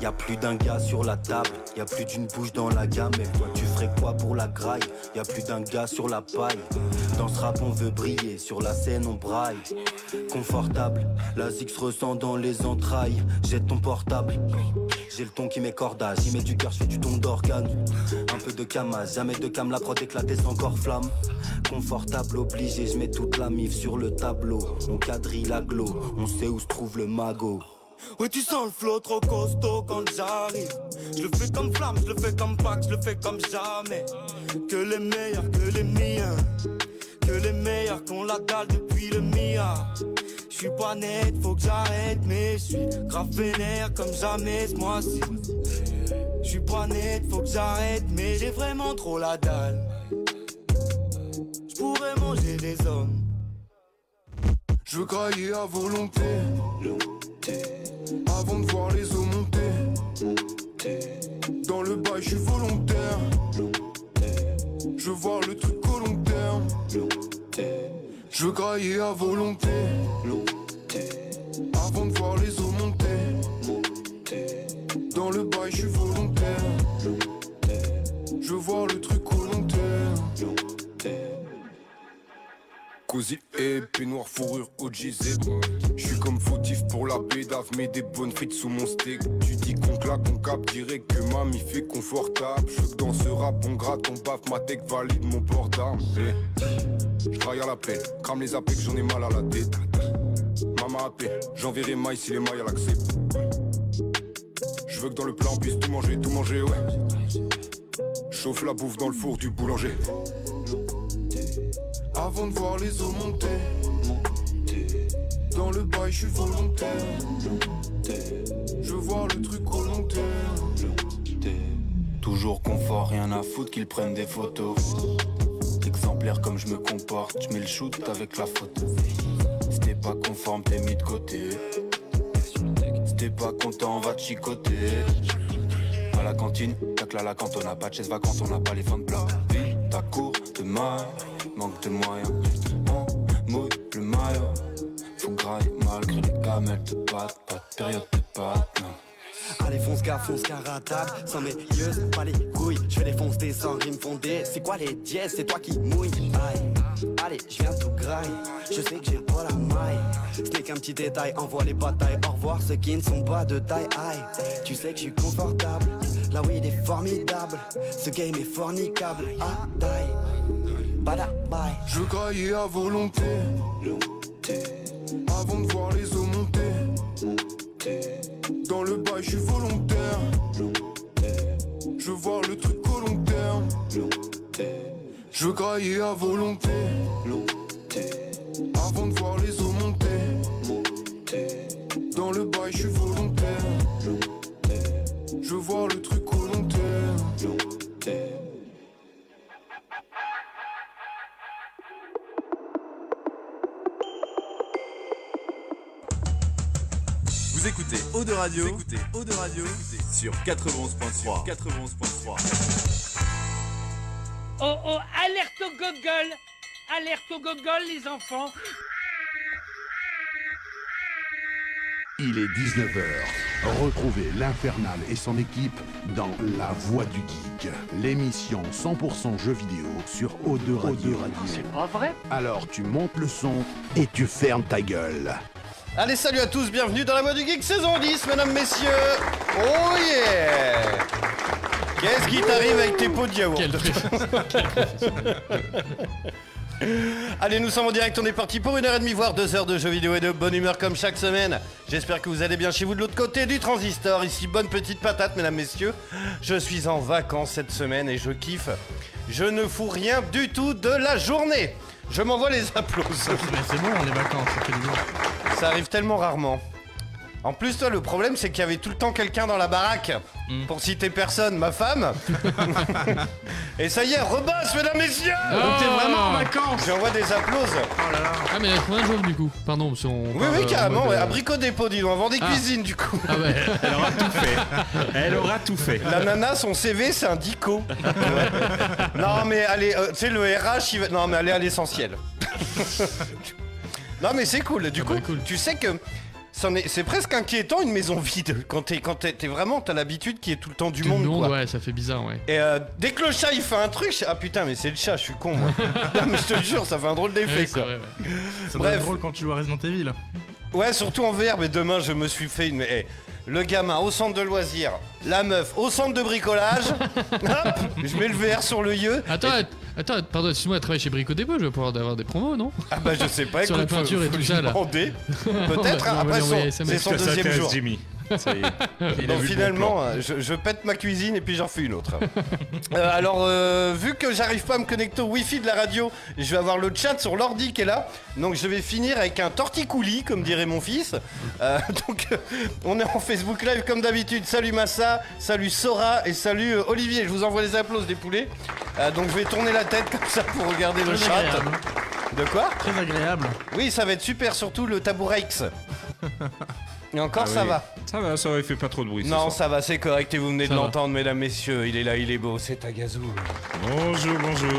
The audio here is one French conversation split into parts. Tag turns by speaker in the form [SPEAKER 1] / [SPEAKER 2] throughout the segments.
[SPEAKER 1] Y'a plus d'un gars sur la table, y'a plus d'une bouche dans la gamme. Et toi, tu ferais quoi pour la graille Y'a plus d'un gars sur la paille. Dans ce rap, on veut briller, sur la scène, on braille. Confortable, la Zix ressent dans les entrailles. Jette ton portable. J'ai le ton qui m'écorda, j'y mets du cœur, je fais du ton d'organe. Un peu de cama, jamais de cam, la prod éclatée sans corps flamme. Confortable, obligé, je mets toute la mif sur le tableau. On quadrille la glo, on sait où se trouve le magot. Ouais, tu sens le flot trop costaud quand j'arrive. Je le fais comme flamme, je le fais comme pack, je le fais comme jamais. Que les meilleurs, que les miens. Que les meilleurs qu'on la dalle depuis le milliard. Je suis pas net, faut que j'arrête, mais je suis grave vénère comme jamais ce mois-ci. Je suis pas net, faut que j'arrête, mais j'ai vraiment trop la dalle. Je pourrais manger des hommes.
[SPEAKER 2] Je veux grailler à volonté. Avant de voir les eaux monter. Dans le bail, je suis volontaire. Je veux voir le truc au long terme. Je veux grailler à volonté. Avant de voir les eaux monter. Dans le bail, je suis volontaire. Je veux voir le truc au long terme. Cosy épée noir fourrure OG Je suis comme fautif pour la pédave Mets des bonnes frites sous mon steak Tu dis qu'on claque on capte direct que mamie fait confortable Je veux que dans ce rap on gratte on baffe ma tech valide mon port d'armes Je travaille à la peine crame les appels que j'en ai mal à la tête Maman appelle j'enverrai maille si les mailles à l'acceptent Je veux que dans le plat on puisse tout manger tout manger ouais Chauffe la bouffe dans le four du boulanger avant de voir les eaux monter. Dans le bail, je suis volontaire. Je veux voir le truc au long terme.
[SPEAKER 1] Toujours confort, rien à foutre qu'ils prennent des photos. Exemplaire comme je me comporte, je mets le shoot avec la photo. Si t'es pas conforme, t'es mis de côté. Si t'es pas content, on va te chicoter. À la cantine, tacle à la cantine, on n'a pas de chaise vacante, on n'a pas les fins de plat. Ta cour de mal, manque de moyens. On mouille le maillot, faut graille malgré les gamelles de pâte, pas de période de pâte, non.
[SPEAKER 3] Allez fonce gars, fonce car à table Sans meilleuse, pas les couilles Je vais les foncer sans rime fondée C'est quoi les dièses, c'est toi qui mouille Aïe, allez, je viens tout graille Je sais que j'ai pas la maille Ce n'est qu'un petit détail, envoie les batailles Au revoir ceux qui ne sont pas de taille Aïe, tu sais que je suis confortable Là oui il est formidable Ce game est fornicable Ah, taille, bada bye
[SPEAKER 2] Je veux grailler à volonté. Avant de voir les eaux monter. Dans le bail, je suis volontaire. Je veux voir le truc au long terme. Je veux grailler à volonté. Avant de voir les eaux monter. Dans le bail, je suis volontaire. Je veux voir le truc au long terme.
[SPEAKER 4] Vous écoutez Eau de Radio, écoutez Eau de Radio sur 91.3. 91.3.
[SPEAKER 5] Oh oh, alerte au gogol Alerte au gogol, les enfants
[SPEAKER 6] Il est 19h. Retrouvez l'Infernal et son équipe dans La Voix du Geek, l'émission 100% jeux vidéo sur O2 Radio. C'est pas vrai Alors tu montes le son et tu fermes ta gueule.
[SPEAKER 7] Allez, salut à tous, bienvenue dans la Voix du Geek saison 10, mesdames, messieurs. Oh yeah Qu'est-ce qui t'arrive avec tes pots de yaourt Allez, nous sommes en direct, on est parti pour une heure et demie, voire deux heures de jeux vidéo et de bonne humeur comme chaque semaine. J'espère que vous allez bien chez vous de l'autre côté du transistor. Ici, bonne petite patate, mesdames, messieurs. Je suis en vacances cette semaine et je kiffe. Je ne fous rien du tout de la journée. Je m'envoie les applaudissements.
[SPEAKER 8] C'est bon, on est vacances, ça fait du bien.
[SPEAKER 7] Ça arrive tellement rarement. En plus, toi, le problème, c'est qu'il y avait tout le temps quelqu'un dans la baraque. Pour citer personne, ma femme. Et ça y est, rebasse, mesdames, messieurs
[SPEAKER 8] Donc t'es vraiment en vacances
[SPEAKER 7] J'envoie des applauses.
[SPEAKER 8] Ah, mais il faut un jour du coup. Pardon, parce qu'on.
[SPEAKER 7] Oui,
[SPEAKER 8] parle,
[SPEAKER 7] oui,
[SPEAKER 8] euh, en
[SPEAKER 7] carrément.
[SPEAKER 8] mode,
[SPEAKER 7] ouais.
[SPEAKER 8] euh,
[SPEAKER 7] À Brico Dépôt, dis donc, vend des
[SPEAKER 8] Ah.
[SPEAKER 7] cuisines, du coup.
[SPEAKER 8] Ah ouais.
[SPEAKER 9] Elle aura tout fait. Elle aura tout fait.
[SPEAKER 7] La nana, son CV, c'est un dico. non, mais allez, euh, tu sais, le RH, il va... Non, mais allez à l'essentiel. non, mais c'est Ah bah, cool. Du coup, tu sais que c'en est- c'est presque inquiétant une maison vide quand t'es quand t'es- t'es vraiment t'as l'habitude qui est tout le temps du
[SPEAKER 8] Du
[SPEAKER 7] monde.
[SPEAKER 8] monde,
[SPEAKER 7] quoi.
[SPEAKER 8] ouais, ça fait bizarre, ouais.
[SPEAKER 7] Et euh, dès que le chat il fait un truc, je- ah putain mais c'est le chat, je suis con moi. non mais je te jure, ça fait un drôle d'effet
[SPEAKER 8] Ouais, c'est
[SPEAKER 7] quoi.
[SPEAKER 8] vrai, ouais.
[SPEAKER 9] Ça doit
[SPEAKER 7] Bref.
[SPEAKER 9] être drôle quand tu vois Resident Evil.
[SPEAKER 7] Ouais, surtout en VR, mais demain je me suis fait une. eh, le gamin au centre de loisirs, la meuf au centre de bricolage, hop, je mets le VR sur le yeux.
[SPEAKER 8] Attends, att- attends, pardon, excuse-moi, elle travaille chez Brico Dépôt, je vais pouvoir avoir des promos, non
[SPEAKER 7] Ah bah je sais pas,
[SPEAKER 8] Sur la
[SPEAKER 7] écoute, faut-
[SPEAKER 8] peinture et
[SPEAKER 7] faut
[SPEAKER 8] tout
[SPEAKER 7] lui
[SPEAKER 8] ça, là.
[SPEAKER 7] demander.
[SPEAKER 8] On va-
[SPEAKER 7] Peut-être,
[SPEAKER 8] on va
[SPEAKER 7] après
[SPEAKER 8] lui envoyer
[SPEAKER 7] son-
[SPEAKER 8] SMS.
[SPEAKER 7] c'est son
[SPEAKER 9] ça
[SPEAKER 7] deuxième
[SPEAKER 9] intéresse
[SPEAKER 7] jour.
[SPEAKER 9] Jimmy. Ça y est. Il a vu
[SPEAKER 7] Donc
[SPEAKER 9] le bon
[SPEAKER 7] finalement,
[SPEAKER 9] plan.
[SPEAKER 7] euh, je, je pète ma cuisine et puis j'en fais une autre. Euh, alors, euh, vu que j'arrive pas à me connecter au Wi-Fi de la radio, je vais avoir le chat sur l'ordi qui est là. Donc je vais finir avec un torticolis, comme dirait mon fils. Euh, donc euh, on est en Facebook Live comme d'habitude. Salut Massa, salut Sora et salut euh, Olivier. Je vous envoie les applaudissements des poulets. Euh, donc je vais tourner la tête comme ça pour regarder le
[SPEAKER 9] Très
[SPEAKER 7] chat.
[SPEAKER 9] agréable.
[SPEAKER 7] De quoi
[SPEAKER 9] Très agréable.
[SPEAKER 7] Oui, ça va être super, surtout le tabourex. Et encore
[SPEAKER 9] Ah
[SPEAKER 7] ça
[SPEAKER 9] oui.
[SPEAKER 7] va.
[SPEAKER 9] Ça va, ça va, il fait pas trop de bruit. ce
[SPEAKER 7] Non,
[SPEAKER 9] soir.
[SPEAKER 7] ça va, c'est correct et vous venez
[SPEAKER 8] Ça
[SPEAKER 7] de
[SPEAKER 8] va.
[SPEAKER 7] l'entendre, mesdames, messieurs. Il est là, il est beau, c'est un gazou.
[SPEAKER 9] Bonjour, bonjour.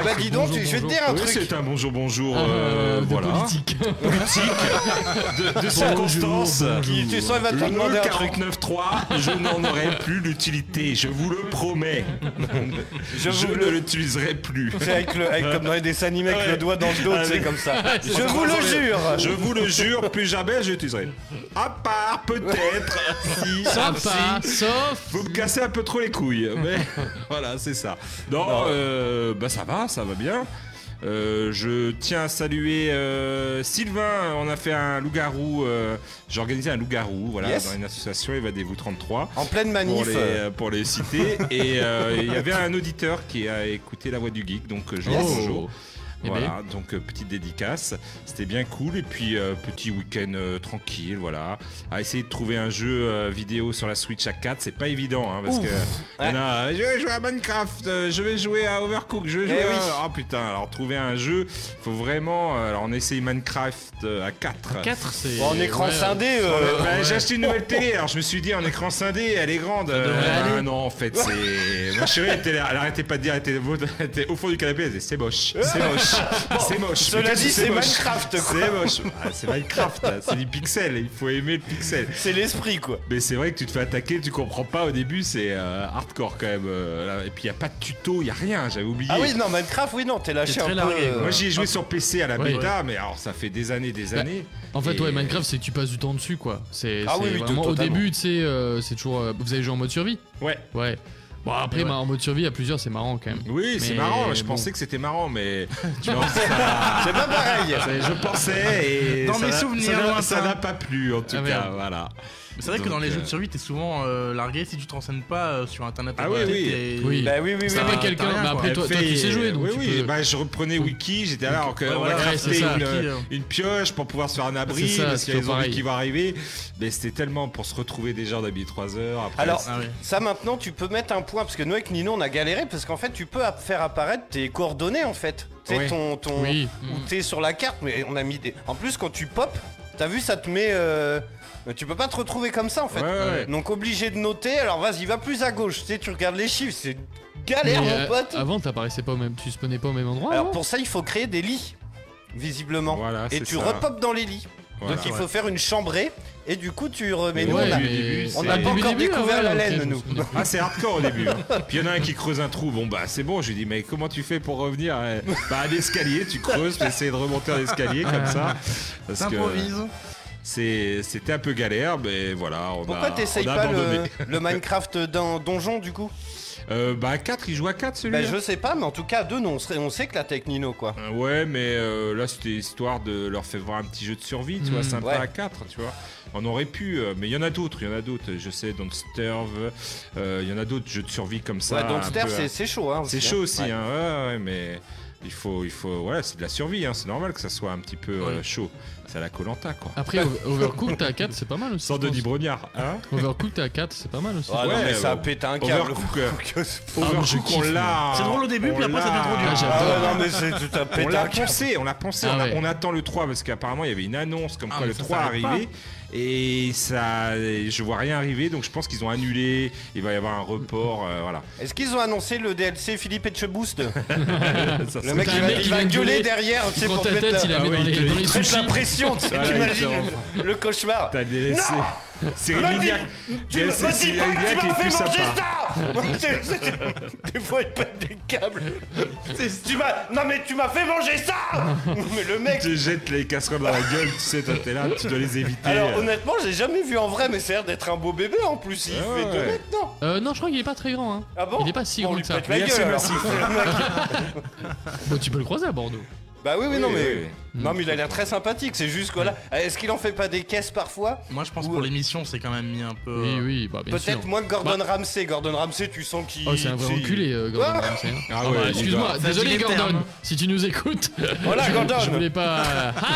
[SPEAKER 7] Eh ben, dis donc,
[SPEAKER 8] bonjour,
[SPEAKER 7] je vais te
[SPEAKER 8] bonjour.
[SPEAKER 7] dire un
[SPEAKER 9] Oui,
[SPEAKER 7] truc.
[SPEAKER 9] c'est un bonjour, bonjour.
[SPEAKER 8] Euh,
[SPEAKER 9] euh,
[SPEAKER 8] de
[SPEAKER 9] voilà.
[SPEAKER 8] politique.
[SPEAKER 9] De, de circonstances.
[SPEAKER 7] Qui- tu sens, il va te demander
[SPEAKER 9] Le
[SPEAKER 7] un truc.
[SPEAKER 9] 49.3, je n'en aurai plus l'utilité, je vous le promets.
[SPEAKER 7] Je
[SPEAKER 9] Je,
[SPEAKER 7] vous
[SPEAKER 9] ne
[SPEAKER 7] le.
[SPEAKER 9] l'utiliserai plus.
[SPEAKER 7] C'est avec le, avec, comme dans les dessins animés, avec
[SPEAKER 9] Ouais.
[SPEAKER 7] le doigt dans le dos,
[SPEAKER 9] Ah,
[SPEAKER 7] c'est
[SPEAKER 9] oui.
[SPEAKER 7] comme ça. Je vous le jure.
[SPEAKER 9] Je vous le jure, plus jamais je l'utiliserai. À part peut-être si.
[SPEAKER 8] Ah,
[SPEAKER 9] si-
[SPEAKER 8] pas, sauf.
[SPEAKER 9] Vous me cassez un peu trop les couilles, mais voilà, c'est ça. Non, euh, bah ça va, ça va bien. Euh, je tiens à saluer euh, Sylvain. On a fait un loup-garou. euh, J'ai organisé un loup-garou, voilà,
[SPEAKER 7] Yes.
[SPEAKER 9] dans une association Évadez-vous 33
[SPEAKER 7] En pleine
[SPEAKER 9] pour
[SPEAKER 7] manif.
[SPEAKER 9] les, euh, pour les citer. Et euh, il y avait un auditeur qui a écouté La Voix du Geek, donc euh, je
[SPEAKER 7] Yes.
[SPEAKER 9] dis bonjour.
[SPEAKER 8] Eh
[SPEAKER 9] Voilà, donc euh, petite dédicace, c'était bien cool et puis euh, petit week-end euh, tranquille, voilà. À essayer de trouver un jeu euh, vidéo sur la Switch à 4, c'est pas évident hein, parce que il y en a, euh, je vais jouer à Minecraft, euh, je vais jouer à Overcook, je vais jouer.
[SPEAKER 7] oui.
[SPEAKER 9] à... Oh putain, alors trouver un jeu, faut vraiment. euh, Alors on essaye Minecraft euh, à 4.
[SPEAKER 8] 4, c'est.
[SPEAKER 7] En écran
[SPEAKER 8] ouais,
[SPEAKER 7] scindé.
[SPEAKER 9] Bah,
[SPEAKER 7] euh,
[SPEAKER 9] bah, J'ai acheté une nouvelle télé, alors je me suis dit en écran scindé, elle est grande.
[SPEAKER 8] devrait
[SPEAKER 9] Euh,
[SPEAKER 8] aller.
[SPEAKER 9] non, en fait, c'est. Ma chérie, elle, était là, elle arrêtait pas de dire, elle était, elle était au fond du canapé, elle disait c'est moche, c'est moche, c'est moche. Mais
[SPEAKER 7] Ah. Cela
[SPEAKER 9] qu'est-ce
[SPEAKER 7] dit,
[SPEAKER 9] que
[SPEAKER 7] c'est
[SPEAKER 9] moche
[SPEAKER 7] Minecraft, quoi.
[SPEAKER 9] C'est moche. Ah, c'est Minecraft, hein, c'est du pixel, il faut aimer le pixel.
[SPEAKER 7] C'est l'esprit, quoi.
[SPEAKER 9] Mais c'est vrai que tu te fais attaquer, tu comprends pas au début, c'est euh, hardcore quand même. euh, là. et puis il y a pas de tuto, il y a rien, j'avais oublié.
[SPEAKER 7] Ah oui, non, Minecraft, oui, non, t'es lâché
[SPEAKER 8] T'es
[SPEAKER 7] un
[SPEAKER 8] très
[SPEAKER 7] peu.
[SPEAKER 8] largué,
[SPEAKER 7] euh,
[SPEAKER 9] Moi j'y ai joué sur PC à la
[SPEAKER 8] Ouais,
[SPEAKER 9] bêta, mais alors ça fait des années, des
[SPEAKER 8] Bah,
[SPEAKER 9] années.
[SPEAKER 8] En fait,
[SPEAKER 9] Et-
[SPEAKER 8] ouais, Minecraft, c'est que tu passes du temps dessus, quoi. C'est
[SPEAKER 7] Ah
[SPEAKER 8] c'est
[SPEAKER 7] oui, oui,
[SPEAKER 8] vraiment au
[SPEAKER 7] totalement.
[SPEAKER 8] début, tu sais, euh, c'est toujours. euh, vous avez joué en mode survie
[SPEAKER 9] Ouais.
[SPEAKER 8] Ouais. Bon, après, bah, en mode survie, à plusieurs, c'est marrant quand même.
[SPEAKER 9] Oui, c'est
[SPEAKER 8] Mais
[SPEAKER 9] marrant. Je
[SPEAKER 8] bon.
[SPEAKER 9] pensais que c'était marrant, mais tu vois,
[SPEAKER 7] C'est pas pareil.
[SPEAKER 9] je pensais et
[SPEAKER 10] Dans
[SPEAKER 9] ça
[SPEAKER 10] mes
[SPEAKER 9] n'a-
[SPEAKER 10] souvenirs,
[SPEAKER 9] ça n'a-
[SPEAKER 10] lointains.
[SPEAKER 9] ça n'a pas plu en tout
[SPEAKER 8] Ah,
[SPEAKER 9] cas.
[SPEAKER 8] merde.
[SPEAKER 9] Voilà.
[SPEAKER 10] Mais C'est vrai que
[SPEAKER 9] Donc,
[SPEAKER 10] dans les
[SPEAKER 9] euh,
[SPEAKER 10] jeux de survie, t'es souvent euh, largué si tu te renseignes pas euh, sur internet.
[SPEAKER 9] Ah oui,
[SPEAKER 10] T'es-
[SPEAKER 9] oui.
[SPEAKER 10] t'es-
[SPEAKER 8] Oui.
[SPEAKER 7] Bah oui, oui, oui.
[SPEAKER 8] C'est
[SPEAKER 10] Bah,
[SPEAKER 8] pas
[SPEAKER 10] t'as
[SPEAKER 8] quelqu'un.
[SPEAKER 10] rien,
[SPEAKER 8] mais
[SPEAKER 10] quoi.
[SPEAKER 8] après, toi, toi, tu sais jouer, donc
[SPEAKER 9] oui,
[SPEAKER 8] tu
[SPEAKER 9] oui.
[SPEAKER 8] peux-
[SPEAKER 9] Bah, je reprenais Wiki. J'étais là, alors que
[SPEAKER 10] Ouais,
[SPEAKER 9] on
[SPEAKER 10] voilà,
[SPEAKER 9] va
[SPEAKER 10] c'est
[SPEAKER 9] crafter
[SPEAKER 10] ça,
[SPEAKER 9] une,
[SPEAKER 10] Wiki, euh.
[SPEAKER 9] une pioche pour pouvoir se faire un abri
[SPEAKER 8] C'est ça,
[SPEAKER 9] parce qu'il y a les
[SPEAKER 8] c'est pareil.
[SPEAKER 9] zombies qui vont arriver. Mais c'était tellement pour se retrouver déjà d'habits 3 heures. Après,
[SPEAKER 7] Alors,
[SPEAKER 10] Ah oui.
[SPEAKER 7] ça maintenant, tu peux mettre un point, parce que nous, avec Nino, on a galéré, parce qu'en fait, tu peux app- faire apparaître tes coordonnées, en fait. Tu sais,
[SPEAKER 9] Oui.
[SPEAKER 7] ton. ton
[SPEAKER 8] Oui.
[SPEAKER 7] Où t'es sur la carte, mais on a mis des. En plus, quand tu pop, t'as vu, ça te met. euh, Tu peux pas te retrouver comme ça, en fait.
[SPEAKER 9] Ouais, ouais, ouais.
[SPEAKER 7] Donc, obligé de noter, alors vas-y, va plus à gauche, tu sais, tu regardes les chiffres, c'est une galère,
[SPEAKER 8] Mais,
[SPEAKER 7] mon
[SPEAKER 8] euh,
[SPEAKER 7] pote.
[SPEAKER 8] Avant, t'apparaissais pas au même. Tu spawnais pas au même endroit.
[SPEAKER 7] Alors,
[SPEAKER 8] non
[SPEAKER 7] pour ça, il faut créer des lits, visiblement.
[SPEAKER 9] Voilà,
[SPEAKER 7] et
[SPEAKER 9] c'est
[SPEAKER 7] tu
[SPEAKER 9] ça.
[SPEAKER 7] repopes dans les lits.
[SPEAKER 9] Voilà.
[SPEAKER 7] Donc, il faut faire une chambrée, et du coup, tu remets.
[SPEAKER 9] Mais
[SPEAKER 7] Nous,
[SPEAKER 9] ouais,
[SPEAKER 7] on a-
[SPEAKER 9] mais- on
[SPEAKER 7] n'a
[SPEAKER 8] c'est-
[SPEAKER 7] pas encore
[SPEAKER 8] début, début,
[SPEAKER 7] découvert
[SPEAKER 8] ah,
[SPEAKER 7] la
[SPEAKER 8] ouais,
[SPEAKER 7] laine,
[SPEAKER 8] ok, je me
[SPEAKER 7] nous.
[SPEAKER 8] souvenais plus.
[SPEAKER 9] Ah, c'est hardcore au début. hein. Puis il y en a un qui creuse un trou. Bon, bah, c'est bon. Je lui dis, mais comment tu fais pour revenir Eh, Bah, un escalier, tu creuses, tu essaies de remonter un escalier comme ça. Parce que
[SPEAKER 10] T'improvises.
[SPEAKER 9] c'est- c'était un peu galère, mais voilà. On
[SPEAKER 7] Pourquoi
[SPEAKER 9] a,
[SPEAKER 7] t'essayes
[SPEAKER 9] Bah, on a
[SPEAKER 7] pas le,
[SPEAKER 9] abandonné.
[SPEAKER 7] le Minecraft d'un donjon du coup
[SPEAKER 9] Euh, bah, 4, il joue à 4 celui-là.
[SPEAKER 7] Ben je sais pas, mais en tout cas, à deux, non, on, serait- on s'éclate avec Nino quoi.
[SPEAKER 9] Euh, Ouais, mais euh, là, c'était histoire de leur faire voir un petit jeu de survie, tu vois,
[SPEAKER 8] Mm.
[SPEAKER 9] sympa
[SPEAKER 7] Ouais.
[SPEAKER 9] à 4, tu vois. On aurait pu, euh, mais il y en a d'autres, il y en a d'autres. Je sais, Don't Starve, euh, il y en a d'autres jeux de survie comme ça.
[SPEAKER 7] ouais, donc
[SPEAKER 9] un
[SPEAKER 7] Ster,
[SPEAKER 9] peu,
[SPEAKER 7] c'est- c'est chaud hein.
[SPEAKER 9] C'est
[SPEAKER 7] aussi, hein.
[SPEAKER 9] chaud aussi,
[SPEAKER 7] Ouais.
[SPEAKER 9] hein, ouais, ouais, mais il faut, il faut, voilà, c'est de la survie, hein, c'est normal que ça soit un petit peu euh, chaud. C'est à la Colanta, quoi.
[SPEAKER 8] Après, Over- Overcooked à 4, c'est pas mal aussi.
[SPEAKER 9] Sans
[SPEAKER 8] je pense.
[SPEAKER 9] Denis Brognard, hein
[SPEAKER 8] Overcooked à 4, c'est pas mal aussi.
[SPEAKER 7] Ah non,
[SPEAKER 9] Ouais,
[SPEAKER 7] mais ça
[SPEAKER 9] bon.
[SPEAKER 7] pète un câble.
[SPEAKER 9] Overcook,
[SPEAKER 8] je kiffe,
[SPEAKER 9] on l'a.
[SPEAKER 10] C'est drôle au début,
[SPEAKER 9] on
[SPEAKER 10] puis après, ça devient trop dur.
[SPEAKER 9] l'a-
[SPEAKER 8] Ah, j'adore.
[SPEAKER 7] Ah ouais, non, mais c'est tout à
[SPEAKER 9] On
[SPEAKER 7] pète
[SPEAKER 9] l'a
[SPEAKER 7] un câble.
[SPEAKER 9] pensé, on l'a pensé,
[SPEAKER 8] Ah
[SPEAKER 9] on, a-
[SPEAKER 8] ouais.
[SPEAKER 9] on attend le 3 parce qu'apparemment il y avait une annonce comme
[SPEAKER 10] Ah,
[SPEAKER 9] quoi
[SPEAKER 10] mais
[SPEAKER 9] le
[SPEAKER 10] ça
[SPEAKER 9] 3
[SPEAKER 10] s'arrête
[SPEAKER 9] arrivait Et ça, je vois rien arriver, donc je pense qu'ils ont annulé. Il va y avoir un report, euh, voilà.
[SPEAKER 7] Est-ce qu'ils ont annoncé le DLC Philippe Etcheboost
[SPEAKER 9] Ça
[SPEAKER 7] Le
[SPEAKER 9] serait-
[SPEAKER 7] mec, il va, il va gueuler derrière, tu sais, pour te mettre, la... Ah oui, il te- il te met la pression, tu sais,
[SPEAKER 9] Voilà,
[SPEAKER 7] t'imagines
[SPEAKER 9] exactement.
[SPEAKER 7] le- le cauchemar.
[SPEAKER 9] T'as délaissé. Cyril
[SPEAKER 7] Me dis-
[SPEAKER 9] Lignac.
[SPEAKER 7] Tu me me
[SPEAKER 9] DLC
[SPEAKER 7] dis
[SPEAKER 9] Cyril
[SPEAKER 7] pas que tu
[SPEAKER 9] Lignac
[SPEAKER 7] m'as
[SPEAKER 9] est
[SPEAKER 7] fait
[SPEAKER 9] plus
[SPEAKER 7] manger
[SPEAKER 9] sympa.
[SPEAKER 7] ça Des fois, il pète des câbles. Tu m'as... Non, mais tu m'as fait manger ça Mais le mec...
[SPEAKER 9] Tu te jettes les casseroles dans la gueule, tu sais, toi, t'es là, tu dois les éviter.
[SPEAKER 7] Alors,
[SPEAKER 8] euh,
[SPEAKER 7] honnêtement, j'ai jamais vu en vrai, mais ça a l'air d'être un beau bébé en plus. Il
[SPEAKER 8] Ah
[SPEAKER 9] Ouais,
[SPEAKER 7] fait deux
[SPEAKER 9] ouais.
[SPEAKER 7] mètres, non
[SPEAKER 8] Euh, non, je crois qu'il est pas très grand. Hein.
[SPEAKER 7] Ah bon
[SPEAKER 8] Il est pas si
[SPEAKER 7] On
[SPEAKER 8] grand
[SPEAKER 7] lui
[SPEAKER 8] que ça.
[SPEAKER 7] pète la gueule, alors.
[SPEAKER 8] Bon, tu peux le croiser à Bordeaux.
[SPEAKER 7] Bah oui, oui, non,
[SPEAKER 8] Oui,
[SPEAKER 7] mais.
[SPEAKER 8] oui, oui.
[SPEAKER 7] Non, mais il a l'air très sympathique, c'est juste que là. Est-ce qu'il en fait pas des caisses parfois
[SPEAKER 10] Moi, je pense que pour l'émission, c'est quand même mis un peu.
[SPEAKER 8] Oui, oui, bah, bien
[SPEAKER 7] Peut-être moins que Gordon Ramsay. Gordon Ramsay, tu sens qu'il.
[SPEAKER 8] Oh, c'est un vrai
[SPEAKER 7] qu'il-
[SPEAKER 8] enculé, euh, Gordon
[SPEAKER 7] Ah
[SPEAKER 8] Ramsay, hein.
[SPEAKER 9] Ah
[SPEAKER 8] Ah
[SPEAKER 9] ouais,
[SPEAKER 8] bah,
[SPEAKER 9] il
[SPEAKER 8] excuse-moi,
[SPEAKER 9] doit-
[SPEAKER 8] désolé
[SPEAKER 9] Ça dit les
[SPEAKER 8] Gordon,
[SPEAKER 9] termes.
[SPEAKER 8] si tu nous écoutes.
[SPEAKER 7] Voilà,
[SPEAKER 8] je,
[SPEAKER 7] Gordon.
[SPEAKER 8] Je voulais pas.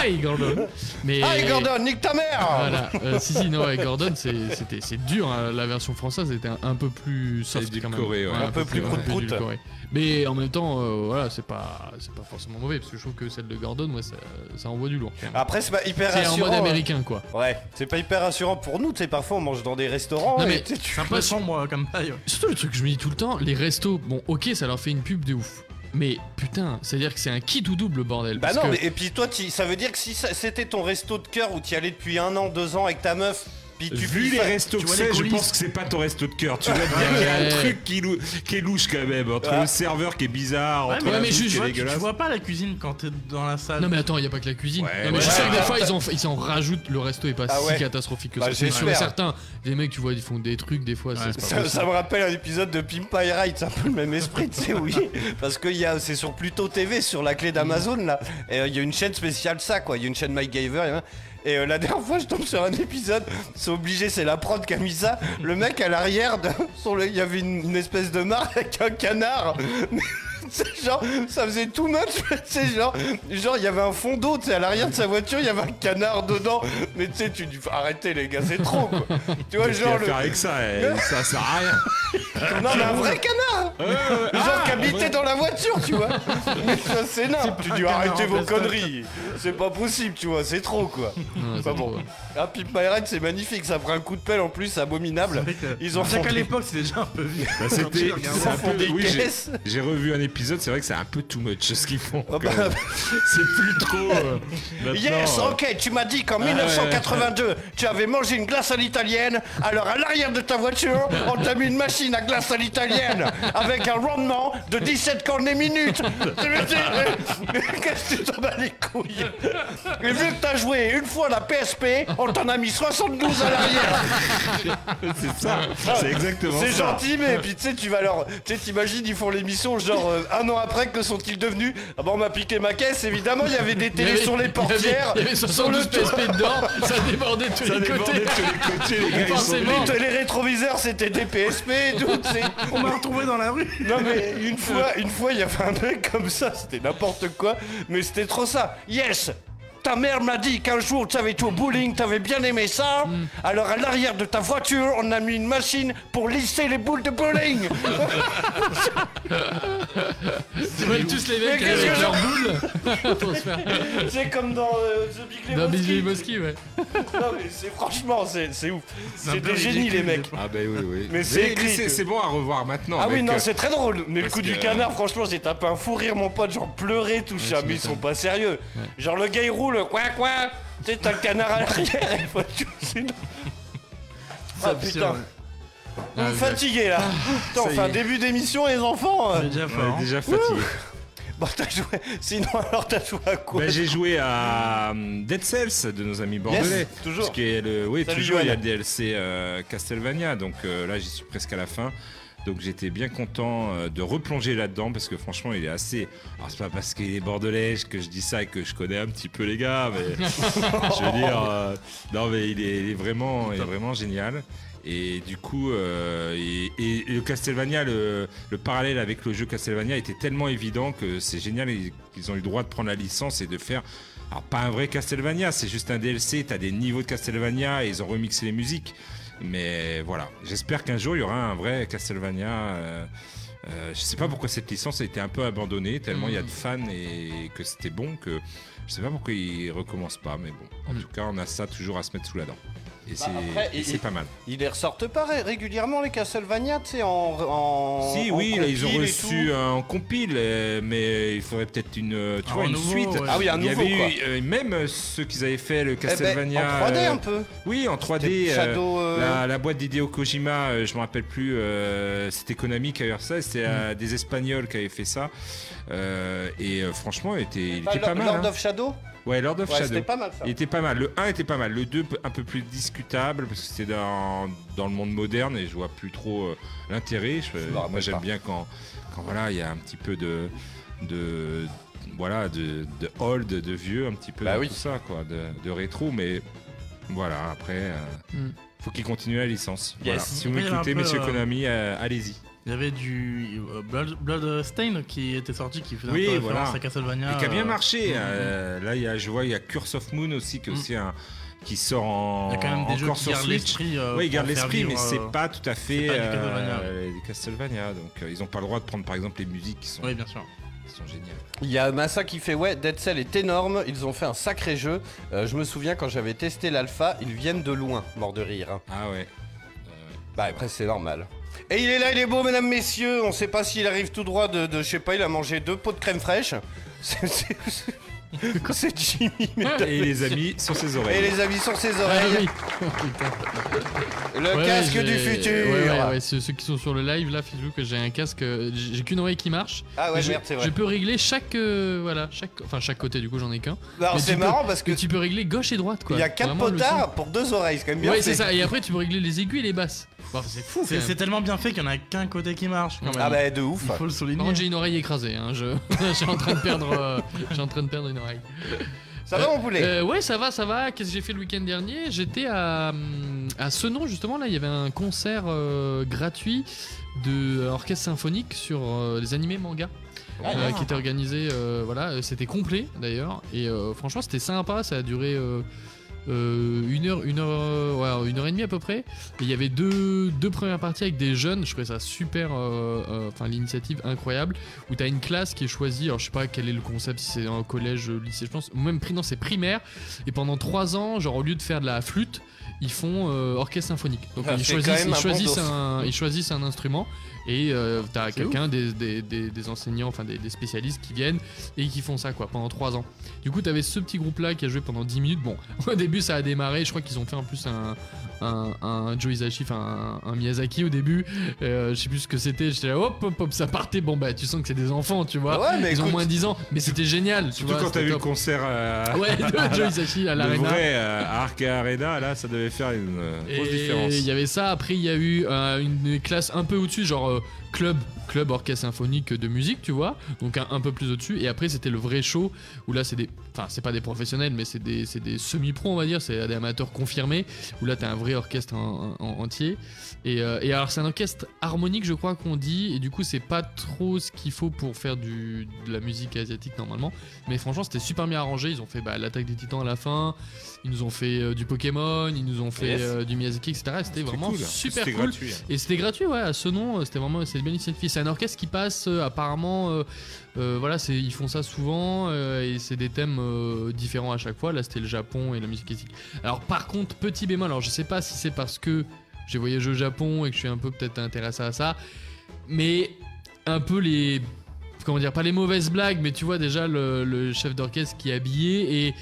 [SPEAKER 8] Hi Gordon Mais.
[SPEAKER 7] Hi, Gordon, nique ta mère
[SPEAKER 8] Voilà, euh, si, si, non, ouais, Gordon, c'est- c'était c'est dur. hein. La version française était un, un peu plus soft quand même.
[SPEAKER 9] édulcoré, ouais. Un peu plus prout-prout.
[SPEAKER 8] édulcoré. Mais en même temps, euh, voilà, c'est pas, c'est pas forcément mauvais parce que je trouve que celle de Gordon, ouais, ça, ça envoie du lourd. clairement.
[SPEAKER 7] Après, c'est pas hyper
[SPEAKER 8] C'est en
[SPEAKER 7] rassurant.
[SPEAKER 8] mode
[SPEAKER 7] hein.
[SPEAKER 8] américain, quoi.
[SPEAKER 7] Ouais, c'est pas hyper rassurant pour nous, tu sais, parfois on mange dans des restaurants.
[SPEAKER 8] Non,
[SPEAKER 7] et
[SPEAKER 8] mais
[SPEAKER 7] tu sais, tu-
[SPEAKER 8] un peu sombre,
[SPEAKER 10] moi comme taille.
[SPEAKER 8] Surtout le truc que je me dis tout le temps, les restos, bon ok ça leur fait une pub de ouf. Mais putain, c'est-à-dire que c'est un kit ou double bordel.
[SPEAKER 7] Bah
[SPEAKER 8] parce
[SPEAKER 7] non,
[SPEAKER 8] que-
[SPEAKER 7] mais, et puis toi, tu- ça veut dire que si ça- c'était ton resto de cœur où tu y allais depuis un an, deux ans avec ta meuf, puis tu
[SPEAKER 9] Vu les
[SPEAKER 7] ça-
[SPEAKER 9] restos
[SPEAKER 7] tu
[SPEAKER 9] que
[SPEAKER 7] vois
[SPEAKER 9] c'est,
[SPEAKER 7] les
[SPEAKER 9] je
[SPEAKER 7] coulisses.
[SPEAKER 9] pense que c'est pas ton resto de cœur. Tu vois bien qu'il y a un
[SPEAKER 8] Ouais.
[SPEAKER 9] truc qui, lou- qui est louche quand même. Entre
[SPEAKER 10] Ah.
[SPEAKER 9] le serveur qui est bizarre,
[SPEAKER 10] Ouais,
[SPEAKER 9] entre
[SPEAKER 10] mais,
[SPEAKER 9] la
[SPEAKER 10] ouais, mais
[SPEAKER 9] bouffe
[SPEAKER 10] je,
[SPEAKER 9] qui est
[SPEAKER 10] je vois, tu, tu
[SPEAKER 9] dégueulasse.
[SPEAKER 10] vois pas la cuisine quand t'es dans la salle.
[SPEAKER 8] Non mais attends, il y a pas que la cuisine.
[SPEAKER 10] Ouais,
[SPEAKER 8] non mais
[SPEAKER 10] ouais,
[SPEAKER 8] je sais
[SPEAKER 10] ouais.
[SPEAKER 8] que des fois ils en, ils en rajoutent, le resto est pas
[SPEAKER 7] Ah ouais.
[SPEAKER 8] si catastrophique que
[SPEAKER 7] Bah,
[SPEAKER 8] ça. C'est sûr et
[SPEAKER 7] j'espère.
[SPEAKER 8] certain. Les mecs, tu vois, ils font des trucs des fois. c'est- c'est pas
[SPEAKER 7] Ça,
[SPEAKER 8] possible.
[SPEAKER 7] ça me rappelle un épisode de Pimp My Ride, c'est un peu le même esprit, tu sais, oui. Parce que il y a- c'est sur Pluto TV, sur la clé d'Amazon, là. Et euh, il y a une chaîne spéciale, ça, quoi. Il y a une chaîne Mike Gaver. Et euh, la dernière fois, je tombe sur un épisode, c'est obligé, c'est la prod qui a mis ça. Le mec à l'arrière, de- sur le- il y avait une, une espèce de mare avec un canard. Mais c'est genre, ça faisait too much. mais C'est genre, genre, il y avait un fond d'eau, tu sais, à l'arrière de sa voiture, il y avait un canard dedans. Mais tu sais, tu dis, arrêtez les gars, c'est trop, quoi. Tu vois,
[SPEAKER 9] Qu'est-ce qu'il y a
[SPEAKER 7] genre,
[SPEAKER 9] à faire avec ça, eh, ça sert à rien.
[SPEAKER 7] non, mais un vrai canard hein.
[SPEAKER 9] Ouais, ouais,
[SPEAKER 7] Le Genre
[SPEAKER 9] ah,
[SPEAKER 7] qui habitait
[SPEAKER 9] ouais.
[SPEAKER 7] dans la voiture, tu vois Mais ça, c'est nain Tu
[SPEAKER 9] un
[SPEAKER 7] dis
[SPEAKER 9] canard
[SPEAKER 7] arrêtez
[SPEAKER 9] en
[SPEAKER 7] vos
[SPEAKER 9] plastoc.
[SPEAKER 7] conneries C'est pas possible, tu vois, c'est trop, quoi
[SPEAKER 8] c'est
[SPEAKER 7] Pas bon. Ah, Pimp My Ride, c'est magnifique, ça prend un coup de pelle en plus, abominable Ils ont
[SPEAKER 10] Rien qu'à
[SPEAKER 7] fait
[SPEAKER 10] l'époque, c'est déjà un peu vieux.
[SPEAKER 9] Bah, c'était.
[SPEAKER 10] Ils
[SPEAKER 9] c'est un
[SPEAKER 10] en font
[SPEAKER 9] peu-
[SPEAKER 10] des
[SPEAKER 9] oui, j'ai-
[SPEAKER 10] caisses.
[SPEAKER 9] J'ai revu un épisode, c'est vrai que c'est un peu too much ce qu'ils font.
[SPEAKER 7] bah.
[SPEAKER 9] quand même. C'est plus trop. euh, maintenant,
[SPEAKER 7] Yes,
[SPEAKER 9] euh,
[SPEAKER 7] ok, tu m'as dit qu'en
[SPEAKER 9] Ah,
[SPEAKER 7] 1982, tu avais mangé une glace à l'italienne, alors à l'arrière de ta voiture, on t'a mis une machine à glace à l'italienne, avec un rendement de 17 cornets minutes. Qu'est-ce que tu t'en bats les couilles Et vu que t'as joué une fois la PSP, on t'en a mis 72 à l'arrière.
[SPEAKER 9] C'est ça, Ah. c'est exactement
[SPEAKER 7] C'est
[SPEAKER 9] ça.
[SPEAKER 7] gentil, mais puis tu sais, tu vas leur. Tu sais, t'imagines, ils font l'émission genre euh, un an après, que sont-ils devenus Ah bah on m'a piqué ma caisse, évidemment, il y avait des
[SPEAKER 8] Il y
[SPEAKER 7] télés
[SPEAKER 8] avait-
[SPEAKER 7] sur les portières,
[SPEAKER 8] Il y avait, il y avait
[SPEAKER 7] sur le
[SPEAKER 8] 72
[SPEAKER 7] toit.
[SPEAKER 8] PSP dedans, ça débordait de tous
[SPEAKER 7] Ça
[SPEAKER 8] les
[SPEAKER 7] débordait
[SPEAKER 8] côtés.
[SPEAKER 7] de tous les côtés, les gars, ils sont
[SPEAKER 8] Forcément.
[SPEAKER 7] venus. Les rétroviseurs, c'était des PSP et tout, tu sais.
[SPEAKER 10] On m'a retrouvé dans la rue.
[SPEAKER 7] Non mais une fois, une fois, il y avait un mec comme ça, c'était n'importe quoi, mais c'était trop ça. Yes Ta mère m'a dit qu'un jour tu avais été au bowling, t'avais bien aimé ça. Alors à l'arrière de ta voiture, on a mis une machine pour lisser les boules de bowling.
[SPEAKER 8] Tu vois tous les mecs
[SPEAKER 7] Mais qu'est-ce
[SPEAKER 8] avec
[SPEAKER 7] que
[SPEAKER 8] leurs
[SPEAKER 7] je-
[SPEAKER 8] boules pour se faire.
[SPEAKER 7] C'est comme dans euh, The Big
[SPEAKER 8] Dans
[SPEAKER 7] Lebowski.
[SPEAKER 8] Big Lebowski, ouais.
[SPEAKER 7] Non mais c'est franchement, c'est c'est ouf.
[SPEAKER 9] un
[SPEAKER 7] C'est
[SPEAKER 9] peu
[SPEAKER 7] des génies les
[SPEAKER 9] ridicule,
[SPEAKER 7] mecs.
[SPEAKER 9] Ah bah oui, oui.
[SPEAKER 7] Mais c'est écrit
[SPEAKER 9] c'est-
[SPEAKER 7] que-
[SPEAKER 9] C'est bon à revoir maintenant.
[SPEAKER 7] ah oui,
[SPEAKER 9] mec.
[SPEAKER 7] non, c'est très drôle. Mais le
[SPEAKER 9] euh, Parce
[SPEAKER 7] coup du
[SPEAKER 9] que- euh,
[SPEAKER 7] canard, franchement, j'ai tapé un fou rire, mon pote. Genre, pleurer, tout ça. Mais ils sont pas sérieux. Genre, le gars, il roule, coin, coin. Tu sais, t'as le canard à l'arrière. et faut- tu- c'est- ah putain. Vous
[SPEAKER 9] Ah,
[SPEAKER 7] me
[SPEAKER 9] oui.
[SPEAKER 7] fatiguez là. Putain, on
[SPEAKER 9] ça
[SPEAKER 7] fait
[SPEAKER 9] y
[SPEAKER 7] un
[SPEAKER 9] est.
[SPEAKER 7] début d'émission, les enfants. euh.
[SPEAKER 10] déjà
[SPEAKER 9] On est déjà fatigué.
[SPEAKER 7] Bon, t'as joué. Sinon, alors, t'as joué à quoi
[SPEAKER 9] Bah, j'ai joué à euh, Dead Cells de nos amis bordelais.
[SPEAKER 7] Yes, toujours.
[SPEAKER 9] Ce qui est le, oui,
[SPEAKER 7] Salut,
[SPEAKER 9] toujours. Il y a
[SPEAKER 7] Johan.
[SPEAKER 9] le DLC euh, Castlevania. Donc euh, là, j'y suis presque à la fin. Donc j'étais bien content euh, de replonger là-dedans parce que franchement, il est assez. Alors c'est pas parce qu'il est bordelais que je dis ça et que je connais un petit peu les gars, mais je veux dire, euh, non mais il est, il est vraiment, il est vraiment génial. Et du coup, euh, et, et- et le Castlevania, le, le parallèle avec le jeu Castlevania était tellement évident que c'est génial. Ils, ils ont eu le droit de prendre la licence et de faire. Alors pas un vrai Castlevania, c'est juste un DLC. T'as des niveaux de Castlevania et ils ont remixé les musiques. Mais voilà, j'espère qu'un jour il y aura un vrai Castlevania. euh, euh, je sais pas pourquoi cette licence a été un peu abandonnée, tellement il y a de fans et que c'était bon que je sais pas pourquoi ils recommencent pas, mais bon, en tout cas on a ça toujours à se mettre sous la dent. Et
[SPEAKER 7] Bah, après,
[SPEAKER 9] c'est- et
[SPEAKER 7] il-
[SPEAKER 9] c'est pas mal.
[SPEAKER 7] Ils les ressortent pas ré- régulièrement, les Castlevania, tu sais, en, en.
[SPEAKER 9] Si,
[SPEAKER 7] en
[SPEAKER 9] oui, là, ils ont
[SPEAKER 7] compile et tout.
[SPEAKER 9] reçu un compile, euh, mais il faudrait peut-être une, euh, tu
[SPEAKER 7] Ah,
[SPEAKER 9] vois,
[SPEAKER 7] un
[SPEAKER 9] une
[SPEAKER 7] nouveau,
[SPEAKER 9] suite.
[SPEAKER 7] ouais. Ah oui, un
[SPEAKER 9] Il y
[SPEAKER 7] nouveau,
[SPEAKER 9] avait
[SPEAKER 7] quoi.
[SPEAKER 9] eu, euh, même euh, ceux qu'ils avaient fait le
[SPEAKER 7] ben,
[SPEAKER 9] Castlevania.
[SPEAKER 7] en 3D
[SPEAKER 9] euh,
[SPEAKER 7] un peu.
[SPEAKER 9] Oui, en 3D.
[SPEAKER 7] C'était
[SPEAKER 9] euh,
[SPEAKER 7] Shadow, euh,
[SPEAKER 9] la, la boîte d'Hideo Kojima, euh, je me rappelle plus, euh, c'était Konami qui avait fait ça, c'était
[SPEAKER 7] Hmm.
[SPEAKER 9] euh, des Espagnols qui avaient fait ça. Euh, et euh, franchement, il était, il
[SPEAKER 7] Ah,
[SPEAKER 9] était pas
[SPEAKER 7] Lord-
[SPEAKER 9] mal.
[SPEAKER 7] Lord
[SPEAKER 9] hein.
[SPEAKER 7] of Shadow
[SPEAKER 9] Ouais, Lord of
[SPEAKER 7] Ouais,
[SPEAKER 9] Shadow.
[SPEAKER 7] c'était pas mal, ça.
[SPEAKER 9] Il était pas mal. Le 1 était pas mal. Le 2, un peu plus discutable, parce que c'était dans, dans le monde moderne et je vois plus trop euh, l'intérêt. Je- moi, j'aime bien quand, quand voilà, il y a un petit peu de. de voilà, de, de old, de vieux, un petit peu
[SPEAKER 7] Bah
[SPEAKER 9] dans
[SPEAKER 7] oui.
[SPEAKER 9] tout ça, quoi, de, de rétro, mais voilà, après, euh,
[SPEAKER 10] Mm.
[SPEAKER 9] faut qu'il continue la licence.
[SPEAKER 10] Yes.
[SPEAKER 9] Voilà. Si vous
[SPEAKER 10] Après, il y avait
[SPEAKER 9] m'écoutez,
[SPEAKER 10] un peu,
[SPEAKER 9] monsieur
[SPEAKER 10] euh,
[SPEAKER 9] Konami, euh, allez-y.
[SPEAKER 10] Il y avait du euh, Blood- Bloodstain qui était sorti, qui faisait un peu
[SPEAKER 9] Oui,
[SPEAKER 10] référence
[SPEAKER 9] voilà.
[SPEAKER 10] à Castlevania.
[SPEAKER 9] Et qui a bien marché.
[SPEAKER 10] euh, Hmm.
[SPEAKER 9] euh, là, il y a, je vois, il y a Curse of Moon aussi, qui, est aussi un, qui sort en.
[SPEAKER 10] Il y a quand même des jeux
[SPEAKER 9] encore
[SPEAKER 10] qui
[SPEAKER 9] sur
[SPEAKER 10] gardent
[SPEAKER 9] Switch.
[SPEAKER 10] l'esprit, euh,
[SPEAKER 9] oui, ils
[SPEAKER 10] pour
[SPEAKER 9] gardent
[SPEAKER 10] faire
[SPEAKER 9] l'esprit, mais
[SPEAKER 10] vivre,
[SPEAKER 9] c'est
[SPEAKER 10] euh,
[SPEAKER 9] pas tout à fait.
[SPEAKER 10] c'est pas du Castlevania.
[SPEAKER 9] euh, des Castlevania. Donc, euh, ils n'ont pas le droit de prendre, par exemple, les musiques qui sont.
[SPEAKER 10] Oui, bien sûr.
[SPEAKER 9] Qui sont géniales.
[SPEAKER 7] Il y a Massa qui fait ouais, Dead Cell est énorme, ils ont fait un sacré jeu. Euh, je me souviens quand j'avais testé l'alpha, ils viennent de loin, mort de rire. hein.
[SPEAKER 9] Ah ouais.
[SPEAKER 7] Bah après c'est normal. Et il est là, il est beau, mesdames, messieurs. On sait pas s'il arrive tout droit de, de- je sais pas, il a mangé deux pots de crème fraîche. C'est- c'est- c'est- C'est Jimmy. mesdames,
[SPEAKER 9] Et les
[SPEAKER 7] messieurs.
[SPEAKER 9] amis sur ses oreilles.
[SPEAKER 7] Et les amis sur ses oreilles. Le
[SPEAKER 8] Ah Ouais,
[SPEAKER 7] casque
[SPEAKER 8] ouais,
[SPEAKER 7] du
[SPEAKER 8] j'ai-
[SPEAKER 7] futur.
[SPEAKER 8] Ouais, ouais, ouais, ceux, ceux qui sont sur le live, là, figurez que j'ai un casque, euh, j'ai j'ai qu'une oreille qui marche.
[SPEAKER 7] Ah ouais,
[SPEAKER 8] Et je-
[SPEAKER 7] merde, c'est vrai.
[SPEAKER 8] Je peux régler chaque, euh, voilà, chaque, enfin chaque côté. Du coup, j'en ai qu'un.
[SPEAKER 7] Non,
[SPEAKER 8] Mais
[SPEAKER 7] c'est
[SPEAKER 8] tu
[SPEAKER 7] marrant
[SPEAKER 8] peux-
[SPEAKER 7] parce que-
[SPEAKER 8] mais tu peux régler gauche et droite, quoi.
[SPEAKER 7] Il y a quatre
[SPEAKER 8] Vraiment, le son.
[SPEAKER 7] potards pour deux oreilles, c'est quand même bien.
[SPEAKER 8] Ouais,
[SPEAKER 7] fait.
[SPEAKER 8] c'est ça. Et après, tu peux régler les aiguilles et les basses. Bon, c'est fou.
[SPEAKER 10] C'est c'est tellement bien fait qu'il y en a qu'un côté qui marche. Quand même.
[SPEAKER 7] Ah bah, de ouf.
[SPEAKER 10] Il faut le
[SPEAKER 8] Par
[SPEAKER 10] souligner.
[SPEAKER 8] contre, j'ai une oreille écrasée. Hein. Je, je suis en train de perdre, euh, je suis en train de perdre une oreille.
[SPEAKER 7] Ça va,
[SPEAKER 8] Euh,
[SPEAKER 7] mon poulet
[SPEAKER 8] euh, Ouais, ça va, ça va. Qu'est-ce que j'ai fait le week-end dernier J'étais à, hum, à Senon, justement. Là, il y avait un concert euh, gratuit de euh, orchestre symphonique sur euh, les animés manga.
[SPEAKER 7] Ah,
[SPEAKER 8] euh,
[SPEAKER 7] ah.
[SPEAKER 8] qui était organisé, euh, voilà, euh, c'était complet d'ailleurs, et euh, franchement c'était sympa, ça a duré euh, euh, une heure, une heure, euh, ouais, une heure et demie à peu près. Et il y avait deux, deux premières parties avec des jeunes. Je trouvais ça super, euh, euh, enfin l'initiative incroyable. Où t'as une classe qui est choisie. Alors je sais pas quel est le concept, si c'est un collège, euh, lycée, je pense, ou même pris dans ses primaires. Et pendant trois ans, genre au lieu de faire de la flûte, ils font euh, orchestre symphonique. Donc
[SPEAKER 7] Ah,
[SPEAKER 8] ils
[SPEAKER 7] c'est
[SPEAKER 8] choisissent,
[SPEAKER 7] quand même
[SPEAKER 8] ils
[SPEAKER 7] un bon
[SPEAKER 8] choisissent
[SPEAKER 7] dos.
[SPEAKER 8] un, ils choisissent un instrument. Et euh, t'as
[SPEAKER 7] C'est
[SPEAKER 8] quelqu'un, des, des- des- des enseignants, enfin des, des spécialistes qui viennent et qui font ça quoi pendant 3 ans. Du coup, t'avais ce petit groupe là qui a joué pendant 10 minutes. Bon, au début ça a démarré, je crois qu'ils ont fait en plus un, un, un Joe Hisaishi, enfin un, un Miyazaki au début. Euh, je sais plus ce que c'était, j'étais là hop hop hop, ça partait. Bon bah tu sens que c'est des enfants, tu vois.
[SPEAKER 7] Ouais, mais
[SPEAKER 8] Ils ont
[SPEAKER 7] écoute-
[SPEAKER 8] moins de 10 ans, mais c'était génial. Tu
[SPEAKER 9] Surtout
[SPEAKER 8] vois,
[SPEAKER 9] quand
[SPEAKER 8] c'était
[SPEAKER 9] t'as vu le
[SPEAKER 8] top.
[SPEAKER 9] concert euh,
[SPEAKER 8] Ouais, de Joe Hisaishi à l'Arena.
[SPEAKER 9] Le vrai euh, à Arca Arena, là, ça devait faire une euh, grosse différence.
[SPEAKER 8] Et il y avait ça, après il y a eu euh, une classe un peu au-dessus, genre euh, club, club orchestre symphonique de musique, tu vois, donc un, un peu plus au-dessus, et après c'était le vrai show, où là c'est des, enfin c'est pas des professionnels, mais c'est des, c'est des semi-pros on va dire, c'est des amateurs confirmés, où là t'as un vrai orchestre en- en- entier, et, euh, et alors c'est un orchestre harmonique je crois qu'on dit, et du coup c'est pas trop ce qu'il faut pour faire du, de la musique asiatique normalement, mais franchement c'était super bien arrangé, ils ont fait bah, l'attaque des titans à la fin, ils nous ont fait euh, du Pokémon, ils nous ont fait
[SPEAKER 9] Yes.
[SPEAKER 8] euh, du Miyazaki, etc. Et C'était vraiment
[SPEAKER 9] cool.
[SPEAKER 8] super
[SPEAKER 9] C'était
[SPEAKER 8] cool.
[SPEAKER 9] gratuit, hein.
[SPEAKER 8] Et c'était gratuit, ouais, à ce nom, euh, c'était vraiment c'est une belle initiative. C'est un orchestre qui passe euh, apparemment, euh, euh, voilà, c'est- ils font ça souvent euh, et c'est des thèmes euh, différents à chaque fois. Là, c'était le Japon et la musique classique. Alors, par contre, petit bémol, alors je sais pas si c'est parce que j'ai voyagé au Japon et que je suis un peu peut-être intéressé à ça, mais un peu les comment dire pas les mauvaises blagues mais tu vois déjà le, le chef d'orchestre qui est habillé et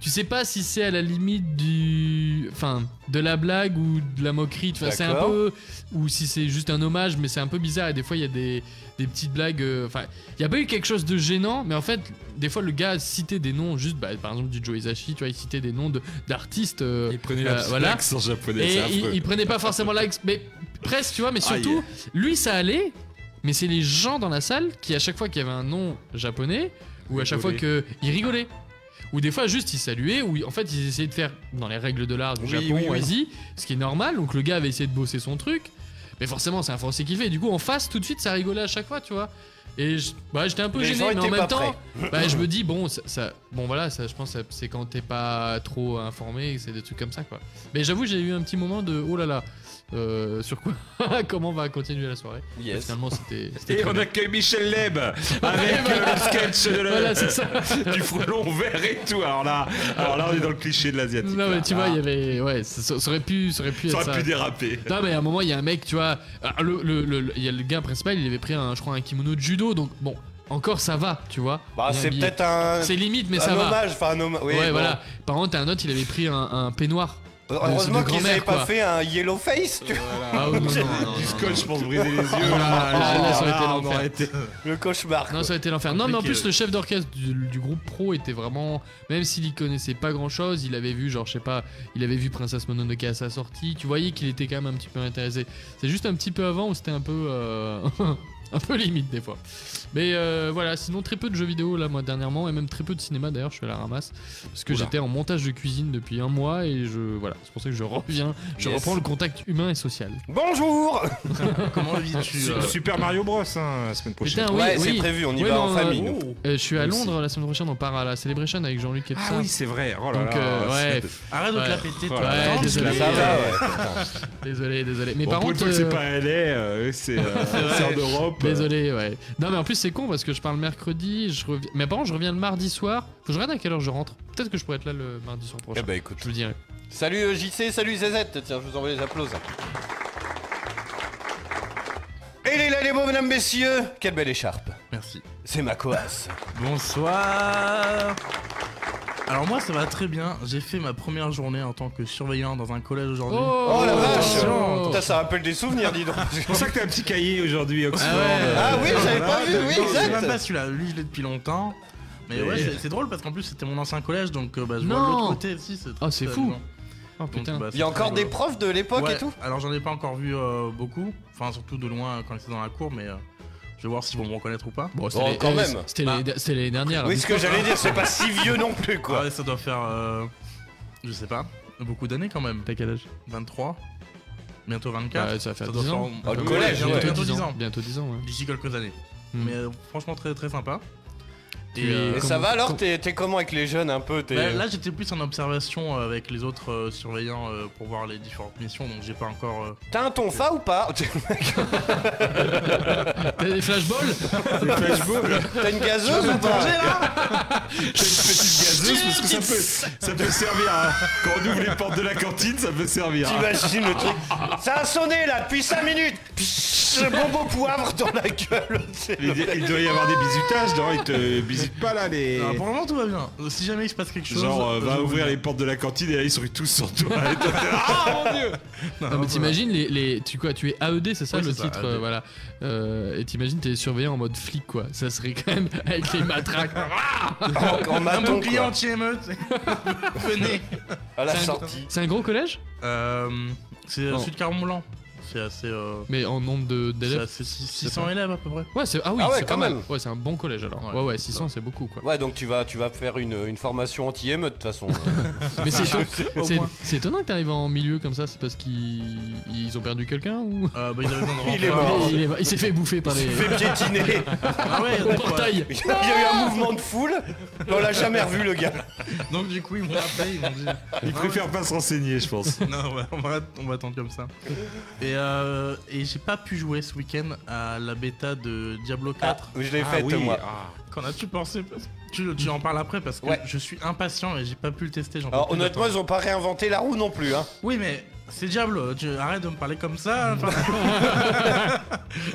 [SPEAKER 8] tu sais pas si c'est à la limite du enfin de la blague ou de la moquerie enfin c'est un
[SPEAKER 7] D'accord.
[SPEAKER 8] peu ou si c'est juste un hommage mais c'est un peu bizarre et des fois il y a des, des petites blagues euh, enfin il y a pas eu quelque chose de gênant mais en fait des fois le gars citait des noms juste bah, par exemple du Joe Hisaishi tu vois il citait des noms de- d'artistes euh,
[SPEAKER 9] Il prenait la petite
[SPEAKER 8] voilà.
[SPEAKER 9] l'accent japonais,
[SPEAKER 8] et
[SPEAKER 9] c'est
[SPEAKER 8] il,
[SPEAKER 9] affreux.
[SPEAKER 8] il prenait pas forcément l'axe mais presque tu vois mais
[SPEAKER 9] Aïe.
[SPEAKER 8] surtout lui ça allait mais c'est les gens dans la salle qui, à chaque fois qu'il y avait un nom japonais, ou à chaque fois
[SPEAKER 9] Rigolaient.
[SPEAKER 8] qu'ils rigolaient, ou des fois juste ils saluaient, ou en fait ils essayaient de faire dans les règles de l'art du
[SPEAKER 7] Oui,
[SPEAKER 8] Japon
[SPEAKER 7] oui,
[SPEAKER 8] ou
[SPEAKER 7] oui.
[SPEAKER 8] Asie, ce qui est normal, donc le gars avait essayé de bosser son truc, mais forcément c'est un français qui le fait, du coup en face tout de suite ça rigolait à chaque fois, tu vois. Et je- bah, j'étais un peu
[SPEAKER 7] Les gens
[SPEAKER 8] gêné, mais en
[SPEAKER 7] étaient
[SPEAKER 8] même
[SPEAKER 7] pas
[SPEAKER 8] temps,
[SPEAKER 7] prêts.
[SPEAKER 8] bah, je me dis, bon, ça, ça- bon voilà, ça, je pense que c'est quand t'es pas trop informé, c'est des trucs comme ça, quoi. Mais j'avoue, j'ai eu un petit moment de, oh là là, euh, sur quoi, comment va continuer la soirée.
[SPEAKER 7] Yes.
[SPEAKER 8] Mais Finalement, c'était. c'était
[SPEAKER 9] Et
[SPEAKER 8] très
[SPEAKER 9] on
[SPEAKER 8] bien.
[SPEAKER 9] accueille Michel Leb avec euh, le sketch de la-
[SPEAKER 8] Voilà, c'est ça.
[SPEAKER 9] du frelon vert et tout. Alors là, alors là, on est dans le cliché de l'asiatique.
[SPEAKER 8] Non, mais tu
[SPEAKER 9] là. Ah,
[SPEAKER 8] vois, il y
[SPEAKER 7] Ah.
[SPEAKER 8] avait. Ouais, ça, ça- ça aurait pu, ça aurait pu
[SPEAKER 9] ça
[SPEAKER 8] être
[SPEAKER 9] aurait pu déraper.
[SPEAKER 8] Non mais à un moment il y a un mec tu vois ah, le, le, le- le- il y a le gars principal il avait pris un je crois un kimono de judo donc bon encore ça va tu vois
[SPEAKER 7] Bah,
[SPEAKER 8] Bien
[SPEAKER 7] c'est
[SPEAKER 8] habillé.
[SPEAKER 7] peut-être un.
[SPEAKER 8] c'est limite mais
[SPEAKER 7] un
[SPEAKER 8] ça va
[SPEAKER 7] hommage, enfin un hommage. Oui,
[SPEAKER 8] ouais
[SPEAKER 7] bon.
[SPEAKER 8] voilà par contre t'as un autre il avait pris un, un peignoir
[SPEAKER 7] Heureusement
[SPEAKER 8] de
[SPEAKER 7] qu'ils
[SPEAKER 8] grand-mère,
[SPEAKER 7] n'avaient
[SPEAKER 8] quoi.
[SPEAKER 7] pas fait un yellow face, tu
[SPEAKER 8] ah oui, non, non, non, non,
[SPEAKER 9] Du
[SPEAKER 8] non.
[SPEAKER 9] scotch pour se briser les yeux.
[SPEAKER 8] Ah, là, là, là, ça aurait été
[SPEAKER 7] Ah, on
[SPEAKER 8] l'enfer.
[SPEAKER 7] aurait été- Le cauchemar.
[SPEAKER 8] Non, ça a été l'enfer. Non, mais en
[SPEAKER 10] Compliqué,
[SPEAKER 8] plus, le chef d'orchestre du, du groupe pro était vraiment. Même s'il y connaissait pas grand chose, il avait vu, genre, je sais pas, il avait vu Princesse Mononoke à sa sortie. Tu voyais qu'il était quand même un petit peu intéressé. C'est juste un petit peu avant où c'était un peu. euh, un peu limite des fois. Mais euh, voilà, sinon très peu de jeux vidéo là, moi, dernièrement, et même très peu de cinéma d'ailleurs, je suis à la ramasse. Parce que
[SPEAKER 9] Oula.
[SPEAKER 8] j'étais en montage de cuisine depuis un mois et je. Voilà, c'est pour ça que je reviens, je
[SPEAKER 7] Yes.
[SPEAKER 8] reprends le contact humain et social.
[SPEAKER 7] Bonjour
[SPEAKER 10] Comment le vis-tu
[SPEAKER 9] Su-
[SPEAKER 10] euh,
[SPEAKER 9] Super Mario Bros hein, la semaine prochaine.
[SPEAKER 8] Putain, oui,
[SPEAKER 7] Ouais, c'est
[SPEAKER 8] oui.
[SPEAKER 7] prévu, on y
[SPEAKER 8] Oui,
[SPEAKER 7] va
[SPEAKER 8] mais
[SPEAKER 7] en
[SPEAKER 8] on-
[SPEAKER 7] famille. nous.
[SPEAKER 8] Euh, je suis à
[SPEAKER 9] Merci.
[SPEAKER 8] Londres la semaine prochaine, on part à la Celebration avec Jean-Luc Epstein.
[SPEAKER 9] Ah oui, c'est vrai. Oh là
[SPEAKER 8] Donc,
[SPEAKER 9] là,
[SPEAKER 8] euh, ouais,
[SPEAKER 9] c'est-
[SPEAKER 10] Arrête de te la
[SPEAKER 8] Ouais.
[SPEAKER 10] péter, toi.
[SPEAKER 9] Voilà.
[SPEAKER 8] Ouais,
[SPEAKER 10] Attends,
[SPEAKER 8] désolé.
[SPEAKER 10] parce que-
[SPEAKER 7] Ça va, ouais.
[SPEAKER 8] Désolé, désolé. Mais
[SPEAKER 9] Bon,
[SPEAKER 8] par
[SPEAKER 9] pour une
[SPEAKER 8] contre.
[SPEAKER 9] fois que c'est
[SPEAKER 8] euh,
[SPEAKER 9] pas à LA, euh, c'est euh, c'est en Europe.
[SPEAKER 8] Désolé, ouais. Non, mais en plus, c'est con parce que je parle mercredi. Je reviens... Mais par contre, je reviens le mardi soir. Faut que je regarde à quelle heure je rentre. Peut-être que je pourrais être là le mardi soir
[SPEAKER 7] Eh
[SPEAKER 8] prochain.
[SPEAKER 7] bah écoute.
[SPEAKER 8] Je vous dirai.
[SPEAKER 7] Salut euh, JC, salut ZZ. Tiens, je vous envoie les applaudissements. Et les là, les beaux, mesdames, messieurs. Quelle belle écharpe.
[SPEAKER 10] Merci.
[SPEAKER 7] C'est ma coasse.
[SPEAKER 10] Bonsoir. Alors moi ça va très bien, j'ai fait ma première journée en tant que surveillant dans un collège aujourd'hui.
[SPEAKER 7] Oh, la vache
[SPEAKER 10] attention.
[SPEAKER 7] Putain, ça rappelle des souvenirs, dis donc.
[SPEAKER 9] C'est pour ça que t'as un petit cahier aujourd'hui, Oxford.
[SPEAKER 7] Ah oui, j'avais pas vu, oui,
[SPEAKER 10] C'est même pas
[SPEAKER 7] exact.
[SPEAKER 10] celui-là, lui je l'ai depuis longtemps. Mais ouais, c'est- c'est drôle parce qu'en plus c'était mon ancien collège donc euh, bah, je vois
[SPEAKER 8] Non.
[SPEAKER 10] de l'autre côté aussi.
[SPEAKER 8] Oh, c'est
[SPEAKER 10] très
[SPEAKER 8] fou.
[SPEAKER 10] amusant.
[SPEAKER 8] Oh
[SPEAKER 10] Donc,
[SPEAKER 8] putain.
[SPEAKER 10] bah,
[SPEAKER 7] Il y a
[SPEAKER 10] c'est
[SPEAKER 7] encore
[SPEAKER 10] très
[SPEAKER 7] des
[SPEAKER 10] rigolo.
[SPEAKER 7] profs de l'époque
[SPEAKER 10] Ouais,
[SPEAKER 7] et tout
[SPEAKER 10] Alors j'en ai pas encore vu euh, beaucoup, enfin surtout de loin euh, quand j'étais dans la cour, mais euh, je vais voir s'ils vont me reconnaître ou pas. Bah,
[SPEAKER 8] Bon, c'était
[SPEAKER 7] Bon,
[SPEAKER 8] les-
[SPEAKER 7] quand
[SPEAKER 8] euh,
[SPEAKER 7] même.
[SPEAKER 8] C'était les- c'était l'année dernière.
[SPEAKER 7] Oui, ce que j'allais dire, c'est pas si vieux non plus, quoi.
[SPEAKER 10] Ouais, ça doit faire, euh, je sais pas, beaucoup d'années quand même.
[SPEAKER 8] T'as quel âge
[SPEAKER 10] 23, bientôt 24.
[SPEAKER 8] Ouais, euh, Ça va faire
[SPEAKER 10] Ça doit
[SPEAKER 8] 10 ans.
[SPEAKER 10] faire-
[SPEAKER 7] Ah, le
[SPEAKER 8] Ouais,
[SPEAKER 7] collège, ouais.
[SPEAKER 8] bientôt 10
[SPEAKER 10] Bientôt 10
[SPEAKER 8] ans.
[SPEAKER 10] ans.
[SPEAKER 8] Bientôt 10 ans, ouais.
[SPEAKER 10] D'ici quelques années.
[SPEAKER 8] Hmm.
[SPEAKER 10] Mais euh, franchement très très sympa.
[SPEAKER 8] Tu-
[SPEAKER 10] Et euh,
[SPEAKER 7] Et
[SPEAKER 8] Comment-
[SPEAKER 7] ça va alors
[SPEAKER 8] com-
[SPEAKER 7] T'es t'es comment Ben, avec les jeunes un peu t'es-
[SPEAKER 10] bah, là j'étais plus en observation euh, avec les autres euh, surveillants euh, pour voir les différentes missions, donc j'ai pas encore... euh,
[SPEAKER 7] T'as un tonfa ou pas
[SPEAKER 8] T'as des flashballs
[SPEAKER 7] T'as une gazeuse ou pas
[SPEAKER 9] J'ai une petite gazeuse parce que ça peut, ça peut servir. hein. Quand on ouvre les portes de la cantine, ça peut servir. hein.
[SPEAKER 7] T'imagines le truc Ça a sonné là depuis 5 minutes Le bonbon poivre dans la gueule c'est
[SPEAKER 9] Il,
[SPEAKER 7] le-
[SPEAKER 9] il doit y avoir des bisutages, non Ils te bisutent pas là les.
[SPEAKER 10] non, pour le moment tout va bien. Si jamais il se passe quelque chose...
[SPEAKER 9] Genre, euh,
[SPEAKER 10] euh,
[SPEAKER 9] va
[SPEAKER 10] je vous
[SPEAKER 9] ouvrir
[SPEAKER 10] dis.
[SPEAKER 9] les portes de la cantine et là ils sont tous sur toi. Et toi, t'es là,
[SPEAKER 10] Non,
[SPEAKER 8] Ah, mais
[SPEAKER 10] voilà.
[SPEAKER 8] t'imagines les, les- tu quoi tu es AED c'est ça
[SPEAKER 10] Oui,
[SPEAKER 8] le
[SPEAKER 10] c'est ça, E
[SPEAKER 8] titre
[SPEAKER 10] AED.
[SPEAKER 8] euh, voilà Euh, et t'imagines t'es surveillant en mode flic quoi ça serait quand même avec les matraques
[SPEAKER 7] en, en
[SPEAKER 10] Un
[SPEAKER 7] maton
[SPEAKER 10] bon client
[SPEAKER 7] quoi,
[SPEAKER 10] anti-émeute Venez
[SPEAKER 7] à la
[SPEAKER 8] C'est un-
[SPEAKER 7] sortie.
[SPEAKER 8] c'est un gros collège
[SPEAKER 10] Euh, C'est euh,
[SPEAKER 8] Bon.
[SPEAKER 10] Sud Carbon Blanc. C'est assez... euh,
[SPEAKER 8] mais en nombre de
[SPEAKER 10] c'est
[SPEAKER 8] d'élèves
[SPEAKER 10] assez six- 600 élèves à peu près.
[SPEAKER 8] ouais c'est ah oui
[SPEAKER 7] Ah ouais,
[SPEAKER 8] c'est pas
[SPEAKER 7] quand
[SPEAKER 8] mal.
[SPEAKER 7] même.
[SPEAKER 8] ouais c'est un bon collège alors ouais
[SPEAKER 10] Ouais,
[SPEAKER 8] ouais,
[SPEAKER 10] ça
[SPEAKER 8] 600 c'est beaucoup quoi
[SPEAKER 7] Ouais donc tu vas, tu vas faire une, une formation anti-émeute de toute façon.
[SPEAKER 8] mais c'est
[SPEAKER 10] Au
[SPEAKER 8] c'est-
[SPEAKER 10] moins.
[SPEAKER 8] c'est étonnant que t'arrives en milieu comme ça c'est parce qu'ils ils ont perdu quelqu'un ou
[SPEAKER 7] Ah,
[SPEAKER 10] Euh, bah, ils avaient besoin de
[SPEAKER 7] Il est
[SPEAKER 10] renfort.
[SPEAKER 7] mort.
[SPEAKER 8] il est- il s'est fait bouffer par les
[SPEAKER 7] Fais piétiner
[SPEAKER 10] Ah ouais,
[SPEAKER 8] au
[SPEAKER 10] d'accord.
[SPEAKER 8] portail
[SPEAKER 7] Il y a eu un mouvement de foule, mais on l'a jamais revu le gars.
[SPEAKER 10] Donc du coup, ils m'ont appelé, ils m'ont dit...
[SPEAKER 9] Ils préfèrent pas se renseigner, je pense.
[SPEAKER 10] Non, on va, on va- on va attendre comme ça. Et, euh, et j'ai pas pu jouer ce week-end à la bêta de Diablo 4.
[SPEAKER 7] Je l'ai faite moi.
[SPEAKER 10] Qu'en as-tu pensé parce- tu, tu en parles après parce que
[SPEAKER 7] Ouais.
[SPEAKER 10] je suis impatient et j'ai pas pu le tester. j'en peux
[SPEAKER 7] Alors
[SPEAKER 10] plus
[SPEAKER 7] honnêtement
[SPEAKER 10] d'attendre.
[SPEAKER 7] ils ont pas réinventé la roue non plus hein.
[SPEAKER 10] Oui, mais c'est Diablo. tu- arrête de me parler comme ça. enfin.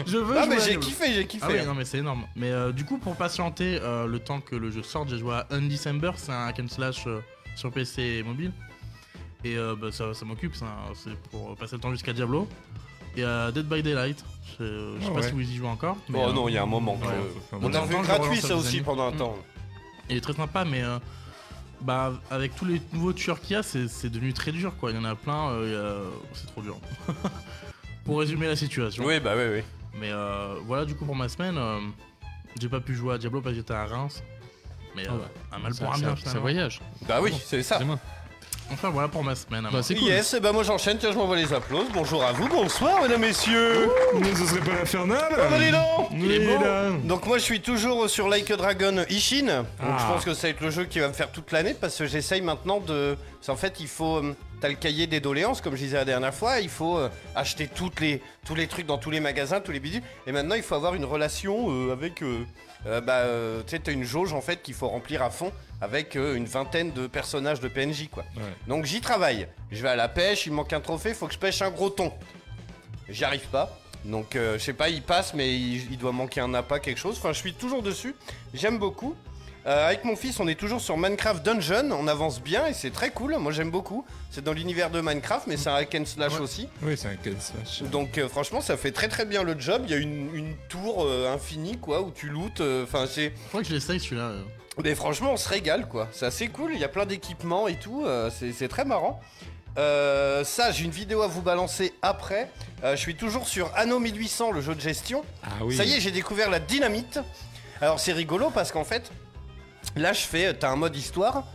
[SPEAKER 10] je veux.
[SPEAKER 7] Non
[SPEAKER 10] jouer
[SPEAKER 7] mais
[SPEAKER 10] à
[SPEAKER 7] j'ai
[SPEAKER 10] Diablo.
[SPEAKER 7] kiffé, j'ai
[SPEAKER 10] Ah oui,
[SPEAKER 7] kiffé.
[SPEAKER 10] non mais c'est énorme. Mais euh, du coup, pour patienter euh, le temps que le jeu sorte, j'ai joué à Undecember, c'est un hack and slash euh, sur PC et mobile. Et euh, bah, ça, ça m'occupe, c'est un- c'est pour passer le temps jusqu'à Diablo. Et à Dead by Daylight, je, je sais
[SPEAKER 9] Ah
[SPEAKER 10] pas
[SPEAKER 9] ouais.
[SPEAKER 10] si vous y jouez encore. mais,
[SPEAKER 7] Oh
[SPEAKER 10] euh,
[SPEAKER 7] non il y a un moment que-
[SPEAKER 10] Ouais,
[SPEAKER 7] On a
[SPEAKER 10] Longtemps
[SPEAKER 7] vu
[SPEAKER 10] que je
[SPEAKER 7] gratuit
[SPEAKER 10] relance
[SPEAKER 7] ça
[SPEAKER 10] avec
[SPEAKER 7] aussi
[SPEAKER 10] des
[SPEAKER 7] pendant un
[SPEAKER 10] amis.
[SPEAKER 7] temps.
[SPEAKER 10] Il est très sympa, mais euh, bah, avec tous les nouveaux tueurs qu'il y a, c'est c'est devenu très dur quoi. Il y en a plein, euh, il y a- c'est trop dur. pour résumer la situation.
[SPEAKER 7] Oui bah oui oui.
[SPEAKER 10] Mais euh, voilà, du coup, pour ma semaine, euh, j'ai pas pu jouer à Diablo parce que j'étais à Reims. Mais
[SPEAKER 8] Ah
[SPEAKER 10] euh,
[SPEAKER 8] bah,
[SPEAKER 10] un mal
[SPEAKER 8] ça,
[SPEAKER 10] pour un
[SPEAKER 8] ça-
[SPEAKER 10] bien,
[SPEAKER 8] ça
[SPEAKER 10] finalement.
[SPEAKER 8] voyage Bah,
[SPEAKER 7] Bah oui c'est ça.
[SPEAKER 8] Excusez-moi.
[SPEAKER 10] Enfin voilà pour ma semaine. à moi.
[SPEAKER 7] Yes, et ben moi j'enchaîne, tiens, je m'envoie les applauses. Bonjour à vous, bonsoir mesdames, messieurs.
[SPEAKER 9] Mais ce serait pas l'infernal
[SPEAKER 10] Ah,
[SPEAKER 7] Oh, bah, dis donc
[SPEAKER 9] Il est beau.
[SPEAKER 7] Donc moi je suis toujours sur Like a Dragon Ishin. Donc je
[SPEAKER 9] Ah.
[SPEAKER 7] pense que ça va être le jeu qui va me faire toute l'année parce que j'essaye maintenant de... parce qu'en fait il faut... euh, T'as le cahier des doléances comme je disais la dernière fois. Il faut euh, acheter toutes les, tous les trucs dans tous les magasins, tous les bidules. Et maintenant il faut avoir une relation euh, avec... euh, euh, bah, euh, tu sais, t'as une jauge en fait qu'il faut remplir à fond avec euh, une vingtaine de personnages de PNJ quoi. Donc j'y travaille. Je vais à la pêche, il me manque un trophée, faut que je pêche un gros thon. J'y arrive pas. Donc euh, je sais pas, il passe, mais il, il doit manquer un appât, quelque chose. Enfin, je suis toujours dessus. J'aime beaucoup. Euh, avec mon fils, on est toujours sur Minecraft Dungeon. On avance bien et c'est très cool. Moi, j'aime beaucoup. C'est dans l'univers de Minecraft, mais c'est un hack and slash aussi.
[SPEAKER 9] Oui, c'est un ken slash.
[SPEAKER 7] Donc euh, franchement, ça fait très très bien le job. Il y a une, une tour euh, infinie quoi où tu lootes. euh, Enfin, c'est.
[SPEAKER 10] Je crois que je l'essaye celui-là. euh.
[SPEAKER 7] Mais franchement, on se régale quoi. C'est assez cool. Il y a plein d'équipements et tout. euh, c'est c'est très marrant. Euh, ça, j'ai une vidéo à vous balancer après. Euh, je suis toujours sur Anno 1800, le jeu de gestion.
[SPEAKER 9] Ah oui.
[SPEAKER 7] Ça y est, j'ai découvert la dynamite. Alors c'est rigolo parce qu'en fait, là je fais, t'as un mode histoire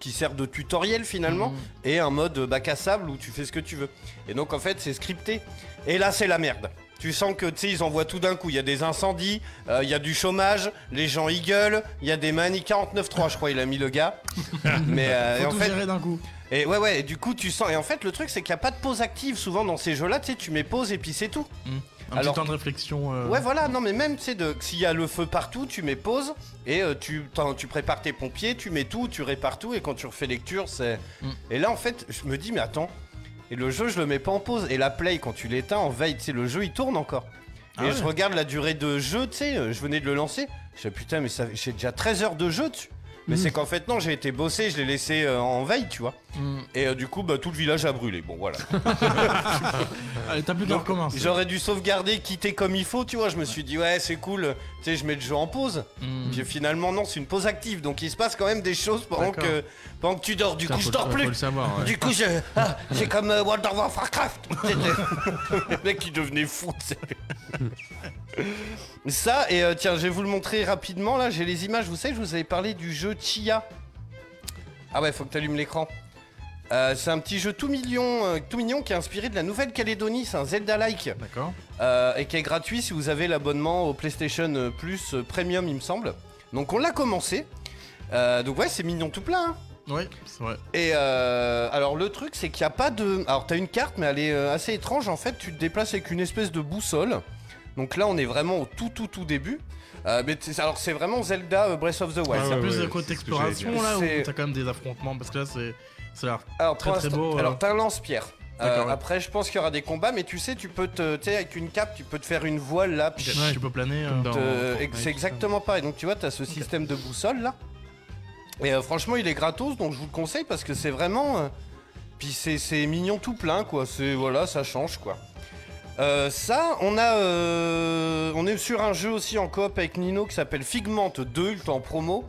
[SPEAKER 7] qui sert de tutoriel finalement
[SPEAKER 9] Mhm.
[SPEAKER 7] et un mode bac à sable où tu fais ce que tu veux. Et donc en fait c'est scripté. Et là c'est la merde. Tu sens que tu sais ils envoient tout d'un coup. Il y a des incendies, euh, il y a du chômage, les gens y gueulent, il y a des manies 49.3 je crois il a mis le gars. Mais euh,
[SPEAKER 10] Faut
[SPEAKER 7] et en
[SPEAKER 10] tout
[SPEAKER 7] fait
[SPEAKER 10] gérer d'un coup.
[SPEAKER 7] et ouais, ouais, et du coup, tu sens. Et en fait, le truc, c'est qu'il n'y a pas de pause active souvent dans ces jeux-là. Tu sais, tu mets pause et puis c'est tout.
[SPEAKER 10] Mmh. Un
[SPEAKER 7] Alors-
[SPEAKER 10] petit temps de réflexion. euh,
[SPEAKER 7] Ouais, voilà, non, mais même, tu sais, de- s'il y a le feu partout, tu mets pause et euh, tu, t'en- tu prépares tes pompiers, tu mets tout, tu répares tout. Et quand tu refais lecture, c'est.
[SPEAKER 10] Mm.
[SPEAKER 7] Et là, en fait, je me dis, mais attends, et le jeu, je le mets pas en pause. Et la play, quand tu l'éteins en veille, tu sais, le jeu, il tourne encore.
[SPEAKER 10] Ah
[SPEAKER 7] et
[SPEAKER 10] ouais.
[SPEAKER 7] je regarde la durée de jeu, tu sais, euh, je venais de le lancer. Je fais, putain, mais ça, j'ai déjà 13 heures de jeu dessus. Mais c'est qu'en fait, non, j'ai été bossé, je l'ai laissé euh, en veille, tu vois.
[SPEAKER 10] Mm.
[SPEAKER 7] Et euh, du coup, bah, tout le village a brûlé. Bon, voilà.
[SPEAKER 10] Allez, t'as plus
[SPEAKER 7] Donc,
[SPEAKER 10] qu'à
[SPEAKER 9] Ah,
[SPEAKER 10] recommencer.
[SPEAKER 7] J'aurais dû sauvegarder, quitter comme il faut, tu vois. Je me suis dit, ouais, c'est cool. Tu sais, je mets le jeu en pause.
[SPEAKER 8] Hmm.
[SPEAKER 10] Mm.
[SPEAKER 7] Puis finalement, non, c'est une pause active. Donc il se passe quand même des choses pendant,
[SPEAKER 10] D'accord.
[SPEAKER 7] que, pendant que tu dors. Du
[SPEAKER 8] Ça,
[SPEAKER 7] coup,
[SPEAKER 8] faut
[SPEAKER 7] je
[SPEAKER 8] le-
[SPEAKER 7] dors
[SPEAKER 8] faut
[SPEAKER 7] plus.
[SPEAKER 8] le savoir, ouais.
[SPEAKER 7] Du coup, je. Ah, c'est comme euh, World of Warcraft. C'était- le mec, il devenait fou, tu sais. Ça, et euh, tiens, je vais vous le montrer rapidement. Là, j'ai les images. Vous savez, je vous avais parlé du jeu Chia. Ah ouais, faut que t'allumes l'écran. Euh, c'est un petit jeu tout mignon, euh, tout mignon qui est inspiré de la Nouvelle-Calédonie. C'est un Zelda-like.
[SPEAKER 10] D'accord.
[SPEAKER 7] Euh, et qui est gratuit si vous avez l'abonnement au PlayStation euh, Plus euh, Premium, il me semble. Donc on l'a commencé. Euh, donc ouais, c'est mignon tout plein. hein.
[SPEAKER 10] Ouais, c'est vrai.
[SPEAKER 7] Et euh, alors le truc, c'est qu'il n'y a pas de. Alors t'as une carte, mais elle est euh, assez étrange. En fait, tu te déplaces avec une espèce de boussole. Donc là, on est vraiment au tout, tout, tout début. Euh, mais c'est- alors c'est vraiment Zelda euh, Breath of the Wild.
[SPEAKER 9] Ah
[SPEAKER 10] T'as
[SPEAKER 9] ouais,
[SPEAKER 10] plus
[SPEAKER 9] ouais,
[SPEAKER 10] de côté
[SPEAKER 9] c'est ce que j'allais dire.
[SPEAKER 10] exploration là
[SPEAKER 7] C'est-
[SPEAKER 10] où t'as quand même des affrontements parce que là c'est. C'est là.
[SPEAKER 7] Alors,
[SPEAKER 10] Très,
[SPEAKER 7] pour
[SPEAKER 10] très
[SPEAKER 7] l'instant-
[SPEAKER 10] beau, euh.
[SPEAKER 7] Alors, t'as un lance-pierre. Euh,
[SPEAKER 10] D'accord, ouais.
[SPEAKER 7] Après, je pense qu'il y aura des combats, mais tu sais, tu peux te, tu sais, avec une cape, tu peux te faire une voile là. puis
[SPEAKER 10] Tu peux planer. euh,
[SPEAKER 8] Comme dans
[SPEAKER 7] te-
[SPEAKER 8] Fortnite,
[SPEAKER 7] c'est exactement pareil. Donc, tu vois, t'as ce système de boussole là. Et euh, franchement, il est gratos, donc je vous le conseille parce que c'est vraiment. euh, Puis c'est- c'est mignon tout plein, quoi. C'est voilà, ça change, quoi. Euh, ça, on a, euh, on est sur un jeu aussi en coop avec Nino qui s'appelle Figment 2, il est en promo.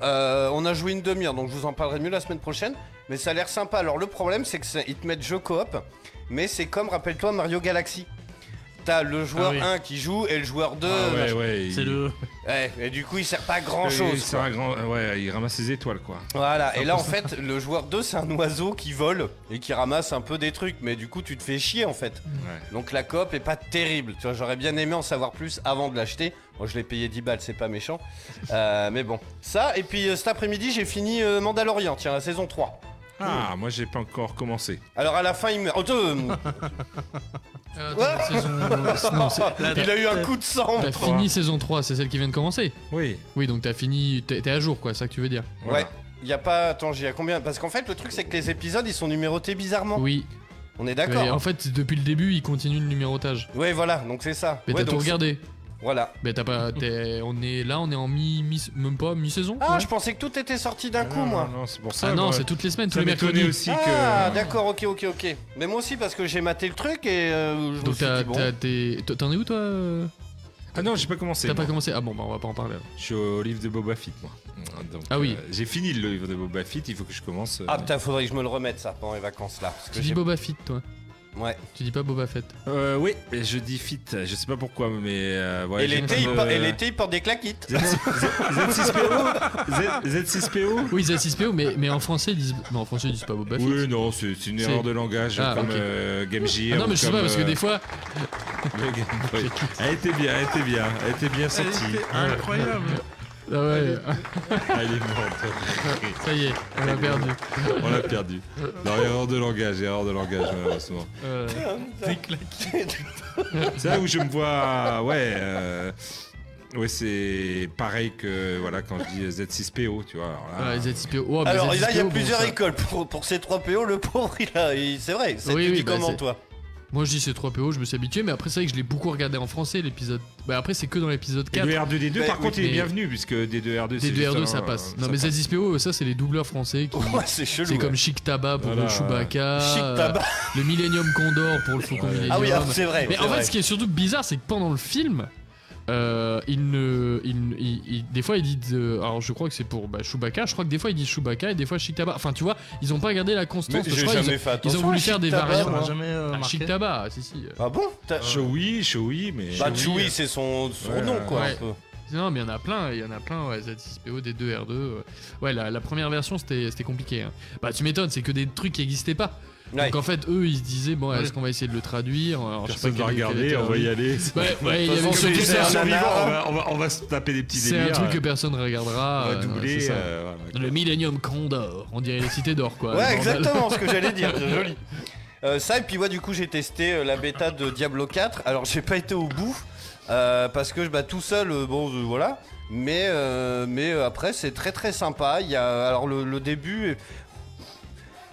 [SPEAKER 7] Euh, on a joué une demi-heure, donc je vous en parlerai mieux la semaine prochaine. Mais ça a l'air sympa. Alors le problème, c'est que ça- ils te mettent jeu coop, mais c'est comme, rappelle-toi, Mario Galaxy. T'as le joueur
[SPEAKER 10] Ah oui.
[SPEAKER 7] 1 qui joue et le joueur 2.
[SPEAKER 9] Ah ouais,
[SPEAKER 7] machin.
[SPEAKER 9] ouais. il-
[SPEAKER 10] C'est le.
[SPEAKER 7] Ouais, et du coup, il sert pas à
[SPEAKER 9] il-
[SPEAKER 7] grand
[SPEAKER 9] il
[SPEAKER 7] chose.
[SPEAKER 9] sert à grand- Ouais, il ramasse ses étoiles, quoi.
[SPEAKER 7] Voilà, et là en fait, le joueur 2, c'est un oiseau qui vole et qui ramasse un peu des trucs, mais du coup, tu te fais chier en fait.
[SPEAKER 9] Ouais.
[SPEAKER 7] Donc la coop est pas terrible. Tu vois, j'aurais bien aimé en savoir plus avant de l'acheter. Moi, je l'ai payé 10 balles, c'est pas méchant. Euh, mais bon, ça, et puis euh, cet après-midi, j'ai fini euh, Mandalorian, tiens, la saison 3.
[SPEAKER 9] Ah, moi j'ai pas encore commencé.
[SPEAKER 7] Alors à la fin, il meurt. Oh, euh,
[SPEAKER 8] Euh, attends, saison- non, c'est-
[SPEAKER 7] il a eu un coup de sang.
[SPEAKER 8] T'as fini saison 3, c'est celle qui vient de commencer.
[SPEAKER 9] Oui.
[SPEAKER 8] Oui, donc t'as fini, t'es t'es à jour quoi, c'est ça que tu veux dire.
[SPEAKER 7] Ouais. Il y a pas. Attends, j'y ai combien Parce qu'en fait, le truc, c'est que les épisodes, ils sont numérotés bizarrement.
[SPEAKER 8] Oui, hein.
[SPEAKER 7] On est
[SPEAKER 8] Et
[SPEAKER 7] d'accord.
[SPEAKER 8] en fait, depuis le début, il continue le numérotage.
[SPEAKER 7] Ouais, voilà, donc c'est ça.
[SPEAKER 8] Mais
[SPEAKER 7] ouais,
[SPEAKER 8] t'as
[SPEAKER 7] donc,
[SPEAKER 8] tout regardé.
[SPEAKER 7] Voilà.
[SPEAKER 8] Mais t'as pas. t'es- on est là, on est en mi, mi- même pas mi-saison.
[SPEAKER 7] Ah,
[SPEAKER 8] ouais.
[SPEAKER 7] je pensais que tout était sorti d'un coup,
[SPEAKER 9] Non,
[SPEAKER 7] moi.
[SPEAKER 9] Non, c'est pour ça.
[SPEAKER 8] Ah non,
[SPEAKER 9] moi,
[SPEAKER 8] c'est toutes les semaines, tous
[SPEAKER 9] Ça
[SPEAKER 8] les
[SPEAKER 9] m'étonnait
[SPEAKER 8] mercredis.
[SPEAKER 9] aussi
[SPEAKER 7] Ah,
[SPEAKER 9] que.
[SPEAKER 7] d'accord, ok, ok, ok. Mais moi aussi, parce que j'ai maté le truc et euh, je me
[SPEAKER 8] Donc
[SPEAKER 7] suis
[SPEAKER 8] t'as,
[SPEAKER 7] dit, bon.
[SPEAKER 8] t'as- t'es- t'en- t'en es où toi euh
[SPEAKER 9] Ah non, j'ai pas commencé.
[SPEAKER 8] T'as pas
[SPEAKER 9] moi.
[SPEAKER 8] commencé Ah bon, bah on va pas en parler. alors.
[SPEAKER 9] Je suis au livre de Boba Fett, moi. Donc,
[SPEAKER 8] Ah oui.
[SPEAKER 9] euh, j'ai fini le livre de Boba Fett, il faut que je commence. euh,
[SPEAKER 7] Ah, putain, faudrait que je me le remette, ça, pendant les vacances, là. Parce que
[SPEAKER 8] Tu dis
[SPEAKER 7] j'ai-
[SPEAKER 8] Boba Fett toi
[SPEAKER 7] Ouais.
[SPEAKER 8] Tu dis pas Boba Fett
[SPEAKER 9] Euh, oui, je dis fit, je sais pas pourquoi, mais euh, voilà.
[SPEAKER 7] et
[SPEAKER 9] j'ai
[SPEAKER 7] l'été,
[SPEAKER 9] pas
[SPEAKER 7] il,
[SPEAKER 9] de-
[SPEAKER 7] por- et l'été, il porte des claquites.
[SPEAKER 9] Z6PO Z6PO
[SPEAKER 8] Oui, Z6PO, mais, mais en français, ils disent, mais en français, ils disent pas Boba Fett.
[SPEAKER 9] Oui, non, c'est c'est une
[SPEAKER 8] C'est-
[SPEAKER 9] erreur de langage
[SPEAKER 8] Ah,
[SPEAKER 9] comme
[SPEAKER 8] ok.
[SPEAKER 9] euh, Game Gear
[SPEAKER 8] Ah non,
[SPEAKER 9] ou
[SPEAKER 8] mais je sais pas,
[SPEAKER 9] comme,
[SPEAKER 8] parce que
[SPEAKER 9] euh,
[SPEAKER 8] des fois.
[SPEAKER 9] le Game Boy. Elle était bien, elle était bien, elle était bien sortie.
[SPEAKER 10] Incroyable.
[SPEAKER 8] Ah ouais,
[SPEAKER 9] Elle est morte.
[SPEAKER 8] ça y est, on l'a perdu.
[SPEAKER 9] On l'a perdu. Non, erreur de langage, erreur de langage malheureusement.
[SPEAKER 8] Euh,
[SPEAKER 9] C'est là où je me vois, ouais, euh, ouais, c'est pareil que voilà quand je dis Z6PO, tu vois. alors là,
[SPEAKER 8] ouais, Z6PO. Oh, mais
[SPEAKER 7] Alors là, il y a
[SPEAKER 8] Z6PO, bon,
[SPEAKER 7] plusieurs
[SPEAKER 8] ça-
[SPEAKER 7] écoles. Pour, pour ces 3 PO, le pauvre, il a. il- c'est vrai, c'est
[SPEAKER 8] Oui,
[SPEAKER 7] tu
[SPEAKER 8] oui,
[SPEAKER 7] dis
[SPEAKER 8] bah,
[SPEAKER 7] comment,
[SPEAKER 8] c'est-
[SPEAKER 7] toi
[SPEAKER 8] Moi, je dis c'est 3PO, je me suis habitué, mais après, c'est vrai que je l'ai beaucoup regardé en français, l'épisode. Bah, après, c'est que dans l'épisode
[SPEAKER 9] Et
[SPEAKER 8] 4.
[SPEAKER 9] le R2D2,
[SPEAKER 7] Bah,
[SPEAKER 9] par
[SPEAKER 7] oui,
[SPEAKER 9] contre, il est
[SPEAKER 8] mais-
[SPEAKER 9] bienvenu puisque D2R2,
[SPEAKER 8] Des
[SPEAKER 9] c'est.
[SPEAKER 8] 2
[SPEAKER 9] juste
[SPEAKER 8] R2,
[SPEAKER 9] un-
[SPEAKER 8] ça passe. Non,
[SPEAKER 9] ça
[SPEAKER 8] mais Z6PO, ça, c'est les doubleurs français qui.
[SPEAKER 7] euh, Ouais, c'est chelou.
[SPEAKER 8] C'est
[SPEAKER 7] ouais.
[SPEAKER 8] comme Chic Tabac pour
[SPEAKER 9] Voilà,
[SPEAKER 8] le Chewbacca,
[SPEAKER 7] Chic
[SPEAKER 8] euh,
[SPEAKER 7] tabac.
[SPEAKER 8] le Millennium Condor pour le Faucon Millennium.
[SPEAKER 7] Ah oui, alors, c'est vrai.
[SPEAKER 8] Mais
[SPEAKER 7] c'est
[SPEAKER 8] en
[SPEAKER 7] vrai.
[SPEAKER 8] fait, ce qui est surtout bizarre, c'est que pendant le film, euh, il ne, il, il- il- des fois, il dit. euh, alors, je crois que c'est pour bah, Chewbacca. Je crois que des fois, il dit Chewbacca et des fois Chic Tabac. Enfin, tu vois, ils ont pas gardé la
[SPEAKER 7] Mais
[SPEAKER 8] constance. je
[SPEAKER 7] J'ai
[SPEAKER 8] crois,
[SPEAKER 7] jamais
[SPEAKER 8] ils
[SPEAKER 7] fait
[SPEAKER 8] ont,
[SPEAKER 7] attention.
[SPEAKER 8] ils ont voulu
[SPEAKER 7] à
[SPEAKER 8] faire des
[SPEAKER 7] Chic Tabac,
[SPEAKER 10] Ça
[SPEAKER 8] variations.
[SPEAKER 10] m'a
[SPEAKER 7] moi.
[SPEAKER 10] jamais euh,
[SPEAKER 8] Ah, Chic
[SPEAKER 10] marqué.
[SPEAKER 8] Tabac, si si.
[SPEAKER 7] Ah bon T'as-
[SPEAKER 9] Shoei, Shoei, mais.
[SPEAKER 7] Bah,
[SPEAKER 8] Chewie,
[SPEAKER 7] Chewie,
[SPEAKER 8] euh,
[SPEAKER 7] c'est son, son
[SPEAKER 9] ouais,
[SPEAKER 7] nom, quoi.
[SPEAKER 8] ouais.
[SPEAKER 7] un peu.
[SPEAKER 8] Non, mais il y en a plein, il y en a plein, ouais, Z6PO, D2, R2. ouais. Ouais, la, la première version, c'était c'était compliqué. hein. Bah, tu m'étonnes, c'est que des trucs qui n'existaient pas.
[SPEAKER 7] Ouais.
[SPEAKER 8] Donc, en fait, eux, ils se disaient, bon,
[SPEAKER 10] Ouais.
[SPEAKER 8] est-ce qu'on va essayer de le traduire euh, Alors, je sais
[SPEAKER 9] Personne
[SPEAKER 8] pas
[SPEAKER 9] va
[SPEAKER 8] quelle- quelle
[SPEAKER 9] regarder,
[SPEAKER 8] était
[SPEAKER 9] on
[SPEAKER 8] leur
[SPEAKER 9] va y
[SPEAKER 8] vie.
[SPEAKER 9] aller.
[SPEAKER 8] Ouais, ouais, il y avait
[SPEAKER 7] façon,
[SPEAKER 8] surtout
[SPEAKER 7] c'est-
[SPEAKER 8] ça.
[SPEAKER 7] c'est un
[SPEAKER 9] survivant,
[SPEAKER 7] nanar.
[SPEAKER 9] on va, on, va, on va se taper des petits
[SPEAKER 8] hein. C'est un
[SPEAKER 9] délires.
[SPEAKER 8] truc que
[SPEAKER 9] euh,
[SPEAKER 8] personne ne
[SPEAKER 9] on
[SPEAKER 8] regardera.
[SPEAKER 9] va
[SPEAKER 8] euh,
[SPEAKER 9] doubler.
[SPEAKER 8] c'est ça.
[SPEAKER 9] euh, voilà, quoi.
[SPEAKER 8] Le Millennium Condor, on dirait les cités d'or, quoi.
[SPEAKER 7] Ouais,
[SPEAKER 8] Le bordel.
[SPEAKER 7] exactement ce que j'allais dire, c'est joli. Euh, ça, et puis ouais, du coup, j'ai testé euh, la bêta de Diablo 4. Alors, j'ai pas été au bout, euh, parce que je bah, tout seul, euh, bon, euh, voilà. Mais, euh, mais euh, après, c'est très très sympa. Il y a, alors, le, le début, euh,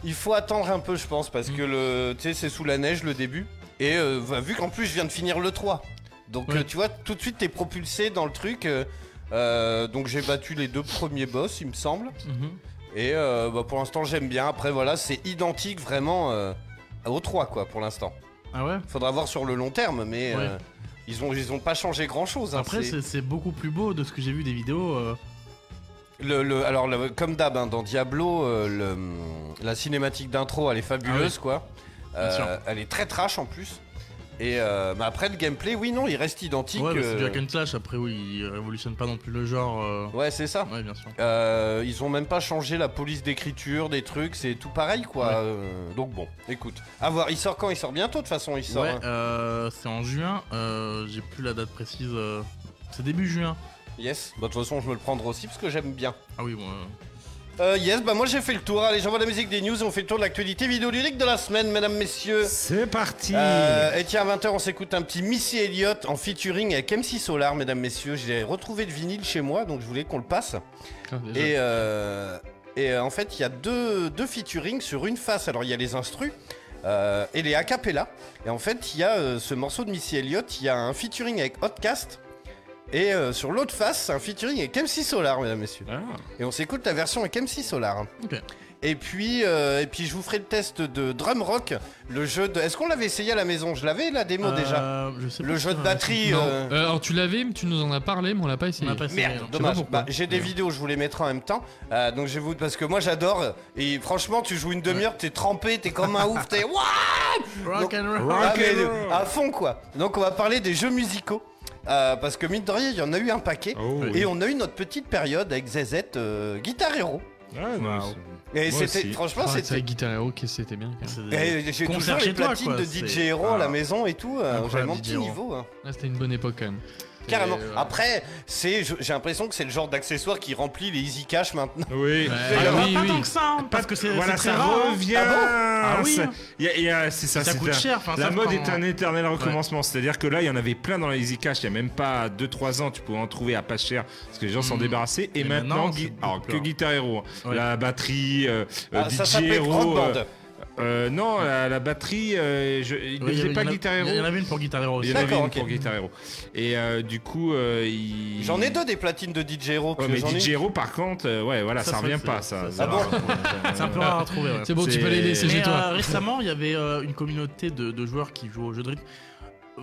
[SPEAKER 7] il faut attendre un peu, je pense, parce que le, tu sais, c'est sous la neige le début. Et euh, bah, vu qu'en plus, je viens de finir le 3. Donc,
[SPEAKER 10] Ouais.
[SPEAKER 7] euh, tu vois, tout de suite, t'es propulsé dans le truc. euh, euh, donc, j'ai battu les deux premiers boss, il me semble.
[SPEAKER 10] Mhm.
[SPEAKER 7] Et euh, bah, pour l'instant, j'aime bien. Après, voilà, c'est identique vraiment euh, aux trois, quoi, pour l'instant.
[SPEAKER 10] Ah ouais
[SPEAKER 7] Faudra voir sur le long terme, mais
[SPEAKER 10] Ouais.
[SPEAKER 7] euh, ils, ont, ils ont pas changé hein. grand chose.
[SPEAKER 10] Après, c'est c'est beaucoup plus beau de ce que j'ai vu des vidéos. euh,
[SPEAKER 7] Le, le- alors, le- comme d'hab, hein, dans Diablo, euh, le- la cinématique d'intro, elle est fabuleuse, quoi. Euh,
[SPEAKER 10] Ah Bien sûr.
[SPEAKER 7] elle est très trash en plus. Et euh, mais après, le gameplay, oui, non, il reste identique.
[SPEAKER 10] Ouais, bah, c'est
[SPEAKER 7] euh,
[SPEAKER 10] du hack and slash. Après, oui,
[SPEAKER 9] euh,
[SPEAKER 10] il révolutionne pas non plus le genre. euh,
[SPEAKER 7] ouais, c'est ça.
[SPEAKER 10] Ouais, bien sûr.
[SPEAKER 7] Euh, ils ont même pas changé la police d'écriture, des trucs, c'est tout pareil quoi.
[SPEAKER 10] Ouais.
[SPEAKER 7] Euh, donc bon, écoute. À voir, il sort quand Il sort bientôt de toute façon, il sort.
[SPEAKER 10] Ouais,
[SPEAKER 7] hein.
[SPEAKER 10] euh, c'est en juin. euh, j'ai plus la date précise. euh, C'est début juin.
[SPEAKER 7] Yes, bah, de toute façon je me le prendre aussi parce que j'aime bien.
[SPEAKER 10] Ah oui, bon. euh,
[SPEAKER 7] Euh, yes, bah moi j'ai fait le tour. Allez, j'envoie la musique des news et on fait le tour de l'actualité vidéoludique de la semaine, mesdames, messieurs.
[SPEAKER 9] C'est parti
[SPEAKER 7] Euh, et tiens, à 20h, on s'écoute un petit Missy Elliott en featuring avec MC Solar, mesdames, messieurs. J'ai retrouvé le vinyle chez moi, donc je voulais qu'on le passe.
[SPEAKER 8] Ah, déjà.
[SPEAKER 7] Et, euh, et euh, en fait, il y a deux, deux featuring sur une face. Alors, il y a les instrus euh, et les a cappella. Et en fait, il y a euh, ce morceau de Missy Elliott, il y a un featuring avec Hotcast. Et euh, sur l'autre face, c'est un featuring avec MC Solar, mesdames, messieurs.
[SPEAKER 9] Ah,
[SPEAKER 7] Et on s'écoute la version avec MC Solar.
[SPEAKER 10] Ok.
[SPEAKER 7] Et puis, euh, et puis, je vous ferai le test de Drum Rock, le jeu de. Est-ce qu'on l'avait essayé à la maison Je l'avais la démo déjà.
[SPEAKER 10] euh, je sais
[SPEAKER 7] Le
[SPEAKER 10] pas si
[SPEAKER 7] jeu de
[SPEAKER 10] on a-
[SPEAKER 7] batterie.
[SPEAKER 8] Non.
[SPEAKER 7] euh,
[SPEAKER 8] Euh, alors, tu l'avais, mais tu nous en as parlé, mais on l'a pas
[SPEAKER 10] On
[SPEAKER 8] essayé.
[SPEAKER 10] a pas essayé,
[SPEAKER 7] Merde,
[SPEAKER 10] non.
[SPEAKER 7] dommage.
[SPEAKER 8] pourquoi.
[SPEAKER 7] Bah, j'ai des vidéos, je vous les mettrai en même temps. Euh, donc je vais vous parce que moi j'adore. Et franchement, tu joues une demi-heure, t'es trempé, t'es comme un ouf, t'es Wouah
[SPEAKER 10] Rock and roll.
[SPEAKER 7] Ah, mais, euh, à fond quoi. Donc on va parler des jeux musicaux Euh, parce que mine de rien, il y en a eu un paquet.
[SPEAKER 9] oh,
[SPEAKER 10] Et
[SPEAKER 9] oui.
[SPEAKER 7] Et on a eu notre petite période avec ZZ euh, Guitar Hero.
[SPEAKER 9] Ah, non,
[SPEAKER 10] Wow.
[SPEAKER 7] Et
[SPEAKER 9] Moi
[SPEAKER 7] c'était
[SPEAKER 9] aussi.
[SPEAKER 7] franchement
[SPEAKER 8] Ah, c'est
[SPEAKER 7] c'était.
[SPEAKER 8] avec Guitar Hero que c'était bien. quand même.
[SPEAKER 10] C'est des-
[SPEAKER 7] Eh, J'ai toujours
[SPEAKER 10] Concert
[SPEAKER 7] les
[SPEAKER 10] chez toi,
[SPEAKER 7] platines
[SPEAKER 10] quoi,
[SPEAKER 7] de
[SPEAKER 10] c'est-
[SPEAKER 7] DJ Hero à la
[SPEAKER 10] Ah.
[SPEAKER 7] maison et tout. euh,
[SPEAKER 10] Incroyable,
[SPEAKER 7] J'avais mon petit
[SPEAKER 10] DJ Hero.
[SPEAKER 7] niveau. hein.
[SPEAKER 8] Ah, c'était une bonne époque quand même.
[SPEAKER 7] Carrément.
[SPEAKER 8] Et, euh,
[SPEAKER 7] Après, c'est, je- j'ai l'impression que c'est le genre d'accessoire qui remplit les easy cash maintenant.
[SPEAKER 9] Oui.
[SPEAKER 8] Ouais.
[SPEAKER 10] Ah,
[SPEAKER 8] Ah,
[SPEAKER 10] il y en a
[SPEAKER 8] oui,
[SPEAKER 10] pas
[SPEAKER 8] oui.
[SPEAKER 10] tant que ça, hein, parce que c'est
[SPEAKER 9] Voilà,
[SPEAKER 10] c'est
[SPEAKER 9] ça
[SPEAKER 10] très rare, hein.
[SPEAKER 9] revient.
[SPEAKER 10] Ah bon Ah oui.
[SPEAKER 9] Ça- il y a- il y a- c'est ça,
[SPEAKER 10] Ça hein.
[SPEAKER 9] c'est
[SPEAKER 10] coûte
[SPEAKER 9] un-
[SPEAKER 10] cher, enfin,
[SPEAKER 9] la
[SPEAKER 10] sauf
[SPEAKER 9] mode
[SPEAKER 10] quand-
[SPEAKER 9] est un éternel recommencement. C'est-à-dire que là, il y en avait plein dans les Easy Cash. Il y a même pas 2-3 ans, tu pouvais en trouver à pas cher parce que les gens s'en
[SPEAKER 10] Mm.
[SPEAKER 9] débarrassaient. Et,
[SPEAKER 10] Et
[SPEAKER 9] maintenant,
[SPEAKER 10] maintenant,
[SPEAKER 9] gui-
[SPEAKER 10] c'est beaucoup
[SPEAKER 9] alors,
[SPEAKER 10] plus
[SPEAKER 9] que
[SPEAKER 10] rare.
[SPEAKER 9] Guitar Hero, hein.
[SPEAKER 10] Ouais.
[SPEAKER 9] la batterie, euh, euh,
[SPEAKER 7] Ah, ça
[SPEAKER 9] DJ
[SPEAKER 7] s'appelle
[SPEAKER 9] Hero.
[SPEAKER 7] Rock Band.
[SPEAKER 9] euh, euh, non, la, la batterie, euh, je, il ne
[SPEAKER 10] Ouais, il y
[SPEAKER 9] faisait
[SPEAKER 10] avait-
[SPEAKER 9] pas
[SPEAKER 10] il y en a-
[SPEAKER 9] Guitar Hero.
[SPEAKER 10] Il y en avait une pour Guitar Hero
[SPEAKER 9] Il
[SPEAKER 10] aussi.
[SPEAKER 9] y en avait
[SPEAKER 7] D'accord,
[SPEAKER 9] une
[SPEAKER 7] ok.
[SPEAKER 9] pour Guitar Hero. Et euh, du coup, euh, il-
[SPEAKER 7] J'en ai deux des platines de DJ Hero.
[SPEAKER 9] Ouais,
[SPEAKER 7] parce que
[SPEAKER 9] mais
[SPEAKER 7] j'en ai
[SPEAKER 9] DJ
[SPEAKER 7] une-
[SPEAKER 9] Hero, par contre, euh, ouais, voilà, ça,
[SPEAKER 10] Ça, ça,
[SPEAKER 9] revient
[SPEAKER 10] c'est-
[SPEAKER 9] pas, ça.
[SPEAKER 10] ça,
[SPEAKER 9] ça
[SPEAKER 7] ah bon
[SPEAKER 10] C'est un peu rare à retrouver. ouais.
[SPEAKER 8] C'est bon, tu
[SPEAKER 9] C'est-
[SPEAKER 8] peux l'aider, c'est
[SPEAKER 9] Mais,
[SPEAKER 8] chez
[SPEAKER 10] Mais
[SPEAKER 8] toi.
[SPEAKER 10] euh, récemment, il y avait euh, une communauté de, de joueurs qui jouent au jeu de rythme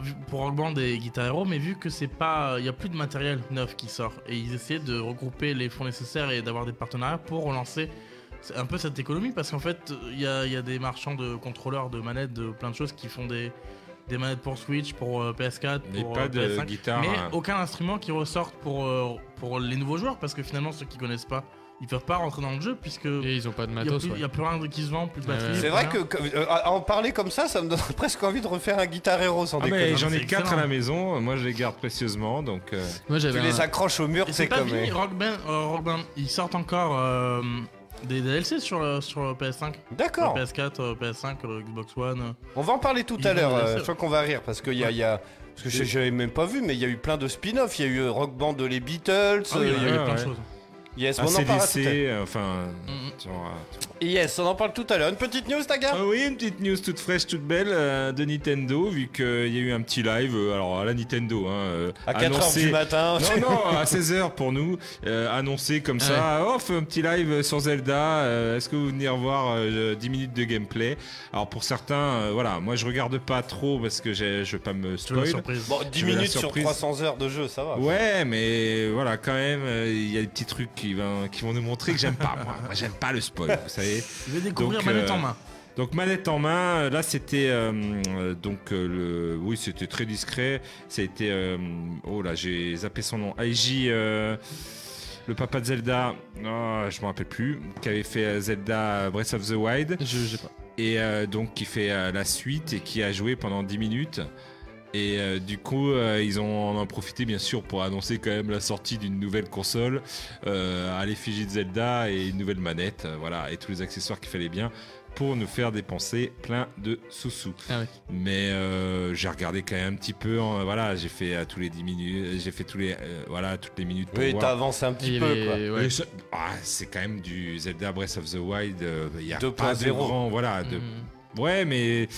[SPEAKER 10] vu- pour Rock Band et Guitar Hero, mais vu que c'est pas, euh, il y a plus de matériel neuf qui sort et ils essaient de regrouper les fonds nécessaires et d'avoir des partenariats pour relancer c'est un peu cette économie parce qu'en fait, il y a, il y a des marchands de contrôleurs, de manettes, de plein de choses qui font des, des manettes pour Switch, pour euh, PS4,
[SPEAKER 9] Mais
[SPEAKER 10] pour
[SPEAKER 9] pas
[SPEAKER 10] euh,
[SPEAKER 9] de
[SPEAKER 10] PS5,
[SPEAKER 9] guitare,
[SPEAKER 10] mais
[SPEAKER 9] hein.
[SPEAKER 10] aucun instrument qui ressorte pour, euh, pour les nouveaux joueurs parce que finalement, ceux qui connaissent pas, ils peuvent pas rentrer dans le jeu puisque.
[SPEAKER 8] Et ils ont pas de
[SPEAKER 10] Il y a
[SPEAKER 8] matos.
[SPEAKER 10] plus-
[SPEAKER 8] ouais.
[SPEAKER 10] il y a plus rien qui se vend, plus de batterie.
[SPEAKER 7] C'est
[SPEAKER 10] plus
[SPEAKER 7] vrai
[SPEAKER 10] rien.
[SPEAKER 7] que comme- euh, à à en parler comme ça, ça me donne presque envie de refaire un Guitar Hero sans
[SPEAKER 9] Ah,
[SPEAKER 7] déconner.
[SPEAKER 9] mais j'en ai
[SPEAKER 10] c'est
[SPEAKER 9] quatre à
[SPEAKER 10] excellent.
[SPEAKER 9] la maison, moi je les garde précieusement donc. euh,
[SPEAKER 8] Moi
[SPEAKER 7] Tu
[SPEAKER 8] j'avais un-
[SPEAKER 7] les accroches au mur,
[SPEAKER 10] Et
[SPEAKER 7] c'est
[SPEAKER 10] c'est pas
[SPEAKER 7] comme.
[SPEAKER 10] fini, Rock Band, euh, Rock Band, ils sortent encore euh, des DLC sur, le- sur euh, le PS5. Le
[SPEAKER 7] D'accord.
[SPEAKER 10] PS4, euh, PS5, le Xbox One.
[SPEAKER 7] On va en parler tout
[SPEAKER 10] Ils
[SPEAKER 7] à
[SPEAKER 10] vont
[SPEAKER 7] l'heure.
[SPEAKER 10] le
[SPEAKER 7] euh,
[SPEAKER 10] faire.
[SPEAKER 7] je crois qu'on va rire parce qu'il y a, il y a- parce que je- j'avais même pas vu, mais il y a eu plein de spin-offs. Il y a eu euh, Rock Band de les Beatles.
[SPEAKER 10] Ah
[SPEAKER 7] euh,
[SPEAKER 10] oui, il y a
[SPEAKER 9] ouais,
[SPEAKER 10] eu plein de
[SPEAKER 9] ouais.
[SPEAKER 10] choses.
[SPEAKER 7] Yes,
[SPEAKER 9] Ah,
[SPEAKER 7] on en parle tout à l'heure. Ah.
[SPEAKER 9] ACDC, enfin.
[SPEAKER 10] Mhm.
[SPEAKER 9] tu vois, tu vois.
[SPEAKER 7] Yes, on en parle tout à l'heure. Une petite news, ta gare
[SPEAKER 9] Ah oui, une petite news toute fraîche, toute belle euh, de Nintendo, vu qu'il y a eu un petit live, euh, alors à la Nintendo, hein, euh,
[SPEAKER 7] À 4h
[SPEAKER 9] annoncé-
[SPEAKER 7] du matin.
[SPEAKER 9] Non, non, à 16h pour nous, euh, annoncé comme ça, off, un petit live sur Zelda, euh, est-ce que vous venez revoir euh, 10 minutes de gameplay Alors pour certains, euh, voilà, moi je regarde pas trop parce que j'ai- je veux pas me
[SPEAKER 10] Tu vois,
[SPEAKER 9] spoil.
[SPEAKER 10] la surprise.
[SPEAKER 7] Bon, 10
[SPEAKER 9] veux la
[SPEAKER 7] minutes sur
[SPEAKER 9] surprise
[SPEAKER 7] 300 heures de jeu, ça va.
[SPEAKER 9] Ouais, mais voilà, quand même, euh, il y a des petits trucs qui, vont- qui vont nous montrer que j'aime pas, moi. Moi, j'aime pas le spoil, vous savez.
[SPEAKER 10] Je vais découvrir
[SPEAKER 9] Donc,
[SPEAKER 10] manette
[SPEAKER 9] euh,
[SPEAKER 10] en main.
[SPEAKER 9] Donc manette en main, euh, là c'était euh, euh, donc euh, le oui c'était très discret. C'était euh, oh là j'ai zappé son nom. Aiji, euh, le papa de Zelda, Ah, je me rappelle plus, qui avait fait euh, Zelda Breath of the Wild
[SPEAKER 8] Je j'ai pas.
[SPEAKER 9] et euh, donc qui fait euh, la suite et qui a joué pendant 10 minutes. Et euh, du coup, euh, ils ont en ont profité bien sûr pour annoncer quand même la sortie d'une nouvelle console euh, à l'effigie de Zelda et une nouvelle manette, euh, voilà, et tous les accessoires qu'il fallait bien pour nous faire dépenser plein de sous-sous.
[SPEAKER 8] Ah oui.
[SPEAKER 9] Mais euh, j'ai regardé quand même un petit peu, en- voilà, j'ai fait à tous les 10 minutes, j'ai fait tous les, euh, voilà, toutes les minutes pour
[SPEAKER 7] Oui, t'as
[SPEAKER 9] voir.
[SPEAKER 7] avancé un
[SPEAKER 8] Et
[SPEAKER 7] petit
[SPEAKER 8] il y
[SPEAKER 7] peu,
[SPEAKER 8] avait-
[SPEAKER 7] quoi.
[SPEAKER 8] ouais.
[SPEAKER 9] Mais ça- ah, c'est quand même du Zelda Breath of the Wild, euh, il y a pas de
[SPEAKER 7] 2.0.
[SPEAKER 9] grand, voilà,
[SPEAKER 8] Mm.
[SPEAKER 9] de
[SPEAKER 10] Mhm.
[SPEAKER 9] Ouais, mais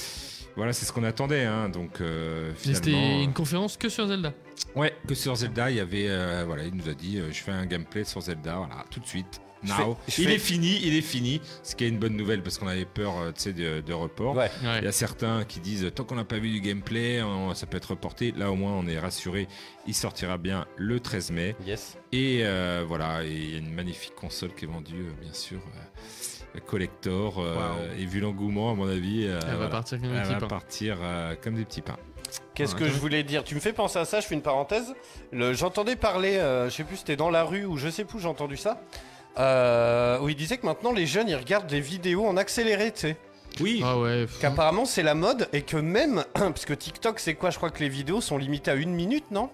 [SPEAKER 9] voilà, c'est ce qu'on attendait, hein. donc euh,
[SPEAKER 8] Mais
[SPEAKER 9] finalement.
[SPEAKER 8] C'était une conférence que sur Zelda.
[SPEAKER 9] euh, ouais, que sur Zelda, il y avait, euh, voilà, il nous a dit, euh, je fais un gameplay sur Zelda, voilà, tout de suite.
[SPEAKER 7] Je
[SPEAKER 9] Now.
[SPEAKER 7] fais- je
[SPEAKER 9] il
[SPEAKER 7] fais-
[SPEAKER 9] est fini, il est fini, ce qui est une bonne nouvelle parce qu'on avait peur, euh, tu sais, de, de report.
[SPEAKER 7] Ouais.
[SPEAKER 8] Ouais.
[SPEAKER 9] Il y a certains qui disent tant qu'on n'a pas vu du gameplay, on- ça peut être reporté. Là au moins on est rassuré, il sortira bien le 13 mai.
[SPEAKER 7] Yes.
[SPEAKER 9] Et euh, voilà, et il y a une magnifique console qui est vendue, euh, bien sûr, euh, collector. euh,
[SPEAKER 10] Waouh.
[SPEAKER 9] Et vu l'engouement, à mon avis, euh,
[SPEAKER 8] Elle va
[SPEAKER 9] voilà,
[SPEAKER 8] partir comme
[SPEAKER 9] elle
[SPEAKER 8] une
[SPEAKER 9] va
[SPEAKER 8] petite. hein.
[SPEAKER 9] partir, euh, comme des petits pains.
[SPEAKER 7] Qu'est-ce
[SPEAKER 9] Ouais.
[SPEAKER 7] que je voulais dire Tu me fais penser à ça, je fais une parenthèse. Le- J'entendais parler, euh, je sais plus, c'était dans la rue ou je sais plus, où j'ai entendu ça. euh, où il disait que maintenant les jeunes ils regardent des vidéos en accéléré, tu sais.
[SPEAKER 9] Oui,
[SPEAKER 8] Ah ouais. pff.
[SPEAKER 7] Qu'apparemment c'est la mode et que même, parce que TikTok c'est quoi Je crois que les vidéos sont limitées à une minute, non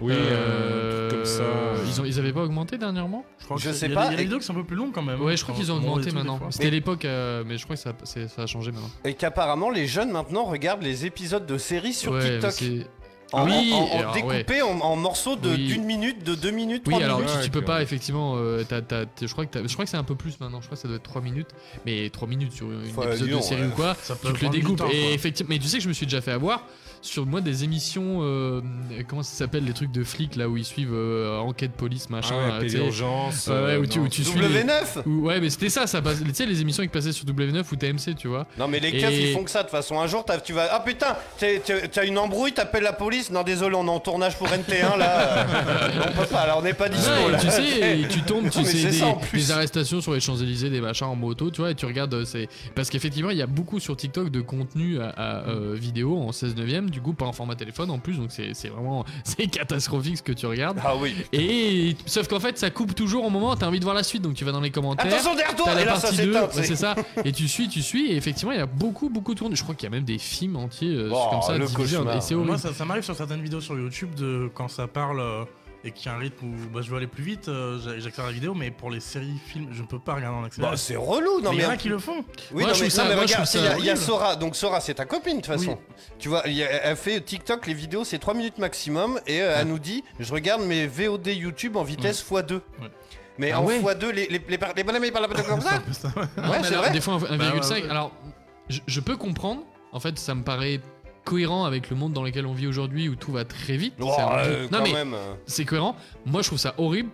[SPEAKER 9] oui,
[SPEAKER 8] Euh,
[SPEAKER 9] euh, comme ça.
[SPEAKER 8] Ils, ont, ils avaient pas augmenté dernièrement
[SPEAKER 10] Je, crois que
[SPEAKER 7] je
[SPEAKER 10] c'est-
[SPEAKER 7] sais
[SPEAKER 10] il y a
[SPEAKER 7] pas,
[SPEAKER 10] des- Il y a
[SPEAKER 7] et-
[SPEAKER 10] des vidéos qui sont un peu plus longues quand même.
[SPEAKER 8] Ouais, je crois
[SPEAKER 10] Quand-
[SPEAKER 8] qu'ils ont
[SPEAKER 10] quand on
[SPEAKER 8] augmenté
[SPEAKER 10] les trouve, des
[SPEAKER 8] maintenant.
[SPEAKER 10] fois.
[SPEAKER 8] C'était l'époque, euh, mais je crois que ça, c'est- ça a changé maintenant.
[SPEAKER 7] Et qu'apparemment les jeunes maintenant regardent les épisodes de séries sur
[SPEAKER 8] Ouais, mais
[SPEAKER 7] TikTok.
[SPEAKER 8] c'est-
[SPEAKER 7] En,
[SPEAKER 8] Oui,
[SPEAKER 7] en- en- en
[SPEAKER 8] alors,
[SPEAKER 7] découpé en, en morceaux de-
[SPEAKER 8] Oui.
[SPEAKER 7] d'une minute, de deux minutes,
[SPEAKER 8] Oui,
[SPEAKER 7] trois
[SPEAKER 8] alors
[SPEAKER 7] minutes.
[SPEAKER 8] tu, tu
[SPEAKER 9] Ouais,
[SPEAKER 8] peux
[SPEAKER 9] que-
[SPEAKER 8] pas, effectivement. euh, t'as- t'as- t'es- je crois que, t'as- je crois que c'est un peu plus maintenant. Je crois que ça doit être 3 minutes. Mais 3 minutes sur une
[SPEAKER 7] Faut-
[SPEAKER 8] épisode
[SPEAKER 7] dis donc,
[SPEAKER 8] de série
[SPEAKER 7] ouais.
[SPEAKER 8] ou quoi,
[SPEAKER 10] Ça peut
[SPEAKER 8] tu te le
[SPEAKER 10] prendre du
[SPEAKER 8] découpes.
[SPEAKER 10] temps,
[SPEAKER 8] Et
[SPEAKER 10] quoi.
[SPEAKER 8] effectivement, mais tu sais que je me suis déjà fait avoir sur moi des émissions. euh, comment ça s'appelle Les trucs de flics là où ils suivent euh, enquête police,
[SPEAKER 9] Ah
[SPEAKER 8] machin.
[SPEAKER 9] ouais,
[SPEAKER 8] euh, tu sais.
[SPEAKER 9] Téléurgence.
[SPEAKER 8] Ouais, ouais,
[SPEAKER 9] euh,
[SPEAKER 8] où tu,
[SPEAKER 9] non.
[SPEAKER 8] où tu suis. les-
[SPEAKER 7] W9
[SPEAKER 8] où- ouais, mais c'était ça, ça passe. Tu sais, les émissions qui passaient sur W9 ou TMC, tu vois.
[SPEAKER 7] Non mais les
[SPEAKER 8] Et-
[SPEAKER 7] keufs ils font que ça de toute façon. Un jour t'as- tu vas ah putain t'es- t'es- t'as une embrouille t'appelles la police non désolé on est en tournage pour NT1 là euh, on peut pas là on n'est pas dispo
[SPEAKER 8] Ouais,
[SPEAKER 7] là.
[SPEAKER 8] et tu sais, et tu
[SPEAKER 7] Bah,
[SPEAKER 8] tombes,
[SPEAKER 7] Non,
[SPEAKER 8] tu
[SPEAKER 7] mais
[SPEAKER 8] sais,
[SPEAKER 7] c'est
[SPEAKER 8] des,
[SPEAKER 7] ça, en plus.
[SPEAKER 8] des arrestations sur les Champs-Élysées, des machins en moto, tu vois, et tu regardes, euh, c'est. Parce qu'effectivement, il y a beaucoup sur TikTok de contenu à, à, euh, vidéo en 16 neuvième, du coup, pas en format téléphone en plus, donc c'est c'est vraiment. C'est catastrophique ce que tu regardes.
[SPEAKER 7] Ah oui.
[SPEAKER 8] Et. Sauf qu'en fait, ça coupe toujours au moment, où t'as envie de voir la suite, donc tu vas dans les commentaires.
[SPEAKER 7] Attention derrière toi
[SPEAKER 8] T'as la
[SPEAKER 7] et là ça
[SPEAKER 8] partie 2,
[SPEAKER 7] s'éteint.
[SPEAKER 8] ouais,
[SPEAKER 7] tu sais.
[SPEAKER 8] c'est ça. Et tu suis, tu suis, et effectivement, il y a beaucoup, beaucoup de contenu. Je crois qu'il y a même des films entiers euh,
[SPEAKER 7] Oh,
[SPEAKER 8] comme ça,
[SPEAKER 7] le
[SPEAKER 8] divisés en-
[SPEAKER 7] cauchemar.
[SPEAKER 8] et c'est
[SPEAKER 10] Moi,
[SPEAKER 8] horrible.
[SPEAKER 10] ça, ça m'arrive sur certaines vidéos sur YouTube de quand ça parle euh, et qu'il y a un rythme où bah, je veux aller plus vite, euh, j'a- j'accélère la vidéo, mais pour les séries, films, je ne peux pas regarder en
[SPEAKER 7] Bah,
[SPEAKER 10] accéléré.
[SPEAKER 7] c'est relou non
[SPEAKER 10] mais il
[SPEAKER 7] mais
[SPEAKER 10] y en a qui le font.
[SPEAKER 7] oui
[SPEAKER 8] Moi,
[SPEAKER 7] non
[SPEAKER 8] je
[SPEAKER 7] mais,
[SPEAKER 8] trouve ça-
[SPEAKER 7] non, mais
[SPEAKER 8] moi, je
[SPEAKER 7] regarde
[SPEAKER 8] trouve
[SPEAKER 7] il y,
[SPEAKER 8] ça
[SPEAKER 7] a- il y a
[SPEAKER 8] horrible.
[SPEAKER 7] Sora donc Sora c'est ta copine de toute façon.
[SPEAKER 10] Oui.
[SPEAKER 7] Tu vois il y a- elle fait TikTok les vidéos c'est 3 minutes maximum et euh, elle nous dit je regarde mes VOD YouTube en vitesse x2.
[SPEAKER 10] Ouais.
[SPEAKER 7] Mais
[SPEAKER 8] Ah
[SPEAKER 7] en
[SPEAKER 8] ouais.
[SPEAKER 7] x2 les les les par- les bonhommes ils parlent comme ça.
[SPEAKER 8] Non,
[SPEAKER 7] Ouais
[SPEAKER 8] mais
[SPEAKER 7] c'est
[SPEAKER 8] alors,
[SPEAKER 7] vrai.
[SPEAKER 8] Des fois 1,5.
[SPEAKER 10] Bah, ouais, ouais.
[SPEAKER 8] Alors, je, je peux comprendre. En fait, ça me paraît cohérent avec le monde dans lequel on vit aujourd'hui où tout va très vite.
[SPEAKER 7] Oh,
[SPEAKER 8] C'est un-
[SPEAKER 7] euh,
[SPEAKER 8] non
[SPEAKER 7] quand
[SPEAKER 8] mais
[SPEAKER 7] même. euh.
[SPEAKER 8] c'est cohérent. Moi, je trouve ça horrible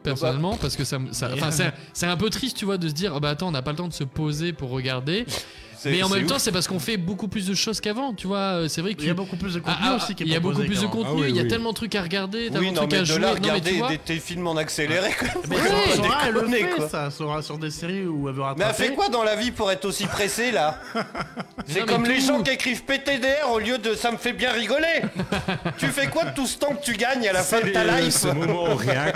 [SPEAKER 8] personnellement bah, parce que ça, me- ça- enfin, c'est- c'est un peu triste, tu vois, de se dire, Ah bah attends, on n'a pas le temps de se poser pour regarder.
[SPEAKER 7] C'est-
[SPEAKER 8] Mais en
[SPEAKER 7] c'est
[SPEAKER 8] même
[SPEAKER 7] ouf.
[SPEAKER 8] temps, c'est parce qu'on fait beaucoup plus de choses qu'avant, tu vois. euh, C'est vrai qu'il
[SPEAKER 10] Il y a beaucoup plus de contenu aussi qui est
[SPEAKER 8] Il y a beaucoup
[SPEAKER 10] proposé
[SPEAKER 8] plus de
[SPEAKER 10] qu'avant.
[SPEAKER 8] contenu,
[SPEAKER 10] Ah oui,
[SPEAKER 8] il y a
[SPEAKER 10] oui.
[SPEAKER 8] tellement de trucs à regarder, tellement
[SPEAKER 7] Oui,
[SPEAKER 8] de
[SPEAKER 7] non,
[SPEAKER 8] trucs
[SPEAKER 7] mais
[SPEAKER 8] à
[SPEAKER 7] de
[SPEAKER 8] jouer.
[SPEAKER 7] là,
[SPEAKER 8] non, mais tu
[SPEAKER 7] regarder
[SPEAKER 8] vois.
[SPEAKER 7] des téléfilms en accéléré, quoi.
[SPEAKER 10] Mais
[SPEAKER 7] Faut pas
[SPEAKER 10] Sora, elle le
[SPEAKER 7] déconner,
[SPEAKER 10] fait,
[SPEAKER 7] quoi.
[SPEAKER 10] ça. Sora, sur des séries où elle veut rattraper.
[SPEAKER 7] Mais elle fait quoi dans la vie pour être aussi pressée là C'est
[SPEAKER 10] non, mais
[SPEAKER 7] comme les
[SPEAKER 10] tout.
[SPEAKER 7] gens qui écrivent PTDR au lieu de ça me fait bien rigoler. tu fais quoi de tout ce temps que tu gagnes à la fin de ta
[SPEAKER 8] euh,
[SPEAKER 7] life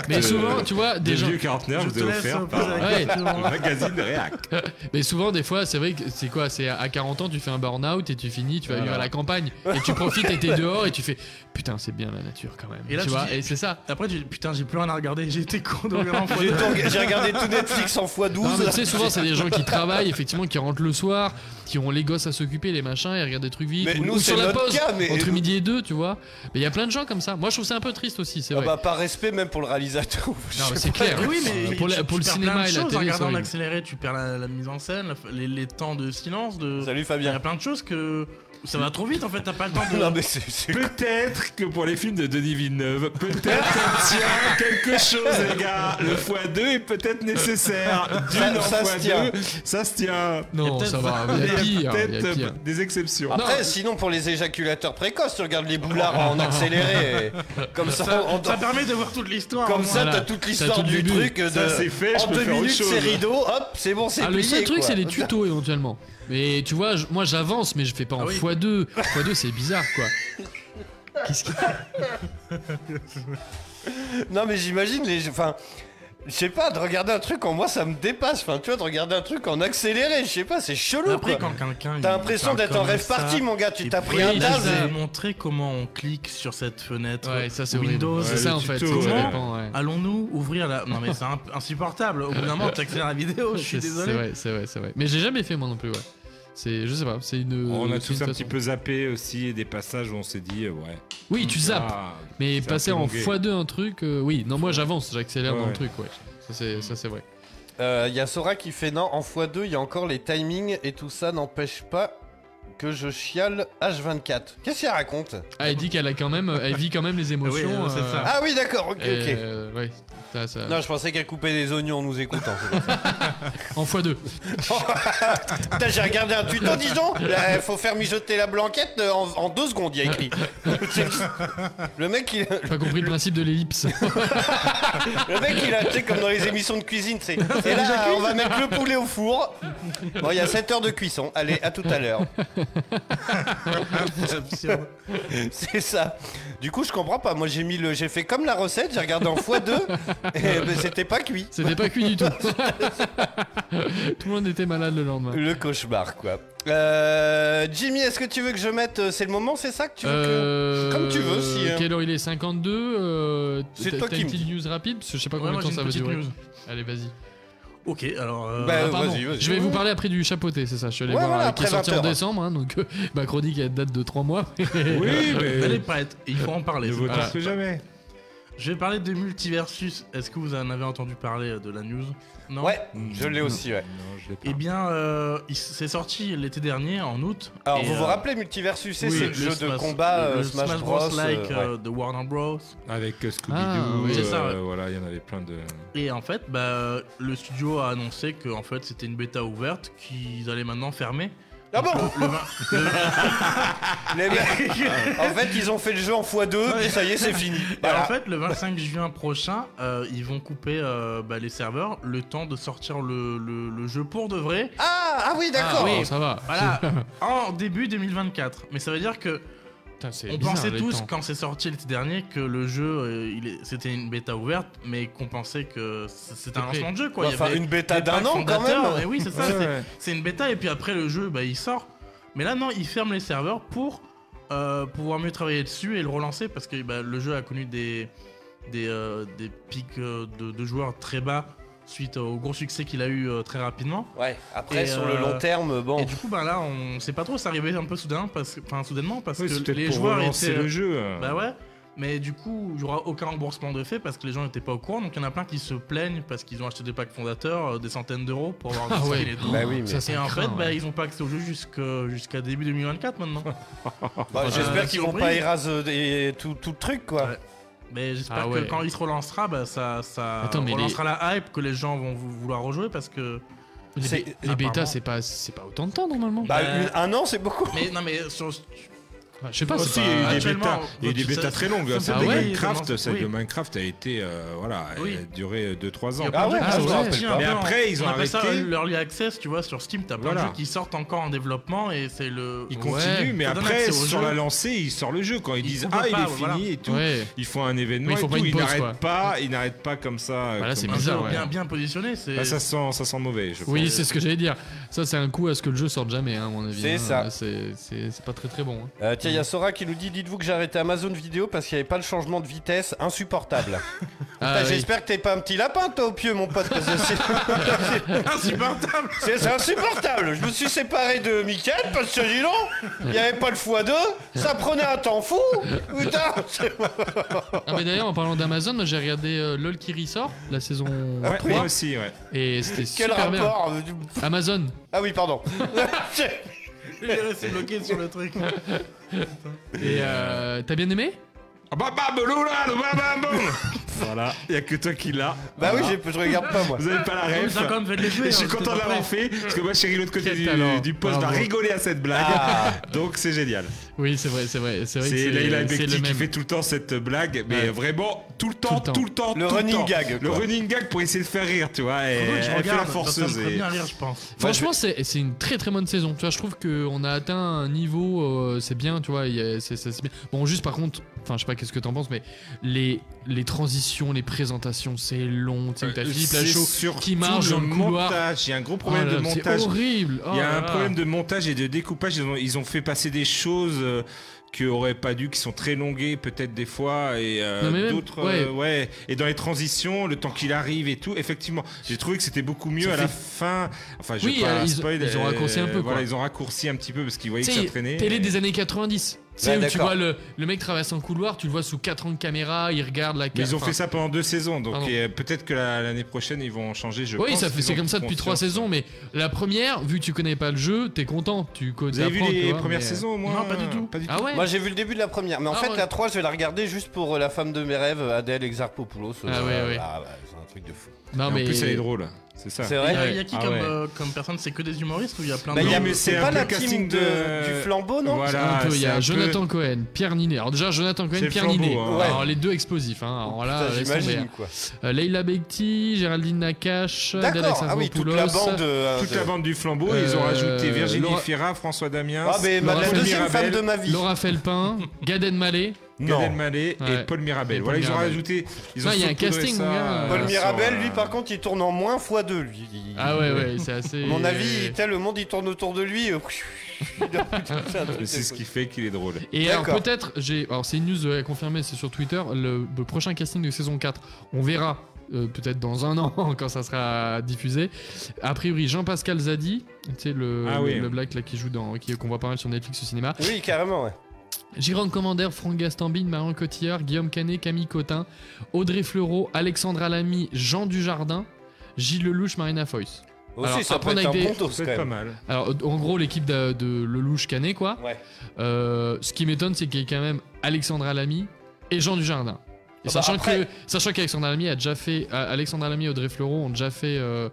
[SPEAKER 8] Mais
[SPEAKER 9] euh,
[SPEAKER 8] souvent, tu vois, des gens.
[SPEAKER 9] vous est offert par
[SPEAKER 8] Ouais.
[SPEAKER 9] le magazine React.
[SPEAKER 8] Mais souvent, des fois, c'est vrai que c'est quoi C'est à 40 ans, tu fais un burn-out et tu finis, tu vas vivre à la campagne. Et tu profites et t'es dehors et tu fais putain, c'est bien la nature quand même.
[SPEAKER 10] Et là,
[SPEAKER 8] tu
[SPEAKER 10] tu
[SPEAKER 8] vois,
[SPEAKER 10] dis-
[SPEAKER 8] et c'est ça.
[SPEAKER 10] Après, tu dis putain, j'ai plus rien à regarder, j'ai été con de regarder en fois
[SPEAKER 8] J'ai
[SPEAKER 10] deux.
[SPEAKER 8] tout reg- j'ai regardé tout
[SPEAKER 7] Netflix en fois
[SPEAKER 8] Non, mais tu sais, souvent, c'est des gens qui travaillent, effectivement, qui rentrent le soir, qui ont les gosses à s'occuper, les machins, et regardent des trucs vite.
[SPEAKER 7] Mais
[SPEAKER 8] ou,
[SPEAKER 7] nous,
[SPEAKER 8] ou sur
[SPEAKER 7] c'est
[SPEAKER 8] la
[SPEAKER 7] notre
[SPEAKER 8] pause,
[SPEAKER 7] cas, mais-
[SPEAKER 8] entre midi et deux, tu vois. Mais il y a plein de gens comme ça. Moi, je trouve ça un peu triste aussi, c'est
[SPEAKER 7] Ah
[SPEAKER 8] vrai.
[SPEAKER 7] bah, par respect même pour le réalisateur.
[SPEAKER 8] Non, mais c'est clair.
[SPEAKER 10] Oui, mais
[SPEAKER 8] pour, la-
[SPEAKER 10] tu-
[SPEAKER 8] pour le
[SPEAKER 10] tu perds
[SPEAKER 8] cinéma
[SPEAKER 10] plein de
[SPEAKER 8] et la
[SPEAKER 10] choses.
[SPEAKER 8] télé, c'est
[SPEAKER 10] Regarde en
[SPEAKER 8] horrible.
[SPEAKER 10] accéléré, tu perds la, la mise en scène, la- les, les temps de silence. De...
[SPEAKER 7] Salut Fabien.
[SPEAKER 10] Il y a plein de choses que ça va trop vite en fait, t'as pas le temps de.
[SPEAKER 7] Non, mais c'est- c'est-
[SPEAKER 9] Peut-être que pour les films de Denis Villeneuve, peut-être tient quelque chose, les gars. Le x2 est peut-être nécessaire.
[SPEAKER 7] Ça-
[SPEAKER 9] Dune en
[SPEAKER 7] ça se
[SPEAKER 9] x2, ça se tient.
[SPEAKER 8] Non,
[SPEAKER 9] Et
[SPEAKER 8] ça
[SPEAKER 9] peut-être-
[SPEAKER 8] va, il y a
[SPEAKER 9] et
[SPEAKER 8] pire, il y a
[SPEAKER 9] peut-être,
[SPEAKER 8] pire. Ah,
[SPEAKER 9] euh, des exceptions.
[SPEAKER 7] Après, sinon pour les éjaculateurs précoces, tu regardes les boulards en accéléré. et Comme ça,
[SPEAKER 10] Ça,
[SPEAKER 7] on-
[SPEAKER 10] ça permet de voir toute l'histoire.
[SPEAKER 7] Comme
[SPEAKER 10] au
[SPEAKER 7] ça,
[SPEAKER 10] moins.
[SPEAKER 7] t'as toute l'histoire du truc. De...
[SPEAKER 9] Ça, c'est fait, je
[SPEAKER 7] en
[SPEAKER 9] peux
[SPEAKER 7] deux
[SPEAKER 9] faire autre
[SPEAKER 7] minutes,
[SPEAKER 9] chose.
[SPEAKER 7] c'est rideau. Hop, c'est bon, c'est
[SPEAKER 8] Ah, le
[SPEAKER 7] plié.
[SPEAKER 8] seul truc,
[SPEAKER 7] quoi.
[SPEAKER 8] c'est les tutos éventuellement. Mais tu vois, je- moi j'avance, mais je fais pas en
[SPEAKER 10] Ah oui.
[SPEAKER 8] x2. x2, c'est bizarre quoi. Qu'est-ce qui.
[SPEAKER 7] Non, mais j'imagine les. Enfin. Je sais pas, de regarder un truc en moi ça me dépasse. Enfin, tu vois, de regarder un truc en accéléré, je sais pas, c'est chelou
[SPEAKER 10] Après,
[SPEAKER 7] quoi.
[SPEAKER 10] quand quelqu'un.
[SPEAKER 7] T'as
[SPEAKER 10] il
[SPEAKER 7] l'impression
[SPEAKER 10] parle
[SPEAKER 7] d'être
[SPEAKER 10] comme
[SPEAKER 7] en rêve
[SPEAKER 10] ça,
[SPEAKER 7] parti, mon gars, tu
[SPEAKER 10] et
[SPEAKER 7] t'as
[SPEAKER 10] puis
[SPEAKER 7] pris un
[SPEAKER 10] il
[SPEAKER 7] tas,
[SPEAKER 10] nous a
[SPEAKER 7] mais-
[SPEAKER 10] montré comment on clique sur cette fenêtre.
[SPEAKER 8] Ouais, ça c'est horrible.
[SPEAKER 10] Windows.
[SPEAKER 8] C'est ça
[SPEAKER 9] le
[SPEAKER 8] en fait,
[SPEAKER 9] tuto,
[SPEAKER 8] ça
[SPEAKER 9] ouais.
[SPEAKER 8] dépend, ouais.
[SPEAKER 10] Allons-nous ouvrir la. Non, mais c'est un- insupportable. Au bout d'un moment, t'accélères la vidéo, Oh, je suis
[SPEAKER 8] C'est-
[SPEAKER 10] désolé.
[SPEAKER 8] C'est vrai, c'est vrai, c'est vrai. Mais j'ai jamais fait moi non plus, ouais. C'est, je sais pas, c'est une.
[SPEAKER 9] On a
[SPEAKER 8] c'est
[SPEAKER 9] tous un
[SPEAKER 8] une euh, façon.
[SPEAKER 9] petit peu zappé aussi des passages où on s'est dit, euh, ouais.
[SPEAKER 8] Oui, tu zappes.
[SPEAKER 9] Ah,
[SPEAKER 8] mais
[SPEAKER 9] c'est un
[SPEAKER 8] passer
[SPEAKER 9] peu
[SPEAKER 8] en
[SPEAKER 9] longué.
[SPEAKER 8] x2 un truc, euh, oui. Non, moi j'avance, j'accélère
[SPEAKER 9] Ouais,
[SPEAKER 8] dans le
[SPEAKER 9] ouais.
[SPEAKER 8] truc, ouais. Ça c'est, ça c'est vrai.
[SPEAKER 7] Euh, Il y a Sora qui fait non, en x2, il y a encore les timings et tout ça n'empêche pas que je chiale H24. Qu'est-ce qu'elle raconte
[SPEAKER 8] Ah, elle dit qu'elle a quand même, elle vit quand même les émotions.
[SPEAKER 10] Oui, euh, c'est ça.
[SPEAKER 7] Ah oui, d'accord, ok, ok.
[SPEAKER 8] euh, ouais, ça, ça-
[SPEAKER 7] Non, je pensais qu'elle coupait des oignons en nous écoutant.
[SPEAKER 8] En x2.
[SPEAKER 7] Putain, j'ai regardé un tuto, dis donc Là, Euh, Faut faire mijoter la blanquette euh, en, en deux secondes, il y a écrit. le mec, il,
[SPEAKER 8] J'ai pas compris le principe de l'ellipse.
[SPEAKER 7] le mec, il a, tu sais, comme dans les émissions de cuisine, c'est. Et là, on va mettre le poulet au four. Bon, il y a 7 heures de cuisson. Allez, à tout à l'heure.
[SPEAKER 10] C'est absurde.
[SPEAKER 7] C'est ça. Du coup, je comprends pas. Moi, j'ai mis le, j'ai fait comme la recette. J'ai regardé en x2 et ben, c'était pas cuit.
[SPEAKER 8] C'était pas cuit du tout. tout le monde était malade le lendemain.
[SPEAKER 7] Le cauchemar, quoi. Euh, Jimmy, est-ce que tu veux que je mette euh, C'est le moment, c'est ça que tu veux
[SPEAKER 8] Euh,
[SPEAKER 7] que... Comme tu veux, si. euh,
[SPEAKER 8] Quelle heure il est 52 euh,
[SPEAKER 7] C'est
[SPEAKER 8] t'as-
[SPEAKER 7] toi
[SPEAKER 8] t'as
[SPEAKER 7] qui
[SPEAKER 8] une
[SPEAKER 7] me
[SPEAKER 8] petite news rapide parce que je sais pas
[SPEAKER 10] Ouais,
[SPEAKER 8] combien
[SPEAKER 10] moi,
[SPEAKER 8] de temps
[SPEAKER 10] j'ai
[SPEAKER 8] ça
[SPEAKER 10] une
[SPEAKER 8] va
[SPEAKER 10] petite
[SPEAKER 8] durer.
[SPEAKER 10] news.
[SPEAKER 8] Allez, vas-y.
[SPEAKER 10] Ok, alors. euh,
[SPEAKER 7] Bah,
[SPEAKER 8] Ah,
[SPEAKER 7] euh,
[SPEAKER 8] pardon,
[SPEAKER 7] vas-y, vas-y.
[SPEAKER 8] je vais vous parler après du chapeauté, c'est ça. Je suis allé
[SPEAKER 7] Ouais,
[SPEAKER 8] voir
[SPEAKER 7] voilà,
[SPEAKER 8] euh, qui est
[SPEAKER 7] après
[SPEAKER 8] sorti en
[SPEAKER 7] 20 heures.
[SPEAKER 8] décembre, hein, donc euh, ma chronique elle date de 3 mois.
[SPEAKER 9] Oui,
[SPEAKER 10] Elle est
[SPEAKER 9] mais.
[SPEAKER 10] prête, et il faut en parler.
[SPEAKER 9] Ne
[SPEAKER 10] c'est
[SPEAKER 9] vaut
[SPEAKER 10] pas grave.
[SPEAKER 9] que jamais.
[SPEAKER 10] Je vais parler de multiversus. Est-ce que vous en avez entendu parler euh, de la news Non
[SPEAKER 7] Ouais, je l'ai aussi. Ouais.
[SPEAKER 9] Non, je l'ai pas.
[SPEAKER 10] Eh bien, euh, il s- c'est sorti l'été dernier, en août.
[SPEAKER 7] Alors,
[SPEAKER 10] et,
[SPEAKER 7] vous
[SPEAKER 10] euh,
[SPEAKER 7] vous rappelez Multiversus, c'est
[SPEAKER 10] oui,
[SPEAKER 7] le, jeu de
[SPEAKER 10] Smash-
[SPEAKER 7] combat
[SPEAKER 10] le-
[SPEAKER 7] euh,
[SPEAKER 10] le
[SPEAKER 7] Smash, Bros. euh,
[SPEAKER 10] like
[SPEAKER 7] ouais.
[SPEAKER 10] euh, de Warner Bros.
[SPEAKER 9] Avec euh, Scooby-Doo,
[SPEAKER 8] Ah, oui.
[SPEAKER 10] C'est ça, ouais.
[SPEAKER 9] euh, voilà, il y en avait plein de.
[SPEAKER 10] Et en fait, bah, le studio a annoncé que en fait, c'était une bêta ouverte qu'ils allaient maintenant fermer.
[SPEAKER 7] Ah bon
[SPEAKER 10] Le vingt-
[SPEAKER 7] Les mecs- En fait, ils ont fait le jeu en x2, puis ça y est, c'est fini.
[SPEAKER 10] Et
[SPEAKER 7] Voilà.
[SPEAKER 10] Bah, en fait, le 25 juin prochain, euh, ils vont couper euh, bah, les serveurs, le temps de sortir le, le- le jeu pour de vrai.
[SPEAKER 7] Ah, ah oui,
[SPEAKER 8] Ah,
[SPEAKER 7] d'accord.
[SPEAKER 10] Oh.
[SPEAKER 8] bon, ça va.
[SPEAKER 10] Voilà, en début 2024. Mais ça veut dire que
[SPEAKER 8] Putain, c'est
[SPEAKER 10] on
[SPEAKER 8] bizarre,
[SPEAKER 10] pensait
[SPEAKER 8] les
[SPEAKER 10] tous
[SPEAKER 8] temps.
[SPEAKER 10] quand c'est sorti l'été dernier que le jeu, euh, il est- c'était une bêta ouverte, mais qu'on pensait que c- c'était un
[SPEAKER 8] prêt.
[SPEAKER 10] lancement de jeu quoi. Il y
[SPEAKER 7] Enfin,
[SPEAKER 10] avait
[SPEAKER 7] une bêta
[SPEAKER 10] des
[SPEAKER 7] d'un
[SPEAKER 10] packs
[SPEAKER 7] an quand
[SPEAKER 10] fondateurs,
[SPEAKER 7] même.
[SPEAKER 10] Et oui, c'est ça.
[SPEAKER 9] Ouais,
[SPEAKER 10] c'est-
[SPEAKER 9] ouais.
[SPEAKER 10] c'est une bêta et puis après le jeu bah, il sort. Mais là non, ils ferment les serveurs pour euh, pouvoir mieux travailler dessus et le relancer parce que bah, le jeu a connu des, des, euh, des pics euh, de, de joueurs très bas suite au gros succès qu'il a eu euh, très rapidement.
[SPEAKER 7] Ouais, après,
[SPEAKER 10] Et,
[SPEAKER 7] sur le
[SPEAKER 10] euh,
[SPEAKER 7] long terme, bon.
[SPEAKER 10] Et du coup bah là on sait pas trop, ça arrivait un peu soudain parce que, enfin soudainement parce
[SPEAKER 9] Oui, c'est
[SPEAKER 10] que
[SPEAKER 9] peut-être
[SPEAKER 10] les
[SPEAKER 9] pour
[SPEAKER 10] joueurs
[SPEAKER 9] relancer
[SPEAKER 10] étaient
[SPEAKER 9] le jeu. euh.
[SPEAKER 10] bah ouais. Mais du coup, il y aura aucun remboursement de fait parce que les gens n'étaient pas au courant. Donc il y en a plein qui se plaignent parce qu'ils ont acheté des packs fondateurs, euh, des centaines d'euros pour avoir
[SPEAKER 8] Ah
[SPEAKER 10] des
[SPEAKER 8] ouais.
[SPEAKER 10] skins et tout.
[SPEAKER 7] Bah oui, mais-
[SPEAKER 8] Ça, ça
[SPEAKER 10] Et en
[SPEAKER 8] craint,
[SPEAKER 10] fait, bah,
[SPEAKER 8] ouais.
[SPEAKER 10] ils ont pas accès au jeu jusque- jusqu'à début 2024 maintenant.
[SPEAKER 7] Bah,
[SPEAKER 10] Euh,
[SPEAKER 7] J'espère qu'ils vont
[SPEAKER 10] surprise.
[SPEAKER 7] pas erase euh, et tout, tout le truc quoi.
[SPEAKER 10] Ouais. Mais j'espère
[SPEAKER 8] Ah ouais.
[SPEAKER 10] que quand il se relancera, bah, ça, ça
[SPEAKER 8] Attends, mais
[SPEAKER 10] relancera la hype que les gens vont vou- vouloir rejouer parce que
[SPEAKER 8] Les,
[SPEAKER 7] C'est-
[SPEAKER 8] bé- les bêtas,
[SPEAKER 10] apparemment. Euh,
[SPEAKER 8] c'est pas, c'est pas autant de temps normalement.
[SPEAKER 7] Bah, une- un an, c'est beaucoup.
[SPEAKER 10] Mais non, mais sur.
[SPEAKER 8] Bah, je sais pas,
[SPEAKER 9] Oh, si,
[SPEAKER 8] c'est pas-
[SPEAKER 9] il y a eu des
[SPEAKER 10] actuellement,
[SPEAKER 9] bêtas, il y a eu des
[SPEAKER 10] ça-
[SPEAKER 9] bêtas très longues.
[SPEAKER 10] ça-
[SPEAKER 9] celle
[SPEAKER 8] ah
[SPEAKER 9] de
[SPEAKER 8] ouais,
[SPEAKER 9] Minecraft, celle
[SPEAKER 10] oui.
[SPEAKER 9] de Minecraft a été, euh, voilà,
[SPEAKER 10] Oui.
[SPEAKER 9] elle a duré 2-3
[SPEAKER 10] Il y
[SPEAKER 9] ans.
[SPEAKER 10] a plein
[SPEAKER 7] ouais,
[SPEAKER 10] de jeux qui
[SPEAKER 7] ah
[SPEAKER 10] sont
[SPEAKER 7] ouais, je me
[SPEAKER 9] rappelle
[SPEAKER 10] sortis un
[SPEAKER 9] pas.
[SPEAKER 10] peu
[SPEAKER 9] Mais
[SPEAKER 10] en-
[SPEAKER 9] après, ils ont
[SPEAKER 10] on appelle ça
[SPEAKER 9] arrêté.
[SPEAKER 10] euh, l'early access, tu vois, sur Steam, t'as plein de
[SPEAKER 9] Voilà.
[SPEAKER 10] jeux qui sortent encore en développement et c'est le.
[SPEAKER 9] Ils
[SPEAKER 8] Ouais.
[SPEAKER 9] continuent, mais
[SPEAKER 10] Ça donne
[SPEAKER 9] après,
[SPEAKER 10] euh, accès au
[SPEAKER 9] sur
[SPEAKER 10] jeu.
[SPEAKER 9] la lancée, ils sortent le jeu. Quand ils,
[SPEAKER 10] Ils
[SPEAKER 9] disent
[SPEAKER 10] trouvent
[SPEAKER 9] Ah, il
[SPEAKER 10] pas,
[SPEAKER 9] est
[SPEAKER 10] voilà.
[SPEAKER 9] fini et tout,
[SPEAKER 8] Ouais.
[SPEAKER 9] ils font un événement.
[SPEAKER 8] Mais ils font
[SPEAKER 9] et
[SPEAKER 8] pas
[SPEAKER 9] tout.
[SPEAKER 8] une
[SPEAKER 9] Ils
[SPEAKER 8] pause,
[SPEAKER 9] n'arrêtent
[SPEAKER 8] quoi.
[SPEAKER 9] pas, ils n'arrêtent pas comme ça.
[SPEAKER 8] Bah là,
[SPEAKER 9] comme
[SPEAKER 8] c'est
[SPEAKER 9] un-
[SPEAKER 8] bizarre. ouais.
[SPEAKER 10] bien, bien positionné, c'est.
[SPEAKER 9] Bah, ça, sent, ça sent mauvais, je pense.
[SPEAKER 8] Oui, c'est ce que j'allais dire. Ça, c'est un coup à ce que le jeu sorte jamais, hein, à mon avis.
[SPEAKER 7] C'est
[SPEAKER 8] hein.
[SPEAKER 7] ça.
[SPEAKER 8] C'est- C'est c'est pas très très bon. hein.
[SPEAKER 7] Euh, tiens, il y a Sora qui nous dit Dites-vous que j'ai arrêté Amazon Vidéo parce qu'il n'y avait pas le changement de vitesse insupportable.
[SPEAKER 8] Ah,
[SPEAKER 7] Putain,
[SPEAKER 8] oui.
[SPEAKER 7] Bah, J'espère que t'es pas un petit lapin, toi, au pieu, mon pote. parce que c'est-
[SPEAKER 10] insupportable
[SPEAKER 7] c'est c'est insupportable. Je me suis séparé de Mickaël parce que dis donc, il n'y avait pas le x2, ça prenait un temps fou. Putain, c'est-
[SPEAKER 8] Ah, mais d'ailleurs, en parlant d'Amazon, moi, j'ai regardé euh, LOL qui ressort, la saison
[SPEAKER 9] Ah Ouais, moi
[SPEAKER 8] 3.
[SPEAKER 9] aussi, ouais.
[SPEAKER 8] Et c'était
[SPEAKER 7] quel
[SPEAKER 8] super bien.
[SPEAKER 7] rapport.
[SPEAKER 8] Amazon.
[SPEAKER 7] Ah oui, pardon.
[SPEAKER 10] Il est resté bloqué sur le truc.
[SPEAKER 8] Et euh, t'as bien aimé
[SPEAKER 9] Ah, Bah, bah, belou, là, le bah, bah, boum. Voilà, il n'y a que toi qui l'as.
[SPEAKER 7] bah oui, j'ai- je regarde pas, moi.
[SPEAKER 9] Vous avez pas la
[SPEAKER 10] Ils
[SPEAKER 9] ref.
[SPEAKER 10] ont quand même fait de les jouer,
[SPEAKER 9] Et je suis
[SPEAKER 10] hein,
[SPEAKER 9] content
[SPEAKER 10] c'était
[SPEAKER 9] de
[SPEAKER 10] pas
[SPEAKER 9] l'avoir
[SPEAKER 10] vrai.
[SPEAKER 9] fait parce que ma chérie, l'autre côté
[SPEAKER 8] Quel
[SPEAKER 9] du,
[SPEAKER 8] talent.
[SPEAKER 9] du poste, va
[SPEAKER 8] Bravo.
[SPEAKER 9] rigoler à cette blague.
[SPEAKER 7] Ah.
[SPEAKER 9] Donc, c'est génial.
[SPEAKER 8] Oui, c'est vrai, c'est vrai. C'est vrai que
[SPEAKER 9] C'est Leila
[SPEAKER 8] c'est le
[SPEAKER 9] Bekti qui
[SPEAKER 8] même.
[SPEAKER 9] fait tout le temps cette blague, mais
[SPEAKER 8] Ouais.
[SPEAKER 9] vraiment tout le temps,
[SPEAKER 8] Tout le
[SPEAKER 9] tout le temps.
[SPEAKER 7] Le
[SPEAKER 9] tout
[SPEAKER 7] running
[SPEAKER 9] temps.
[SPEAKER 7] gag,
[SPEAKER 9] Le
[SPEAKER 7] quoi.
[SPEAKER 9] running gag pour essayer de faire rire, tu vois. Et
[SPEAKER 10] Faut que je
[SPEAKER 9] elle fait la
[SPEAKER 10] regarde, ça me
[SPEAKER 9] forceuse.
[SPEAKER 10] ferait
[SPEAKER 9] et-
[SPEAKER 10] bien rire, je pense.
[SPEAKER 8] Franchement, c'est c'est une très très bonne saison. Tu vois, je trouve qu'on a atteint un niveau, euh, c'est bien, tu vois. il y a- c'est- ça, c'est bien. Bon, juste par contre, enfin, je sais pas qu'est-ce que t'en penses, mais les, les transitions, les présentations, c'est long. Tu sais, t'as
[SPEAKER 9] Euh,
[SPEAKER 8] Philippe
[SPEAKER 9] c'est
[SPEAKER 8] Lachaud
[SPEAKER 9] surtout
[SPEAKER 8] qui marche
[SPEAKER 9] le
[SPEAKER 8] dans le couloir.
[SPEAKER 9] montage. Il y a un gros
[SPEAKER 8] Oh
[SPEAKER 9] problème
[SPEAKER 8] là
[SPEAKER 9] de
[SPEAKER 8] là,
[SPEAKER 9] montage.
[SPEAKER 8] C'est horrible. Oh
[SPEAKER 9] Il y a un problème de montage et de découpage. Ils ont, ils ont fait passer des choses euh, qui auraient pas dû, qui sont très longuées peut-être des fois et euh,
[SPEAKER 8] Non, mais même-
[SPEAKER 9] d'autres. euh,
[SPEAKER 8] ouais.
[SPEAKER 9] ouais. Et dans les transitions, le temps qu'il arrive et tout. Effectivement, j'ai trouvé que c'était beaucoup mieux
[SPEAKER 8] Ça
[SPEAKER 9] à la
[SPEAKER 8] fait-
[SPEAKER 9] fin. Enfin, je vais
[SPEAKER 8] Oui,
[SPEAKER 9] pas
[SPEAKER 8] euh, ils-
[SPEAKER 9] spoil,
[SPEAKER 8] ils ont
[SPEAKER 9] euh,
[SPEAKER 8] raccourci un peu,
[SPEAKER 9] Voilà,
[SPEAKER 8] quoi.
[SPEAKER 9] ils ont raccourci un petit peu parce qu'ils voyaient que ça
[SPEAKER 8] C'est
[SPEAKER 9] traînait.
[SPEAKER 8] télé
[SPEAKER 9] et-
[SPEAKER 8] des années 90. Tu
[SPEAKER 9] Bah,
[SPEAKER 8] sais,
[SPEAKER 7] Ouais,
[SPEAKER 8] où tu
[SPEAKER 7] d'accord.
[SPEAKER 8] vois le, le mec traverse un couloir, tu le vois sous 4 ans de caméra, il regarde la
[SPEAKER 9] Mais
[SPEAKER 8] caméra.
[SPEAKER 9] ils ont fait ça pendant deux saisons, donc
[SPEAKER 8] Pardon.
[SPEAKER 9] et, euh, peut-être que la- l'année prochaine ils vont changer. Je
[SPEAKER 8] Oui,
[SPEAKER 9] pense
[SPEAKER 8] ça fait-
[SPEAKER 9] qu'ils
[SPEAKER 8] c'est
[SPEAKER 9] ont
[SPEAKER 8] comme ça depuis trois
[SPEAKER 9] conscience.
[SPEAKER 8] saisons, mais la première, vu que tu connais pas le jeu, t'es content. Tu co-
[SPEAKER 9] Vous avez vu
[SPEAKER 8] t'apprends, tu
[SPEAKER 9] les
[SPEAKER 8] vois,
[SPEAKER 9] premières
[SPEAKER 8] mais, euh,
[SPEAKER 9] saisons au moins
[SPEAKER 10] Non, pas du tout.
[SPEAKER 8] Ah ouais
[SPEAKER 7] Moi j'ai vu le début de la première, mais en
[SPEAKER 8] Ah
[SPEAKER 7] fait
[SPEAKER 8] ouais.
[SPEAKER 7] la 3 je vais la regarder juste pour euh, la femme de mes rêves, Adèle Exarchopoulos.
[SPEAKER 8] Ah ouais, ouais.
[SPEAKER 7] ah bah, c'est un truc de fou.
[SPEAKER 8] Non,
[SPEAKER 9] Et
[SPEAKER 8] Ah, mais.
[SPEAKER 9] En plus, elle est drôle, c'est ça.
[SPEAKER 7] C'est
[SPEAKER 10] Il y a-
[SPEAKER 7] vrai
[SPEAKER 10] il y a qui
[SPEAKER 9] Ah
[SPEAKER 10] comme,
[SPEAKER 9] ouais.
[SPEAKER 10] euh, comme personne C'est que des humoristes ou il y a plein
[SPEAKER 7] Bah,
[SPEAKER 10] de
[SPEAKER 7] il y a-
[SPEAKER 9] Non, mais c'est
[SPEAKER 7] C'est
[SPEAKER 9] un
[SPEAKER 7] pas
[SPEAKER 9] peu
[SPEAKER 7] la
[SPEAKER 9] le
[SPEAKER 7] team
[SPEAKER 9] casting
[SPEAKER 7] de...
[SPEAKER 9] de-
[SPEAKER 7] du flambeau, non
[SPEAKER 8] C'est un
[SPEAKER 9] Voilà,
[SPEAKER 8] peu, il y
[SPEAKER 9] c'est un
[SPEAKER 8] a
[SPEAKER 9] peu-
[SPEAKER 8] Jonathan Cohen, Pierre Ninet. Alors déjà Jonathan Cohen,
[SPEAKER 9] C'est le
[SPEAKER 8] Pierre
[SPEAKER 9] flambeau,
[SPEAKER 8] Ninet.
[SPEAKER 9] hein.
[SPEAKER 8] Alors
[SPEAKER 7] Ouais.
[SPEAKER 8] les deux explosifs. Hein. Alors là,
[SPEAKER 7] Putain,
[SPEAKER 8] laisse tomber, hein.
[SPEAKER 7] J'imagine quoi.
[SPEAKER 8] Euh, Leila Bekti, Géraldine Nakache, Adèle
[SPEAKER 7] D'accord, ah oui, toute la
[SPEAKER 8] Alexandropoulos,
[SPEAKER 7] bande. euh,
[SPEAKER 9] Toute
[SPEAKER 7] de-
[SPEAKER 9] la bande du flambeau,
[SPEAKER 8] Euh,
[SPEAKER 9] ils ont rajouté Virginie
[SPEAKER 8] Laura-
[SPEAKER 9] Fira, François Damiens,
[SPEAKER 7] Ah, mais ma- la
[SPEAKER 8] Laura
[SPEAKER 7] deuxième
[SPEAKER 9] Mirabel.
[SPEAKER 7] femme de ma vie.
[SPEAKER 8] Laura Felpin, Gad Elmaleh.
[SPEAKER 9] Gad
[SPEAKER 7] Non.
[SPEAKER 9] Elmaleh
[SPEAKER 8] Ouais.
[SPEAKER 9] et Paul Mirabel.
[SPEAKER 8] Et
[SPEAKER 9] voilà,
[SPEAKER 8] Paul
[SPEAKER 9] ils ont
[SPEAKER 8] Mirabel.
[SPEAKER 9] rajouté. Ils ont
[SPEAKER 8] Non, il y a un
[SPEAKER 9] saupoudré
[SPEAKER 8] casting,
[SPEAKER 9] ça,
[SPEAKER 8] mon gars.
[SPEAKER 9] euh,
[SPEAKER 7] Paul
[SPEAKER 9] sur,
[SPEAKER 7] Mirabel,
[SPEAKER 9] euh,
[SPEAKER 7] lui par contre, il tourne en moins fois 2 lui. Il-
[SPEAKER 8] Ah ouais, ouais, c'est assez.
[SPEAKER 7] À Mon avis, tel le monde, il tourne autour de lui. euh, c'est un truc de
[SPEAKER 9] C'est ce
[SPEAKER 7] fou.
[SPEAKER 9] qui fait qu'il est drôle.
[SPEAKER 8] Et alors
[SPEAKER 7] D'accord.
[SPEAKER 8] peut-être, j'ai, alors c'est une news euh, à confirmer, c'est sur Twitter, le, le prochain casting de saison 4, on verra euh, peut-être dans un an quand ça sera diffusé. A priori, Jean-Pascal Zadi, tu sais le,
[SPEAKER 9] Ah
[SPEAKER 8] le-
[SPEAKER 9] oui.
[SPEAKER 8] le black là qui joue dans, qui qu'on voit pas mal sur Netflix au cinéma.
[SPEAKER 7] Oui, carrément, ouais.
[SPEAKER 8] Jérôme Commander, Franck Gastambide, Marion Cotillard, Guillaume Canet, Camille Cotin, Audrey Fleurot, Alexandra Lamy, Jean Dujardin, Gilles Lelouch, Marina Foïs.
[SPEAKER 7] Aussi,
[SPEAKER 8] Alors,
[SPEAKER 7] ça peut
[SPEAKER 8] apprendre
[SPEAKER 7] être un
[SPEAKER 8] avec
[SPEAKER 7] bon
[SPEAKER 8] des-
[SPEAKER 7] dos
[SPEAKER 9] Ça
[SPEAKER 7] quand
[SPEAKER 9] va être pas
[SPEAKER 7] même.
[SPEAKER 9] mal.
[SPEAKER 8] Alors en gros l'équipe de, de Lelouch Canet quoi.
[SPEAKER 7] Ouais.
[SPEAKER 8] Euh, ce qui m'étonne, c'est qu'il y ait quand même Alexandra Lamy et Jean Dujardin.
[SPEAKER 7] Ah
[SPEAKER 8] Et
[SPEAKER 7] bah
[SPEAKER 8] sachant
[SPEAKER 7] après-
[SPEAKER 8] que sachant qu'Alexandra Lamy a déjà fait A- Alexandra Lamy et Audrey Fleurot ont déjà fait euh,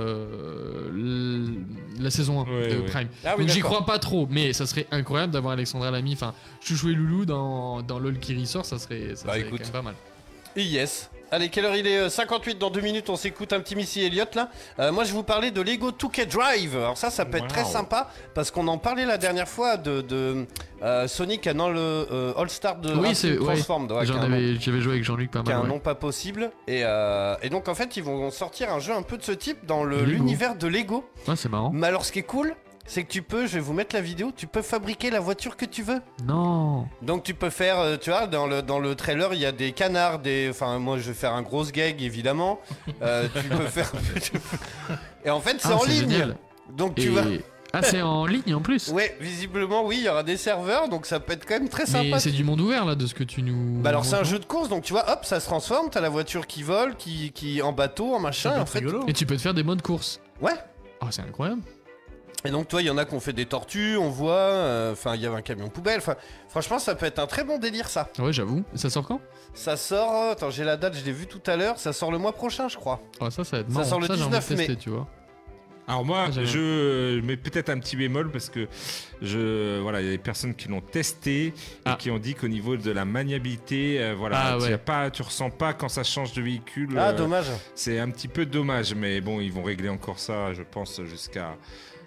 [SPEAKER 8] euh, l- la saison 1
[SPEAKER 9] Ouais,
[SPEAKER 8] de
[SPEAKER 9] ouais.
[SPEAKER 8] Prime.
[SPEAKER 7] Ah oui,
[SPEAKER 8] Donc j'y
[SPEAKER 7] d'accord.
[SPEAKER 8] crois pas trop, mais ça serait incroyable d'avoir Alexandra Lamy, enfin Chouchou et Loulou dans dans LOL qui ressort, ça serait ça
[SPEAKER 7] Bah,
[SPEAKER 8] serait
[SPEAKER 7] écoute.
[SPEAKER 8] quand même pas mal.
[SPEAKER 7] Et Yes. Allez, quelle heure il est Euh, 58 dans 2 minutes, on s'écoute un petit Missy Elliott là. Euh, moi je vous parlais de Lego 2K Drive. Alors ça, ça peut être très
[SPEAKER 9] Wow.
[SPEAKER 7] sympa parce qu'on en parlait la dernière fois de, de, euh, Sonic dans le euh, All-Star de
[SPEAKER 8] Oui,
[SPEAKER 7] Rapid
[SPEAKER 8] c'est- ouais.
[SPEAKER 7] Transformed. ouais, qui
[SPEAKER 8] J'en
[SPEAKER 7] a un nom-
[SPEAKER 8] avais j'avais joué avec Jean-Luc pas
[SPEAKER 7] qui a
[SPEAKER 8] mal.
[SPEAKER 7] un
[SPEAKER 8] ouais.
[SPEAKER 7] nom pas possible. Et, euh, et donc en fait, ils vont sortir un jeu un peu de ce type dans le-
[SPEAKER 8] Lego.
[SPEAKER 7] l'univers de Lego.
[SPEAKER 8] Ouais, c'est marrant.
[SPEAKER 7] Mais alors ce qui est cool, c'est que tu peux, je vais vous mettre la vidéo, tu peux fabriquer la voiture que tu veux.
[SPEAKER 8] Non.
[SPEAKER 7] Donc tu peux faire, euh, tu vois, dans le, dans le trailer, il y a des canards, des... Enfin, moi, je vais faire un gros gag, évidemment. Euh, tu peux faire... Et en fait, c'est
[SPEAKER 8] Ah,
[SPEAKER 7] en ligne.
[SPEAKER 8] génial.
[SPEAKER 7] Donc tu
[SPEAKER 8] Et-
[SPEAKER 7] vas...
[SPEAKER 8] Ah, c'est en ligne en plus.
[SPEAKER 7] Ouais, visiblement, oui, il y aura des serveurs, donc ça peut être quand même très
[SPEAKER 8] Mais
[SPEAKER 7] sympa.
[SPEAKER 8] c'est du monde ouvert là de ce que tu nous.
[SPEAKER 7] Bah alors c'est un
[SPEAKER 8] montres,
[SPEAKER 7] jeu de course, donc tu vois, hop, ça se transforme, t'as la voiture qui vole, qui, qui en bateau, en machin, en fait.
[SPEAKER 8] non Et tu peux te faire des modes course.
[SPEAKER 7] Ouais.
[SPEAKER 8] Ah, c'est incroyable.
[SPEAKER 7] Et donc toi, il y en a qui ont fait des tortues, on voit, euh, enfin, il y avait un camion poubelle, enfin, franchement, ça peut être un très bon délire, ça.
[SPEAKER 8] Ah Ouais, j'avoue. Ça sort quand
[SPEAKER 7] Ça sort, euh, attends, j'ai la date, je l'ai vu tout à l'heure, ça sort le mois prochain, je crois.
[SPEAKER 8] Ah, ça, ça va être
[SPEAKER 7] Ça
[SPEAKER 8] marrant.
[SPEAKER 7] sort le
[SPEAKER 8] j'ai envie de
[SPEAKER 7] 19 mai.
[SPEAKER 8] tester, tu vois.
[SPEAKER 9] Alors moi,
[SPEAKER 8] Ah, j'aime
[SPEAKER 9] je euh, mets peut-être un petit bémol parce que je voilà, il y a des personnes qui l'ont testé et
[SPEAKER 8] Ah.
[SPEAKER 9] qui ont dit qu'au niveau de la maniabilité, euh, voilà,
[SPEAKER 7] Ah,
[SPEAKER 9] tu
[SPEAKER 7] ouais.
[SPEAKER 9] as pas, tu ressens pas quand ça change de véhicule. euh,
[SPEAKER 7] Ah, dommage.
[SPEAKER 9] C'est un petit peu dommage, mais bon, ils vont régler encore ça, je pense, jusqu'à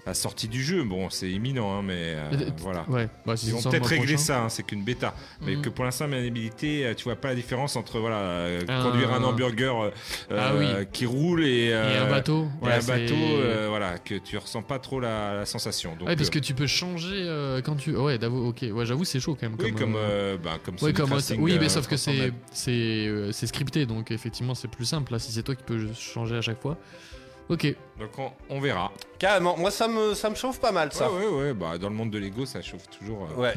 [SPEAKER 9] la sortie du jeu. Bon, c'est imminent, hein, mais euh,
[SPEAKER 8] Euh, t-
[SPEAKER 9] voilà.
[SPEAKER 8] ouais, bah, c'est
[SPEAKER 9] ils vont
[SPEAKER 8] décembre
[SPEAKER 9] peut-être
[SPEAKER 8] prochain.
[SPEAKER 9] régler ça. hein, c'est qu'une bêta, mais
[SPEAKER 8] Mhm.
[SPEAKER 9] que pour l'instant, maniabilité, euh, tu vois pas la différence entre voilà, euh,
[SPEAKER 8] Un-
[SPEAKER 9] conduire un hamburger euh,
[SPEAKER 8] Ah
[SPEAKER 9] euh,
[SPEAKER 8] oui.
[SPEAKER 9] qui roule et, euh,
[SPEAKER 8] Et un bateau.
[SPEAKER 9] et
[SPEAKER 8] Ouais,
[SPEAKER 9] un
[SPEAKER 8] c'est-
[SPEAKER 9] bateau, euh, voilà, que tu ressens pas trop la, la sensation. Donc,
[SPEAKER 8] ouais, Ah parce que
[SPEAKER 9] euh,
[SPEAKER 8] tu peux changer euh, quand tu. Ouais, d'avoue, ok. Ouais, j'avoue, c'est chaud quand même.
[SPEAKER 9] Oui, comme,
[SPEAKER 8] euh,
[SPEAKER 9] euh, bah, comme
[SPEAKER 8] ouais,
[SPEAKER 9] Sonic
[SPEAKER 8] comme, euh,
[SPEAKER 9] Racing,
[SPEAKER 8] oui, mais
[SPEAKER 9] euh,
[SPEAKER 8] sauf que c'est
[SPEAKER 9] 300.
[SPEAKER 8] c'est euh, c'est scripté, donc effectivement, c'est plus simple. Là, si c'est toi qui peux changer à chaque fois. Ok.
[SPEAKER 9] donc on, on verra.
[SPEAKER 7] Carrément, moi ça me, ça me chauffe pas mal ça.
[SPEAKER 9] Ouais, ouais, ouais, bah, dans le monde de l'ego, ça chauffe toujours euh,
[SPEAKER 7] Ouais,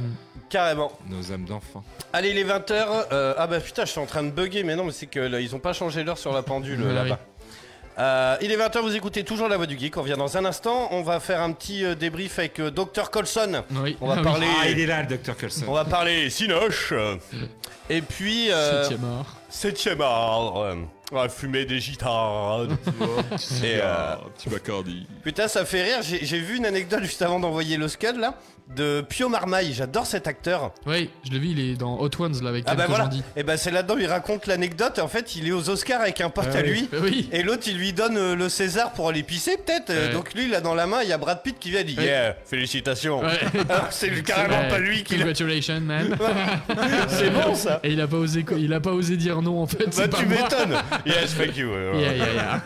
[SPEAKER 7] carrément.
[SPEAKER 9] nos âmes d'enfants.
[SPEAKER 7] Allez, les 20h. ah bah putain, je suis en train de bugger, mais non, mais c'est que là, ils ont pas changé l'heure sur la pendule
[SPEAKER 8] Ouais,
[SPEAKER 7] là-bas. Euh, il est 20h, vous écoutez toujours La Voix du Geek. On revient dans un instant. On va faire un petit euh, débrief avec euh, Dr. Colson.
[SPEAKER 8] Oui.
[SPEAKER 7] On va
[SPEAKER 8] Ah oui.
[SPEAKER 7] parler.
[SPEAKER 9] Ah, il est là, le Dr. Coulson.
[SPEAKER 7] On va parler Sinoche. Et puis. euh,
[SPEAKER 8] Septième art.
[SPEAKER 7] Septième art. euh, On va fumer des guitares. Et, euh,
[SPEAKER 9] Petit Bacardi.
[SPEAKER 7] Putain, ça fait rire. J'ai j'ai vu une anecdote juste avant d'envoyer le scud là de Pio Marmaille. J'adore cet acteur.
[SPEAKER 8] Oui, je l'ai vu, il est dans Hot Ones là avec
[SPEAKER 7] Ah bah
[SPEAKER 8] quelques
[SPEAKER 7] voilà.
[SPEAKER 8] bandits.
[SPEAKER 7] Et bah c'est là-dedans, il raconte l'anecdote. En fait, il est aux Oscars avec un pote
[SPEAKER 9] Ah
[SPEAKER 7] à
[SPEAKER 9] oui.
[SPEAKER 7] lui.
[SPEAKER 8] Bah oui.
[SPEAKER 7] Et l'autre, il lui donne euh, le César pour aller pisser, peut-être. Euh,
[SPEAKER 8] Ouais.
[SPEAKER 7] Donc lui, là, dans la main, il y a Brad Pitt qui vient dire
[SPEAKER 8] Ouais.
[SPEAKER 7] Yeah, félicitations.
[SPEAKER 8] Ouais.
[SPEAKER 7] Alors que c'est carrément
[SPEAKER 8] Ouais.
[SPEAKER 7] pas lui qui l'a.
[SPEAKER 8] Congratulations, man.
[SPEAKER 7] C'est bon ça.
[SPEAKER 8] Et il a pas osé, co- il a pas osé dire non en fait.
[SPEAKER 7] Bah,
[SPEAKER 8] c'est pas
[SPEAKER 7] tu
[SPEAKER 8] moi.
[SPEAKER 7] m'étonnes. yes, thank you. Ouais, ouais.
[SPEAKER 8] Yeah, yeah, yeah.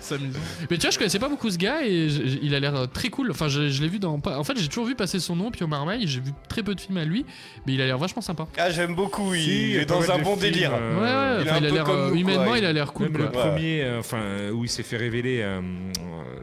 [SPEAKER 10] C'est amusant.
[SPEAKER 8] Mais tu vois, je connaissais pas beaucoup ce gars et je- je- il a l'air euh, très cool. Enfin, je, je l'ai vu dans. pas- En fait, j'ai toujours vu passer son nom, Pio Marmaille. J'ai vu très peu de films à lui, mais il a l'air vachement sympa.
[SPEAKER 7] Ah, j'aime beaucoup. Il,
[SPEAKER 9] Si,
[SPEAKER 7] est
[SPEAKER 9] pas mal
[SPEAKER 7] dans un
[SPEAKER 9] de
[SPEAKER 7] bon
[SPEAKER 9] films,
[SPEAKER 7] délire.
[SPEAKER 9] euh,
[SPEAKER 8] Ouais, ouais,
[SPEAKER 7] il
[SPEAKER 8] enfin,
[SPEAKER 7] est
[SPEAKER 8] il
[SPEAKER 7] un
[SPEAKER 8] a
[SPEAKER 7] peu
[SPEAKER 8] l'air.
[SPEAKER 7] comme
[SPEAKER 8] euh,
[SPEAKER 7] nous, quoi.
[SPEAKER 8] humainement, il a
[SPEAKER 7] Il-
[SPEAKER 8] l'air cool.
[SPEAKER 9] Même le
[SPEAKER 8] Quoi.
[SPEAKER 7] Ouais.
[SPEAKER 9] premier, euh, enfin, euh, où il s'est fait révéler euh, euh,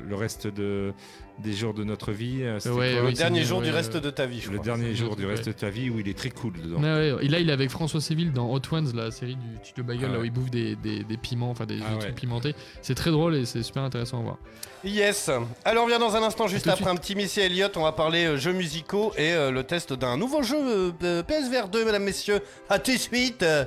[SPEAKER 9] le reste de, des jours de notre vie. euh, c'était
[SPEAKER 8] Ouais,
[SPEAKER 9] quoi
[SPEAKER 8] oui,
[SPEAKER 7] Le dernier
[SPEAKER 8] c'est-
[SPEAKER 7] jour du
[SPEAKER 8] ouais,
[SPEAKER 7] reste
[SPEAKER 8] ouais.
[SPEAKER 7] de ta vie, je
[SPEAKER 9] Le
[SPEAKER 7] crois.
[SPEAKER 9] dernier
[SPEAKER 8] C'est
[SPEAKER 9] jour
[SPEAKER 8] bien,
[SPEAKER 9] du
[SPEAKER 8] ouais.
[SPEAKER 9] reste de ta vie où il est très cool dedans.
[SPEAKER 8] Ouais, ouais. Et là, il est avec François Civil dans Hot Ones, la série du Tito Bagel,
[SPEAKER 9] Ah
[SPEAKER 8] là où
[SPEAKER 9] ouais.
[SPEAKER 8] il bouffe des, des, des piments, enfin des, des
[SPEAKER 9] Ah ouais.
[SPEAKER 8] trucs pimentés. C'est très drôle et c'est super intéressant à voir.
[SPEAKER 7] Yes. Alors, on vient dans un instant, juste
[SPEAKER 8] tout de
[SPEAKER 7] après un petit Missy Elliott. On va parler euh, jeux musicaux et euh, le test d'un nouveau jeu euh, PSVR 2, mesdames, messieurs. À tout de suite. euh.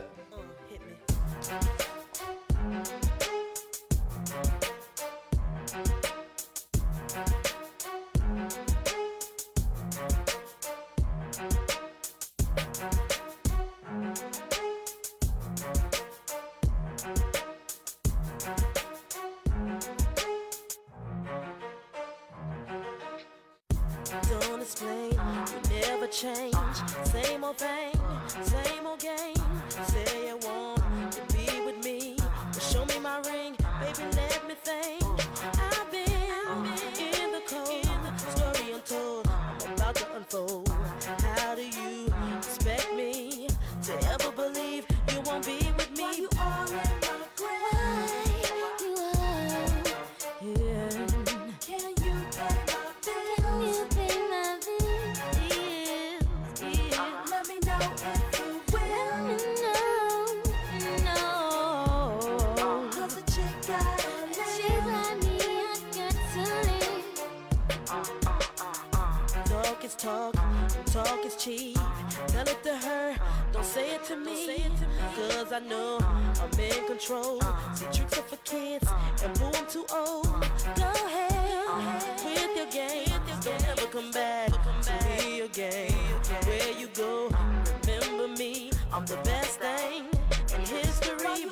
[SPEAKER 11] Don't explain, you never change. Same old thing, same old game. Say you want to be with me, but show me my ring, baby. Let me think. I've been in the cold, story untold. I'm about to unfold. How do you expect me to ever believe you won't be with me? you all in my Can you pay my bills? Let me know if you will. Cause the chick got me. Talk is talk, and talk is cheap. Tell it to her, don't say it to me. Cause I know I'm in control. See tricks are for kids, and boo, I'm too old. Go ahead with your game. Never come back to me again. Where you go, remember me. I'm the best thing in history.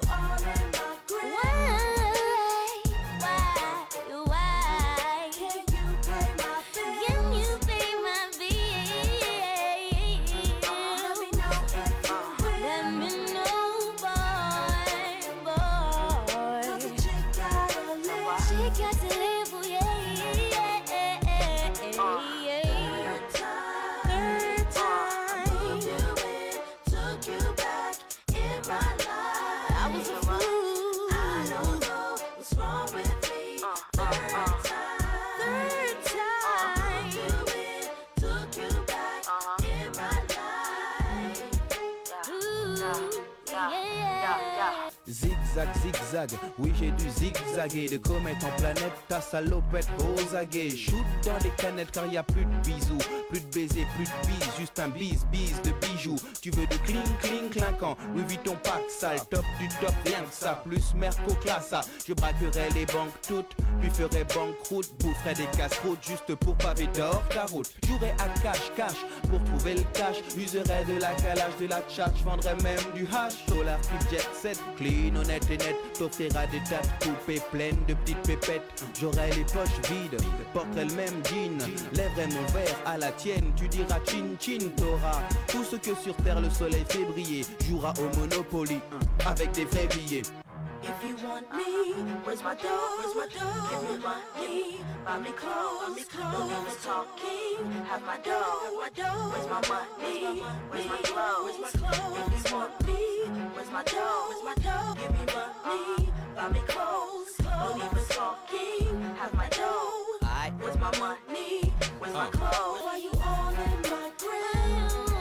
[SPEAKER 12] Got to live, oh, yeah, yeah, yeah, yeah, yeah.
[SPEAKER 11] Third time, took you back.
[SPEAKER 13] zigzag, zigzag. Oui, j'ai dû zigzaguer de comète en planète. Ta salopette aux aguets. Shoot dans les canettes car y a plus de bisous. Plus de baisers, plus de bise. Juste un bise, bise de bijoux. Tu veux de cling, cling, clinquant. Louis Vuitton pack sale. Top du top, rien que ça. Plus Merco classa. Je braquerai les banques toutes. Puis ferai banqueroute. Boufferai des casse-routes juste pour paver d'or ta route. Jouerai à cache-cache pour trouver le cash. Userai de la calage, de la chat. Vendrai même du hash. Solar qui jet set. Clean, honnête et net. T'offriras des dates coupées pleines de petites pépettes. J'aurai les poches vides. Porterai le même jean. Lèverai mon verre à la tienne. Tu diras chin chin. T'auras tout ce que sur terre le soleil fait briller. Jouera au Monopoly hein, avec des vrais billets.
[SPEAKER 11] If you want me, where's my dough? Where's my dough? If you want me, buy me clothes. Buy me clothes. No use talking. Have my dough. Have my dough. Where's my money? Where's my clothes? Where's my clothes? If you want me, where's my dough? Where's my dough? Give me money. Buy me clothes. No use talking. Have my dough. Where's my money? Where's my clothes? Why you all in my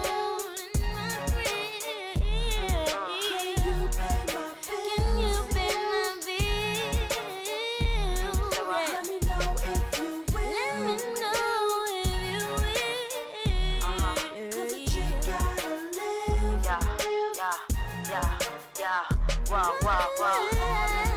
[SPEAKER 11] Wow, wow,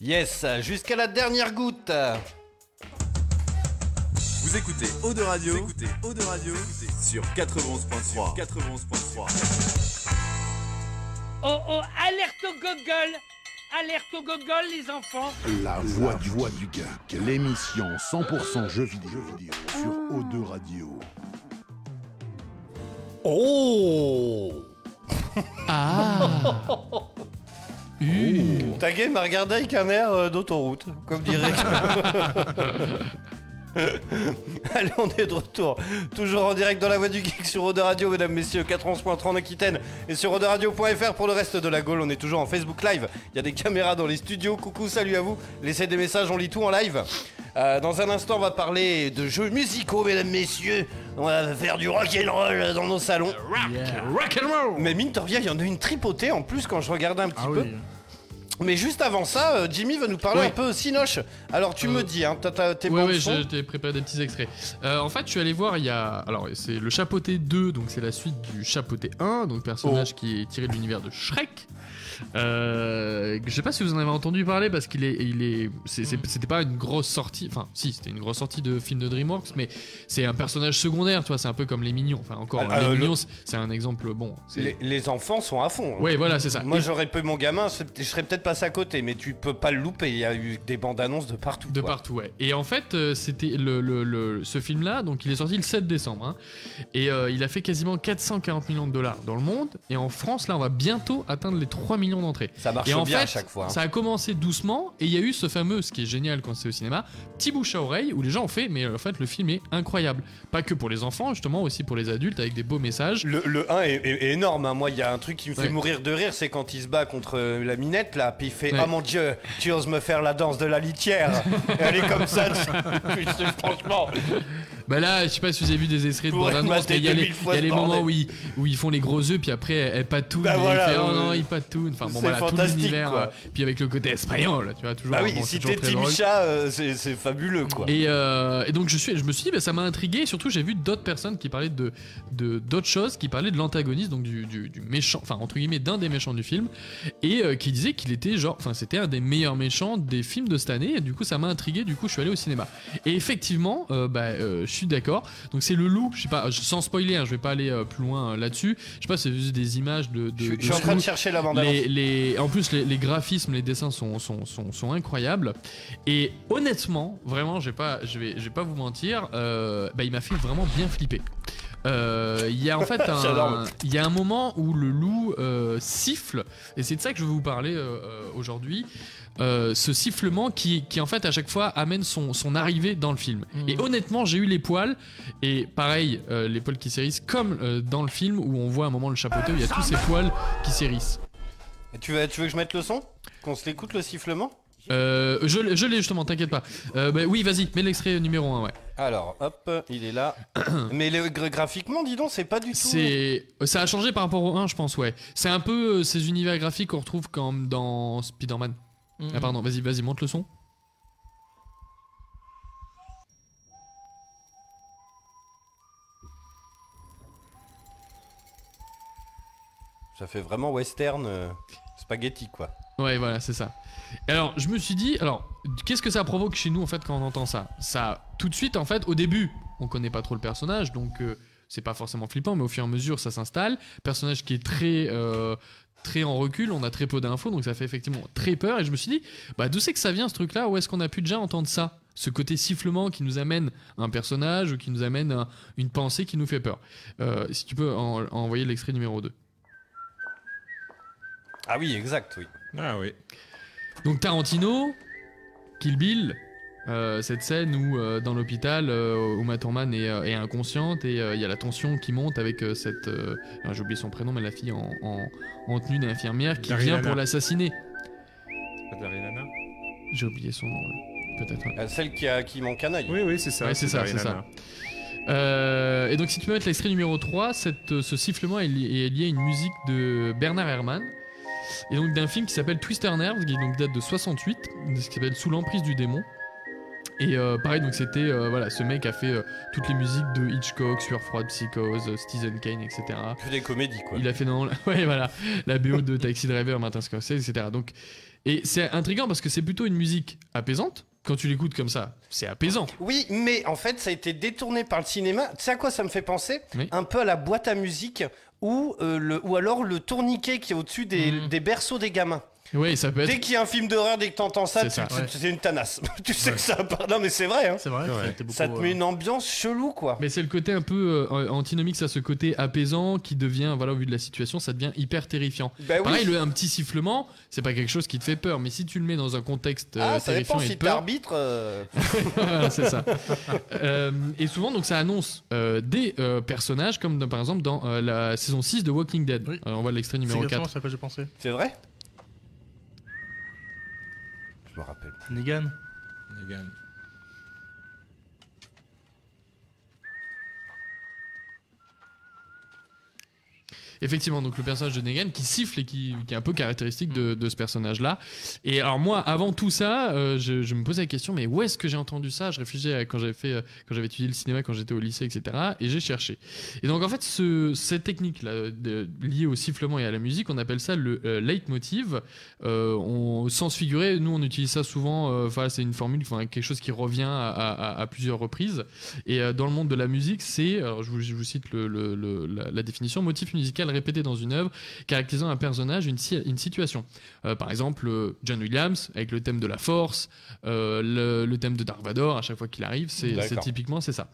[SPEAKER 7] Yes, jusqu'à la dernière goutte.
[SPEAKER 4] Vous écoutez Eau de Radio, Vous écoutez Eau de Radio sur 91.3. 91.3.
[SPEAKER 5] Oh oh, alerte au gogol Alerte au gogol, les enfants
[SPEAKER 6] La voix du, voix du geek, l'émission 100% jeux vidéo, sur O2 Radio.
[SPEAKER 7] Oh Ah Tagué m'a regardé avec un air euh, d'autoroute, comme dirait. Allez, on est de retour. Toujours en direct dans la voie du geek sur Eau de Radio, mesdames, messieurs, 411.30 en Aquitaine et sur Radio.fr pour le reste de la Gaule. On est toujours en Facebook Live. Il y a des caméras dans les studios. Coucou, salut à vous. Laissez des messages, on lit tout en live. Euh, dans un instant, on va parler de jeux musicaux, mesdames, messieurs. On va faire du rock and roll dans nos salons. Rock and roll. Mais mine de rien, il y en a une tripotée en plus quand je regardais un petit peu. Mais juste avant ça, euh, Jimmy va nous parler
[SPEAKER 8] Ah Oui. Euh,
[SPEAKER 7] un peu Sinoche. Alors tu me dis, hein, t'as- t'as tes
[SPEAKER 8] Oui,
[SPEAKER 7] bandes
[SPEAKER 8] oui,
[SPEAKER 7] son.
[SPEAKER 8] je t'ai préparé des petits extraits. Euh, en fait, je suis allé voir, il y a. Alors, c'est le Chapoté 2, donc c'est la suite du Chapoté 1, donc personnage
[SPEAKER 7] Oh.
[SPEAKER 8] qui est tiré de l'univers de Shrek. Euh, je sais pas si vous en avez entendu parler parce qu'il est, il est, c'est- c'est- c'était pas une grosse sortie, enfin si c'était une grosse sortie de film de DreamWorks, mais c'est un personnage secondaire, tu vois, c'est un peu comme les Mignons, enfin encore
[SPEAKER 7] Ah,
[SPEAKER 8] les
[SPEAKER 7] euh, le-
[SPEAKER 8] Mignons, c'est- c'est un exemple bon. c'est-
[SPEAKER 7] Les, les enfants sont à fond. hein.
[SPEAKER 8] Ouais, voilà, c'est ça.
[SPEAKER 7] Moi,
[SPEAKER 8] Et-
[SPEAKER 7] j'aurais pu mon gamin, c'est- je serais peut-être passé à côté, mais tu peux pas le louper. Il y a eu des bandes annonces de partout.
[SPEAKER 8] De partout, ouais. Et en fait, euh, c'était le, le- le- ce film-là, donc il est sorti le 7 décembre, hein. et euh, il a fait quasiment 440 millions de dollars dans le monde, et en France, là, on va bientôt atteindre les 3 millions d'entrées.
[SPEAKER 7] Ça marche
[SPEAKER 8] et en
[SPEAKER 7] bien
[SPEAKER 8] fait,
[SPEAKER 7] à chaque fois, hein.
[SPEAKER 8] Ça a commencé doucement, et il y a eu ce fameux, ce qui est génial quand c'est au cinéma, petit bouche à oreille, où les gens ont fait, mais euh, en fait, le film est incroyable. Pas que pour les enfants, justement, aussi pour les adultes, avec des beaux messages.
[SPEAKER 7] Le, 1 est, est- est énorme. hein. Moi, il y a un truc qui me fait
[SPEAKER 8] Ouais.
[SPEAKER 7] mourir de rire, c'est quand il se bat contre euh, la minette, là, puis il fait
[SPEAKER 8] Ouais.
[SPEAKER 7] Ah mon dieu, tu oses me faire la danse de la litière. Et Elle est comme ça. Putain, franchement.
[SPEAKER 8] Bah là, je sais pas si vous avez vu des extraits de
[SPEAKER 7] Pour
[SPEAKER 8] bande
[SPEAKER 7] être
[SPEAKER 8] annonce,
[SPEAKER 7] maté
[SPEAKER 8] mais il y a les,
[SPEAKER 7] 2000 fois
[SPEAKER 8] il y a les
[SPEAKER 7] ce
[SPEAKER 8] moments
[SPEAKER 7] bordel.
[SPEAKER 8] où ils, où ils font les gros œufs, puis après elles patouillent.
[SPEAKER 7] Bah
[SPEAKER 8] et ils
[SPEAKER 7] voilà,
[SPEAKER 8] font, oh
[SPEAKER 7] euh,
[SPEAKER 8] non, ils patouillent. Enfin bon,
[SPEAKER 7] c'est
[SPEAKER 8] voilà, tout
[SPEAKER 7] fantastique,
[SPEAKER 8] l'univers.
[SPEAKER 7] quoi.
[SPEAKER 8] euh, Puis avec le côté espagnol, tu vois, toujours.
[SPEAKER 7] bah oui,
[SPEAKER 8] bon, c'est
[SPEAKER 7] si
[SPEAKER 8] toujours
[SPEAKER 7] t'es
[SPEAKER 8] très
[SPEAKER 7] Team
[SPEAKER 8] drôle.
[SPEAKER 7] Chat, euh, c'est c'est fabuleux, quoi.
[SPEAKER 8] Et, euh, et donc je suis, je me suis dit, bah, ça m'a intrigué. Et surtout, j'ai vu d'autres personnes qui parlaient de de- d'autres choses, qui parlaient de l'antagoniste, donc du, du- du méchant, enfin entre guillemets, d'un des méchants du film, et euh, qui disait qu'il était genre, enfin c'était un des meilleurs méchants des films de cette année. Et du coup, ça m'a intrigué. Du coup, je suis allé au cinéma. Et effectivement, euh, bah, euh, je suis d'accord. Donc c'est le loup, je sais pas, sans spoiler, hein, je vais pas aller euh, plus loin euh, là-dessus. Je sais pas, c'est juste des images de. de-
[SPEAKER 7] je suis en
[SPEAKER 8] ce
[SPEAKER 7] train de
[SPEAKER 8] loup.
[SPEAKER 7] chercher la bande-annonce.
[SPEAKER 8] Les- les- en plus, les, les graphismes, les dessins sont, sont, sont, sont incroyables. Et honnêtement, vraiment, je vais pas, je vais, je vais pas vous mentir, euh, bah, il m'a fait vraiment bien flipper. Euh, Il y a en fait
[SPEAKER 7] J'adore.
[SPEAKER 8] un, il y a un moment où le loup euh, siffle, et c'est de ça que je veux vous parler euh, euh, aujourd'hui. Euh, ce sifflement qui, qui en fait à chaque fois amène son, son arrivée dans le film. Et honnêtement, j'ai eu les poils, et pareil, euh, les poils qui s'hérissent, comme euh, dans le film où on voit à un moment le chapeauteur, il y a tous ces poils qui s'hérissent.
[SPEAKER 7] Et tu, veux, tu veux que je mette le son Qu'on se l'écoute le sifflement
[SPEAKER 8] Euh, je l'ai je l'ai justement, t'inquiète pas. Euh, bah oui, vas-y, mets l'extrait numéro 1, ouais.
[SPEAKER 7] Alors, hop, il est là. Mais le, gra- graphiquement, dis donc, c'est pas du tout.
[SPEAKER 8] C'est ça a changé par rapport au 1, je pense, ouais. C'est un peu euh, ces univers graphiques qu'on retrouve comme dans Spider-Man.
[SPEAKER 7] Mhm.
[SPEAKER 8] Ah pardon, vas-y, vas-y, monte le son.
[SPEAKER 7] Ça fait vraiment western euh, spaghetti, quoi.
[SPEAKER 8] Ouais, voilà, c'est ça. Et alors, je me suis dit, alors, qu'est-ce que ça provoque chez nous en fait quand on entend ça Ça, tout de suite, en fait, au début, on connaît pas trop le personnage, donc euh, c'est pas forcément flippant, mais au fur et à mesure, ça s'installe. Personnage qui est très, euh, très en recul, on a très peu d'infos, donc ça fait effectivement très peur. Et je me suis dit, bah, d'où c'est que ça vient ce truc-là Où est-ce qu'on a pu déjà entendre ça ce côté sifflement qui nous amène un personnage ou qui nous amène un- une pensée qui nous fait peur. Euh, si tu peux en- envoyer l'extrait numéro 2.
[SPEAKER 7] Ah oui, exact, oui.
[SPEAKER 9] Ah oui.
[SPEAKER 8] Donc Tarantino, Kill Bill, euh, cette scène où euh, dans l'hôpital, euh, Uma Thurman est, euh, est inconsciente et euh, il y a la tension qui monte avec euh, cette, euh, alors, j'ai oublié son prénom, mais la fille en, en- en tenue d'infirmière qui
[SPEAKER 9] Daryl
[SPEAKER 8] vient
[SPEAKER 9] Hannah.
[SPEAKER 8] pour l'assassiner.
[SPEAKER 9] Pas de la Renana
[SPEAKER 8] J'ai oublié son nom, peut-être. ouais.
[SPEAKER 7] Euh, celle qui, a, qui manque un œil.
[SPEAKER 9] Oui, oui, c'est ça.
[SPEAKER 8] Ouais, c'est ça, c'est ça. Euh, et donc, si tu peux mettre l'extrait numéro 3, cette, euh, ce sifflement est li- est lié, à une musique de Bernard Herrmann. Et donc, d'un film qui s'appelle Twister Nerves, qui donc date de 68, ce qui s'appelle Sous l'emprise du démon. Et euh, pareil, donc c'était euh, voilà, ce mec a fait euh, toutes les musiques de Hitchcock, Sueur froide, Psychose, euh, Citizen Kane, etc.
[SPEAKER 7] Que des comédies, quoi.
[SPEAKER 8] Il a fait dans ouais voilà la BO de Taxi Driver, Martin Scorsese, etc. Donc et c'est intriguant parce que c'est plutôt une musique apaisante quand tu l'écoutes comme ça, c'est apaisant.
[SPEAKER 7] Oui, mais en fait, ça a été détourné par le cinéma. Tu sais à quoi ça me fait penser
[SPEAKER 8] Oui.
[SPEAKER 7] Un peu à la boîte à musique ou, euh, le, ou alors le tourniquet qui est au-dessus des, des berceaux des gamins.
[SPEAKER 8] Oui, ça peut être
[SPEAKER 7] Dès qu'il y a un film d'horreur, dès que t'entends ça,
[SPEAKER 8] C'est
[SPEAKER 7] tu-
[SPEAKER 8] ça.
[SPEAKER 7] tu-
[SPEAKER 8] Ouais.
[SPEAKER 7] Bah, c'est une tanasse. tu sais que ça part. Non, mais c'est vrai. Hein.
[SPEAKER 10] C'est vrai.
[SPEAKER 8] Ouais.
[SPEAKER 7] Ça te
[SPEAKER 8] beaucoup,
[SPEAKER 7] met
[SPEAKER 8] euh,
[SPEAKER 7] une ambiance chelou, quoi.
[SPEAKER 8] Mais c'est le côté un peu euh, antinomique, ça, ce côté apaisant qui devient, voilà, au vu de la situation, ça devient hyper terrifiant.
[SPEAKER 7] Bah oui.
[SPEAKER 8] Pareil, le, un petit sifflement, c'est pas quelque chose qui te fait peur, mais si tu le mets dans un contexte euh,
[SPEAKER 7] ah, ça
[SPEAKER 8] terrifiant
[SPEAKER 7] dépend
[SPEAKER 8] et
[SPEAKER 7] si
[SPEAKER 8] de peur,
[SPEAKER 7] t'arbitres. euh,
[SPEAKER 8] Voilà, c'est ça. Euh, et souvent, donc, ça annonce euh, des euh, personnages, comme dans- par exemple dans euh, la saison 6 de Walking Dead. Alors, on voit l'extrait
[SPEAKER 10] C'est
[SPEAKER 8] numéro
[SPEAKER 10] exactement
[SPEAKER 8] 4.
[SPEAKER 10] ça que j'ai pensé.
[SPEAKER 7] C'est vrai Je me rappelle.
[SPEAKER 10] Negan.
[SPEAKER 9] Negan.
[SPEAKER 8] Effectivement, donc le personnage de Negan qui siffle et qui, qui est un peu caractéristique de, de ce personnage-là. Et alors moi, avant tout ça, euh, je, je me posais la question, mais où est-ce que j'ai entendu ça Je réfléchissais à quand j'avais fait, euh, quand j'avais étudié le cinéma, quand j'étais au lycée, etc. Et j'ai cherché. Et donc en fait, ce- cette technique là, liée au sifflement et à la musique, on appelle ça le euh, leitmotiv. Euh, on, sans se figurer, nous on utilise ça souvent. euh, Enfin, c'est une formule, enfin, quelque chose qui revient à, à- à- à plusieurs reprises. Et euh, dans le monde de la musique, c'est, alors je vous, je vous cite le- le- le- la, la définition, motif musical répété dans une œuvre caractérisant un personnage, une, si- une situation. Euh, par exemple, euh, John Williams avec le thème de la force, euh, le, le thème de Dark Vador à chaque fois qu'il arrive, c'est
[SPEAKER 7] D'accord.
[SPEAKER 8] c'est typiquement c'est ça.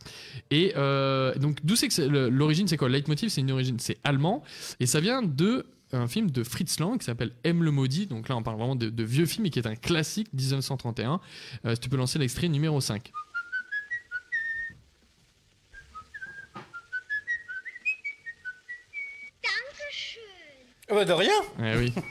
[SPEAKER 8] Et euh, donc d'où c'est que c'est- le- l'origine c'est quoi Le leitmotiv c'est une origine, c'est allemand et ça vient de un film de Fritz Lang qui s'appelle M le maudit. Donc là on parle vraiment de, de vieux film et qui est un classique 1931. Euh, si tu peux lancer l'extrait numéro 5.
[SPEAKER 7] Ah bah, de rien
[SPEAKER 8] Eh oui.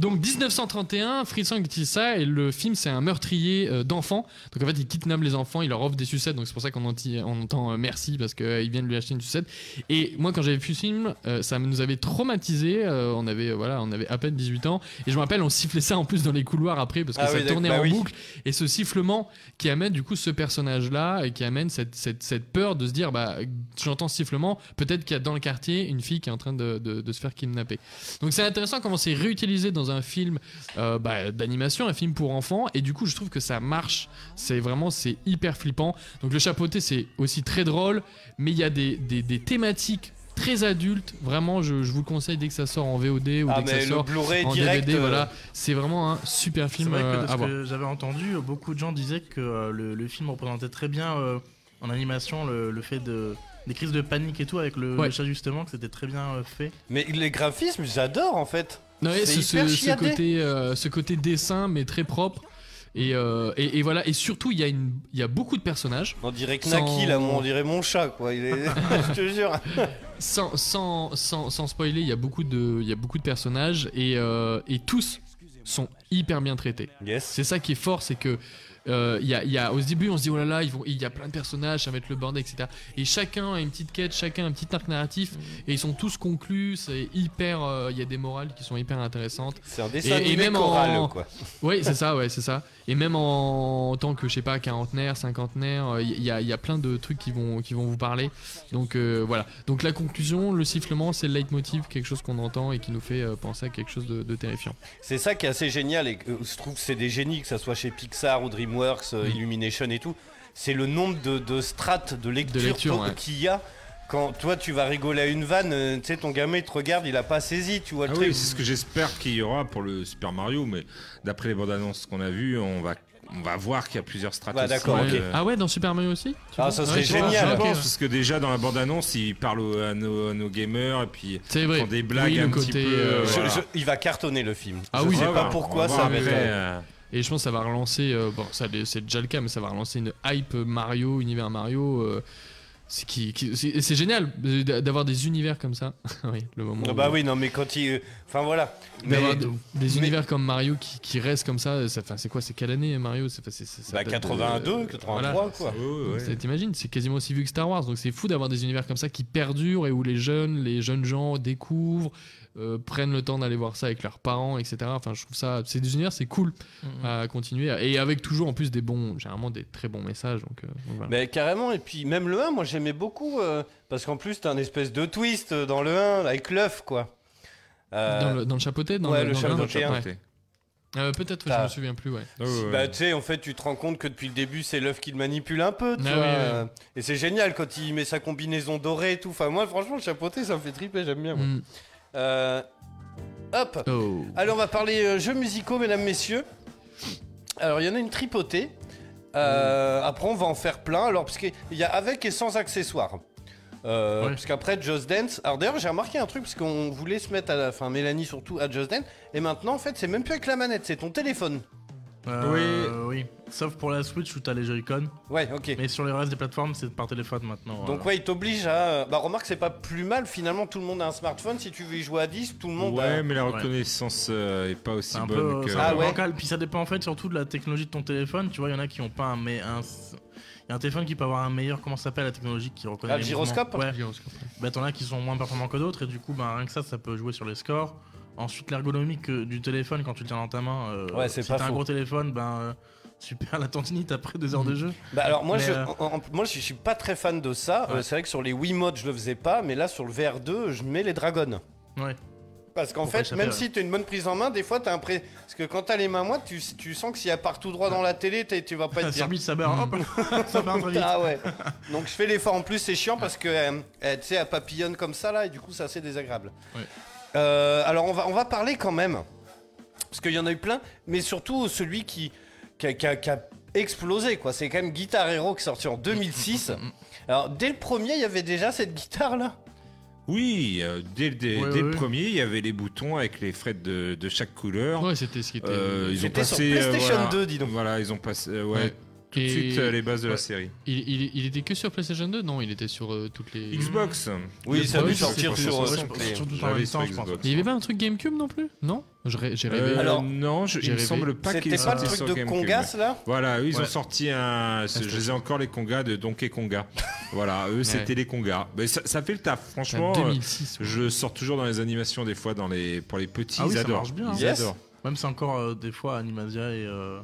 [SPEAKER 8] Donc 1931, Fritz Lang utilise ça et le film c'est un meurtrier euh, d'enfants. Donc en fait il kidnappe les enfants, il leur offre des sucettes. Donc c'est pour ça qu'on enti- on entend euh, merci parce qu'ils viennent lui acheter une sucette. Et moi quand j'avais vu ce film, euh, ça nous avait traumatisé. on avait euh, voilà, on avait à peine 18 ans et je me rappelle on sifflait ça en plus dans les couloirs après parce que
[SPEAKER 7] Ah
[SPEAKER 8] ça
[SPEAKER 7] oui,
[SPEAKER 8] tournait
[SPEAKER 7] d'accord,
[SPEAKER 8] en
[SPEAKER 7] bah oui.
[SPEAKER 8] boucle. Et ce sifflement qui amène du coup ce personnage là et qui amène cette, cette, cette peur de se dire bah j'entends ce sifflement, peut-être qu'il y a dans le quartier une fille qui est en train de, de- de se faire kidnapper. Donc c'est intéressant comment c'est réutilisé dans dans un film euh, bah, d'animation, un film pour enfants, et du coup, je trouve que ça marche. C'est vraiment, c'est hyper flippant. Donc, le chapeauté, c'est aussi très drôle, mais il y a des, des- des thématiques très adultes. Vraiment, je, je vous le conseille dès que ça sort en VOD ou
[SPEAKER 7] Ah,
[SPEAKER 8] dès que
[SPEAKER 7] mais
[SPEAKER 8] ça
[SPEAKER 7] le
[SPEAKER 8] sort
[SPEAKER 7] Blu-ray
[SPEAKER 8] en
[SPEAKER 7] direct,
[SPEAKER 8] DVD.
[SPEAKER 7] euh,
[SPEAKER 8] Voilà, c'est vraiment un super
[SPEAKER 10] C'est
[SPEAKER 8] film
[SPEAKER 10] vrai que
[SPEAKER 8] euh,
[SPEAKER 10] de
[SPEAKER 8] à
[SPEAKER 10] ce
[SPEAKER 8] voir.
[SPEAKER 10] que j'avais entendu, euh, beaucoup de gens disaient que euh, le, le film représentait très bien euh, en animation le, le fait de des crises de panique et tout avec le,
[SPEAKER 7] Ouais.
[SPEAKER 10] le chat justement que c'était très bien euh, fait.
[SPEAKER 7] Mais les graphismes, j'adore en fait.
[SPEAKER 8] Non, ouais,
[SPEAKER 7] C'est
[SPEAKER 8] ce,
[SPEAKER 7] hyper
[SPEAKER 8] ce- ce
[SPEAKER 7] chiadé.
[SPEAKER 8] côté, euh, ce côté dessin, mais très propre. Et, euh, et, et voilà. Et surtout, il y, a une- il y a beaucoup de personnages.
[SPEAKER 7] On dirait que
[SPEAKER 8] Sans-
[SPEAKER 7] Naki, là, on dirait mon chat, quoi. Il est... je te jure.
[SPEAKER 8] sans, sans, sans, sans spoiler, il y, a beaucoup de, il y a beaucoup de personnages et, euh, et tous sont hyper bien traités. C'est ça qui est fort, c'est que. euh, il y a, il y a, au début, on se dit oh là là, ils vont- il y a plein de personnages, ça va être le bordel, etc. Et chacun a une petite quête, chacun a un petit arc narratif, et ils sont tous conclus. C'est hyper, euh, il y a des morales qui sont hyper intéressantes.
[SPEAKER 7] C'est un dessin animé choral, quoi.
[SPEAKER 8] Oui, c'est ça, ouais, c'est ça. Et même en, en tant que, je sais pas, quarantenaire, cinquantenaire, il y, a- y a plein de trucs qui vont, qui vont vous parler. Donc euh, voilà. Donc la conclusion, le sifflement, c'est le leitmotiv, quelque chose qu'on entend et qui nous fait euh, penser à quelque chose de, de terrifiant.
[SPEAKER 7] C'est ça qui est assez génial et que- je trouve que c'est des génies, que ça soit chez Pixar ou DreamWorks, euh,
[SPEAKER 8] Mm.
[SPEAKER 7] Illumination et tout. C'est le nombre de, de strates de lecture,
[SPEAKER 8] De lecture,
[SPEAKER 7] pour-
[SPEAKER 8] ouais.
[SPEAKER 7] qu'il y a. Quand toi tu vas rigoler à une vanne, euh, tu sais ton gamin il te regarde, il a pas saisi, tu vois le
[SPEAKER 9] Ah
[SPEAKER 7] truc.
[SPEAKER 9] oui, c'est ce que j'espère qu'il y aura pour le Super Mario, mais d'après les bandes annonces qu'on a vues, on va, on va voir qu'il y a plusieurs
[SPEAKER 7] Bah,
[SPEAKER 9] stratégies. Euh.
[SPEAKER 8] Ah ouais, dans Super Mario aussi tu
[SPEAKER 7] Ah,
[SPEAKER 8] vois
[SPEAKER 9] Ouais,
[SPEAKER 8] Ouais,
[SPEAKER 9] je
[SPEAKER 8] je vois,
[SPEAKER 9] pense,
[SPEAKER 8] je
[SPEAKER 9] Je
[SPEAKER 8] vois.
[SPEAKER 9] pense, parce que déjà dans la bande annonce, ils parlent au- à, nos, à nos gamers et puis
[SPEAKER 8] C'est vrai.
[SPEAKER 9] ils font des blagues
[SPEAKER 8] Oui, le
[SPEAKER 9] un
[SPEAKER 8] côté,
[SPEAKER 9] petit peu.
[SPEAKER 8] euh,
[SPEAKER 9] euh,
[SPEAKER 8] Je-
[SPEAKER 9] voilà.
[SPEAKER 7] Je- il va cartonner le film.
[SPEAKER 8] Ah
[SPEAKER 7] je
[SPEAKER 8] oui,
[SPEAKER 7] sais pas pourquoi ça va être-
[SPEAKER 8] va
[SPEAKER 9] euh,
[SPEAKER 8] Et je pense que ça va relancer, euh, bon, ça c'est déjà le cas, mais ça va relancer une hype Mario, univers Mario. euh, c'est qui, qui- c'est c'est génial euh, d'a- d'avoir des univers comme ça. oui, le moment.
[SPEAKER 7] Ah
[SPEAKER 8] où-
[SPEAKER 7] bah oui, non mais quand il. Enfin voilà.
[SPEAKER 8] D'avoir
[SPEAKER 7] Mais- bah,
[SPEAKER 8] de- des univers comme Mario qui, qui restent comme ça, ça enfin, c'est quoi C'est quelle année Mario C'est- enfin, c'est- c'est- ça
[SPEAKER 7] Bah,
[SPEAKER 8] euh, date de-
[SPEAKER 7] 82, 83, quoi.
[SPEAKER 8] C'est-
[SPEAKER 7] Ouais, ouais, ouais.
[SPEAKER 8] c'est- T'imagines, c'est quasiment aussi vieux que Star Wars. Donc c'est fou d'avoir des univers comme ça qui perdurent et où les jeunes, les jeunes gens découvrent, euh, prennent le temps d'aller voir ça avec leurs parents, etc. Enfin, je trouve ça, c'est des univers, c'est cool à continuer à- et avec toujours en plus des bons, généralement des très bons messages. Donc, euh, donc voilà.
[SPEAKER 7] Mais carrément, et puis même le 1, moi j'aimais beaucoup, euh, parce qu'en plus t'as un espèce de twist euh, dans le 1, là, avec l'œuf, quoi. Euh,
[SPEAKER 8] dans, le, dans le chapeauté, dans
[SPEAKER 7] ouais,
[SPEAKER 8] le,
[SPEAKER 7] le, Ah.
[SPEAKER 8] dans le-
[SPEAKER 7] chapeauté.
[SPEAKER 8] ouais.
[SPEAKER 7] hein.
[SPEAKER 8] Euh, Peut-être, ouais, je
[SPEAKER 7] T'as-
[SPEAKER 8] me souviens plus. Oh, Ouais.
[SPEAKER 7] Bah tu sais, en fait, tu te rends compte que depuis le début, c'est l'œuf qui le manipule un peu, tu vois.
[SPEAKER 8] Ah oui, ouais.
[SPEAKER 7] euh, Et c'est génial quand il met sa combinaison dorée et tout. Enfin, moi, franchement, le chapeauté, ça me fait triper, j'aime bien. moi.
[SPEAKER 8] Mm.
[SPEAKER 7] Euh, hop.
[SPEAKER 8] Oh.
[SPEAKER 7] Allez, on va parler euh, jeux musicaux, mesdames, messieurs. Alors, il y en a une tripotée. Euh, Après, on va en faire plein. Alors, parce qu'il y a avec et sans accessoires. Euh, Parce qu'après Just Dance, alors d'ailleurs j'ai remarqué un truc parce qu'on voulait se mettre à la fin, Mélanie surtout à Just Dance, et maintenant en fait c'est même plus avec la manette, c'est ton téléphone.
[SPEAKER 10] Euh, oui. Sauf pour la Switch où t'as les Joy-Con.
[SPEAKER 7] Ouais, ok.
[SPEAKER 10] Mais sur les restes des plateformes, c'est par téléphone maintenant.
[SPEAKER 7] Donc ouais, il t'oblige à. Bah remarque, c'est pas plus mal finalement. Tout le monde a un smartphone. Si tu veux y jouer à 10, tout le monde. a...
[SPEAKER 9] Ouais, mais la reconnaissance euh, est pas aussi
[SPEAKER 10] C'est un peu,
[SPEAKER 9] bonne
[SPEAKER 10] euh,
[SPEAKER 9] que.
[SPEAKER 7] Ah
[SPEAKER 10] c'est un peu bancal. Puis ça dépend en fait surtout de la technologie de ton téléphone. Tu vois, il y en a qui ont pas un. Mais un... Il y a un téléphone qui peut avoir un meilleur. Comment ça s'appelle la technologie qui reconnaît
[SPEAKER 7] Ah,
[SPEAKER 10] les
[SPEAKER 7] le gyroscope
[SPEAKER 10] mouvements Ouais.
[SPEAKER 7] Le
[SPEAKER 8] gyroscope,
[SPEAKER 10] Bah t'en as qui sont moins performants que d'autres. Et du coup, bah, rien que ça, ça peut jouer sur les scores. Ensuite, l'ergonomie que- du téléphone quand tu le tiens dans ta main. euh,
[SPEAKER 7] Ouais, c'est
[SPEAKER 10] si
[SPEAKER 7] pas
[SPEAKER 10] t'as un
[SPEAKER 7] faux.
[SPEAKER 10] gros téléphone, ben. euh, tu perds la tendinite après deux heures de jeu.
[SPEAKER 7] Bah alors moi,
[SPEAKER 10] Mais,
[SPEAKER 7] je,
[SPEAKER 10] euh,
[SPEAKER 7] en- en- moi je suis pas très fan de ça. Euh,
[SPEAKER 10] Ouais.
[SPEAKER 7] c'est vrai que sur les Wiimote je le faisais pas, mais là sur le VR2 je mets les dragons.
[SPEAKER 10] Ouais.
[SPEAKER 7] Parce qu'en
[SPEAKER 10] Pour pas
[SPEAKER 7] fait,
[SPEAKER 10] échapper,
[SPEAKER 7] même
[SPEAKER 10] ouais.
[SPEAKER 7] si t'as une bonne prise en main, des fois t'as un pré... Parce que quand t'as les mains moites, tu, tu sens que s'il y a partout droit dans la télé, t'es- tu vas pas être bien.
[SPEAKER 10] Ah, Sur ça barre, hop, ça
[SPEAKER 9] hein,
[SPEAKER 10] barre très vite.
[SPEAKER 7] Ah ouais. Donc je fais l'effort en plus, c'est chiant parce que euh, euh, tu sais, elle papillonne comme ça là et du coup c'est assez désagréable.
[SPEAKER 10] Ouais.
[SPEAKER 7] Euh, alors on va, on va parler quand même, parce qu'il y en a eu plein, mais surtout celui qui, qui, a, qui a- qui a explosé quoi. C'est quand même Guitar Hero qui est sorti en 2006. Alors dès le premier, il y avait déjà cette guitare là.
[SPEAKER 9] Oui, euh, dès, le- dès-
[SPEAKER 7] Ouais,
[SPEAKER 9] dès le
[SPEAKER 7] ouais.
[SPEAKER 9] premier, il y avait les boutons avec les frettes de, de chaque couleur.
[SPEAKER 8] Ouais, c'était ce qui était.
[SPEAKER 9] Euh, ils ont
[SPEAKER 8] C'était
[SPEAKER 9] passé
[SPEAKER 8] sur
[SPEAKER 9] euh,
[SPEAKER 8] PlayStation
[SPEAKER 9] voilà,
[SPEAKER 8] 2,
[SPEAKER 9] dis donc. Voilà, ils ont passé euh, ouais,
[SPEAKER 8] Ouais.
[SPEAKER 9] tout de
[SPEAKER 8] Et-
[SPEAKER 9] suite euh, les bases de la
[SPEAKER 8] ouais.
[SPEAKER 9] série.
[SPEAKER 8] Il, il- il était que sur PlayStation 2 Non, il était sur euh, toutes les.
[SPEAKER 9] Xbox.
[SPEAKER 7] Oui,
[SPEAKER 8] Le
[SPEAKER 7] ça a dû
[SPEAKER 8] Xbox,
[SPEAKER 7] sortir
[SPEAKER 8] c'était
[SPEAKER 7] sur, euh,
[SPEAKER 8] PlayStation.
[SPEAKER 7] sur Play.
[SPEAKER 10] Surtout
[SPEAKER 9] en même temps, je pense.
[SPEAKER 8] Il y avait pas un truc GameCube non plus Non Je ré- J'ai rêvé.
[SPEAKER 9] Euh, non, je,
[SPEAKER 8] J'ai
[SPEAKER 9] il me
[SPEAKER 8] rêvé.
[SPEAKER 9] semble pas qu'ils
[SPEAKER 7] C'était pas le
[SPEAKER 9] sorti
[SPEAKER 7] truc
[SPEAKER 9] sur
[SPEAKER 7] de
[SPEAKER 9] GameCube.
[SPEAKER 7] Congas, là
[SPEAKER 9] Voilà, eux, ils
[SPEAKER 7] Ouais. Ah,
[SPEAKER 9] ont sorti un. ce- Je les ai encore les Congas de Donkey Konga. voilà, eux, c'était les Congas. Mais ça, ça fait le taf, franchement.
[SPEAKER 10] Ah,
[SPEAKER 9] euh,
[SPEAKER 10] 2006,
[SPEAKER 9] Je sors toujours dans les animations des fois dans les pour les petits,
[SPEAKER 10] Ah oui,
[SPEAKER 9] ils
[SPEAKER 10] ça
[SPEAKER 9] adorent.
[SPEAKER 10] marche bien.
[SPEAKER 9] Ils adorent.
[SPEAKER 10] Même c'est encore euh, des fois Animasia et. Euh...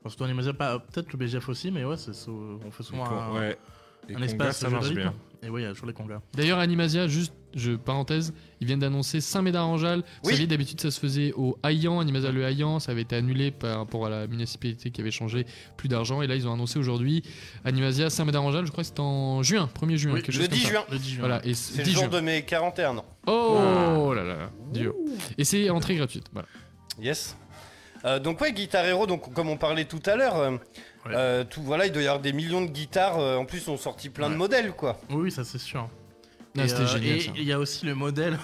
[SPEAKER 10] enfin, surtout Animasia, pas peut-être le BGF aussi, mais ouais, c'est sou- on fait souvent
[SPEAKER 9] D'accord,
[SPEAKER 10] un,
[SPEAKER 9] ouais. Les
[SPEAKER 10] un
[SPEAKER 9] congas,
[SPEAKER 10] espace
[SPEAKER 9] ça marche
[SPEAKER 10] géographique.
[SPEAKER 9] bien.
[SPEAKER 10] Et oui, il y a toujours les congas.
[SPEAKER 8] D'ailleurs, Animasia, juste, je, parenthèse, ils viennent d'annoncer Saint-Médard-en-Jalles. Vous savez, d'habitude, ça se faisait au Haillan, Animasia le Haillan. Ça avait été annulé par rapport à la municipalité qui avait changé plus d'argent. Et là, ils ont annoncé aujourd'hui Animasia Saint-Médard-en-Jalles. Je crois que c'est en juin, 1er juin. quelque chose
[SPEAKER 7] le,
[SPEAKER 8] comme
[SPEAKER 7] 10
[SPEAKER 8] ça.
[SPEAKER 7] juin.
[SPEAKER 8] Voilà, et
[SPEAKER 7] c'est
[SPEAKER 8] 10
[SPEAKER 7] le jour
[SPEAKER 8] juin.
[SPEAKER 7] de mes 41 ans.
[SPEAKER 8] Oh là là là, dur. Et c'est entrée gratuite. Voilà.
[SPEAKER 7] Yes. Euh, donc ouais, Guitar Hero, donc, comme on parlait tout à l'heure, euh, euh, tout, voilà, il doit y avoir des millions de guitares, euh, en plus on sorti plein de
[SPEAKER 10] Ouais.
[SPEAKER 7] modèles quoi.
[SPEAKER 10] Oui, oui, ça c'est sûr.
[SPEAKER 7] Ah,
[SPEAKER 10] et euh,
[SPEAKER 7] c'était génial,
[SPEAKER 10] et
[SPEAKER 7] ça.
[SPEAKER 10] il y a aussi le modèle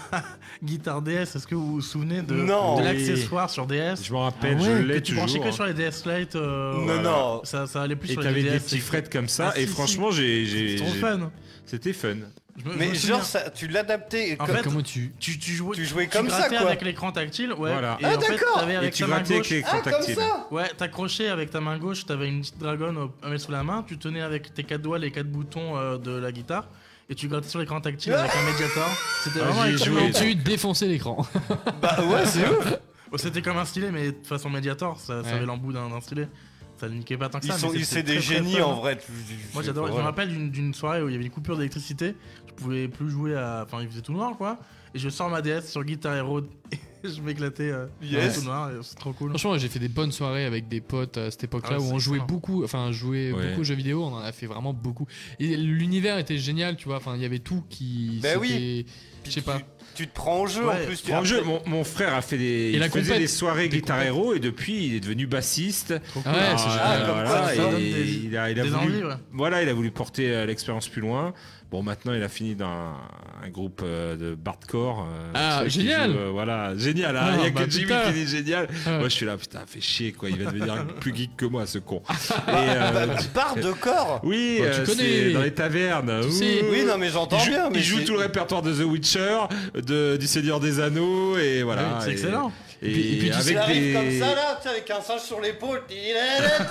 [SPEAKER 10] Guitar DS. Est-ce que vous vous souvenez de,
[SPEAKER 7] Non. Oh,
[SPEAKER 10] de
[SPEAKER 7] Oui.
[SPEAKER 10] l'accessoire sur DS
[SPEAKER 9] Je m'en rappelle, je l'ai
[SPEAKER 10] Que tu branchais
[SPEAKER 9] toujours,
[SPEAKER 10] que
[SPEAKER 9] hein.
[SPEAKER 10] sur les DS Lite. euh,
[SPEAKER 9] Non,
[SPEAKER 10] voilà.
[SPEAKER 9] non.
[SPEAKER 10] Ça, ça allait plus
[SPEAKER 9] Et
[SPEAKER 10] sur les
[SPEAKER 9] t'avais
[SPEAKER 10] DS.
[SPEAKER 9] des petits frettes comme ça,
[SPEAKER 10] Ah,
[SPEAKER 9] et
[SPEAKER 10] si, si.
[SPEAKER 9] franchement, j'ai. j'ai-
[SPEAKER 10] C'était trop
[SPEAKER 9] j'ai-
[SPEAKER 10] fun.
[SPEAKER 9] C'était fun.
[SPEAKER 10] Je me- je me
[SPEAKER 7] Mais
[SPEAKER 10] souviens.
[SPEAKER 7] genre, ça, tu l'adaptais.
[SPEAKER 8] Ah.
[SPEAKER 10] En
[SPEAKER 7] comme-
[SPEAKER 10] fait,
[SPEAKER 7] comment
[SPEAKER 8] tu...
[SPEAKER 10] Tu, jouais,
[SPEAKER 7] jouais
[SPEAKER 10] tu
[SPEAKER 7] comme ça
[SPEAKER 10] grattais
[SPEAKER 7] quoi.
[SPEAKER 10] avec l'écran tactile, ouais.
[SPEAKER 7] Voilà.
[SPEAKER 10] Et
[SPEAKER 7] Ah,
[SPEAKER 10] en fait,
[SPEAKER 7] d'accord.
[SPEAKER 10] t'avais
[SPEAKER 7] Et
[SPEAKER 10] avec
[SPEAKER 7] tu
[SPEAKER 10] ta main
[SPEAKER 7] grattais avec
[SPEAKER 10] gauche-
[SPEAKER 7] l'écran Ah, comme tactile. ça
[SPEAKER 10] Ouais, t'accrochais avec ta main gauche, t'avais une petite dragonne au- à mettre sous la main, tu tenais avec tes quatre doigts les quatre boutons euh, de la guitare, et tu grattais sur l'écran tactile avec un médiator. C'était
[SPEAKER 8] Ah,
[SPEAKER 10] vraiment
[SPEAKER 8] j'y ai
[SPEAKER 10] extrêmement
[SPEAKER 8] joué.
[SPEAKER 10] cool.
[SPEAKER 8] Tu défonçais l'écran.
[SPEAKER 7] Bah ouais, c'est ouf.
[SPEAKER 10] Bon, C'était comme un stylet, mais de façon médiator, ça, ça
[SPEAKER 8] Ouais.
[SPEAKER 10] avait l'embout d'un d'un stylet. Ça le niquait pas tant que
[SPEAKER 7] Ils
[SPEAKER 10] ça.
[SPEAKER 7] sont-
[SPEAKER 10] mais
[SPEAKER 7] ils-
[SPEAKER 10] c'était
[SPEAKER 7] c'est des
[SPEAKER 10] très, très
[SPEAKER 7] génies,
[SPEAKER 10] fun.
[SPEAKER 7] en vrai, tu-
[SPEAKER 10] Moi
[SPEAKER 7] c'est-
[SPEAKER 10] j'adore. Je me
[SPEAKER 7] voilà.
[SPEAKER 10] rappelle d'une- d'une soirée où il y avait une coupure d'électricité. Je pouvais plus jouer à. Enfin, il faisait tout noir quoi. Et je sors ma DS sur Guitar Hero. et je m'éclatais. euh,
[SPEAKER 8] Yes.
[SPEAKER 10] dans Tout noir, et c'est trop cool.
[SPEAKER 8] Franchement, j'ai fait des bonnes soirées avec des potes à cette époque-là
[SPEAKER 10] Ah,
[SPEAKER 8] où on
[SPEAKER 10] c'est
[SPEAKER 8] jouait
[SPEAKER 10] clair.
[SPEAKER 8] beaucoup, enfin, jouait
[SPEAKER 10] Ouais.
[SPEAKER 8] beaucoup aux jeux vidéo, on en a fait vraiment beaucoup. Et l'univers était génial, tu vois, enfin, il y avait tout qui.
[SPEAKER 9] Ben
[SPEAKER 7] Bah oui.
[SPEAKER 8] c'était- Je sais pas.
[SPEAKER 7] Tu te prends au jeu en plus. tu-
[SPEAKER 9] Prends le jeu,
[SPEAKER 7] après-
[SPEAKER 9] mon, mon frère a fait des,
[SPEAKER 8] Et la
[SPEAKER 9] il faisait
[SPEAKER 8] compète.
[SPEAKER 9] des soirées
[SPEAKER 8] Des
[SPEAKER 9] Guitar
[SPEAKER 8] compètes.
[SPEAKER 9] Hero et depuis il est devenu bassiste.
[SPEAKER 8] Ah ouais, c'est génial.
[SPEAKER 9] euh,
[SPEAKER 8] Comme
[SPEAKER 9] voilà,
[SPEAKER 8] quoi, ça
[SPEAKER 9] et
[SPEAKER 8] donne des-
[SPEAKER 9] il a, il a
[SPEAKER 8] des
[SPEAKER 9] voulu,
[SPEAKER 8] envies, ouais.
[SPEAKER 9] voilà, il a voulu porter euh, l'expérience plus loin. Bon, maintenant il a fini dans un, un groupe euh, de bardcore. euh,
[SPEAKER 8] Ah,
[SPEAKER 9] tu sais, qui
[SPEAKER 8] génial.
[SPEAKER 9] joue, euh, Voilà, génial. hein,
[SPEAKER 8] Ah,
[SPEAKER 9] Il y a
[SPEAKER 8] bah,
[SPEAKER 9] que Jimmy
[SPEAKER 8] putain.
[SPEAKER 9] qui dit génial.
[SPEAKER 8] Ah.
[SPEAKER 9] Moi je suis là, putain, fait chier quoi. Il va devenir plus geek que moi ce con. Et, euh,
[SPEAKER 7] bah, barre de corps.
[SPEAKER 9] Oui,
[SPEAKER 7] Bah, tu
[SPEAKER 9] euh,
[SPEAKER 7] connais.
[SPEAKER 9] c'est dans les tavernes.
[SPEAKER 7] Tu sais.
[SPEAKER 9] Ouh.
[SPEAKER 7] Oui, non, mais j'entends
[SPEAKER 9] Il joue-
[SPEAKER 7] bien, mais
[SPEAKER 9] Il joue
[SPEAKER 7] c'est-
[SPEAKER 9] tout le répertoire de The Witcher, de, du Seigneur des Anneaux, et voilà.
[SPEAKER 8] Ah
[SPEAKER 10] Oui, c'est
[SPEAKER 9] Et-
[SPEAKER 10] excellent.
[SPEAKER 9] Et,
[SPEAKER 7] Et puis, tu
[SPEAKER 9] avec
[SPEAKER 7] sais, il arrive
[SPEAKER 9] des. Ah
[SPEAKER 7] comme ça là, tu sais, avec un singe sur l'épaule.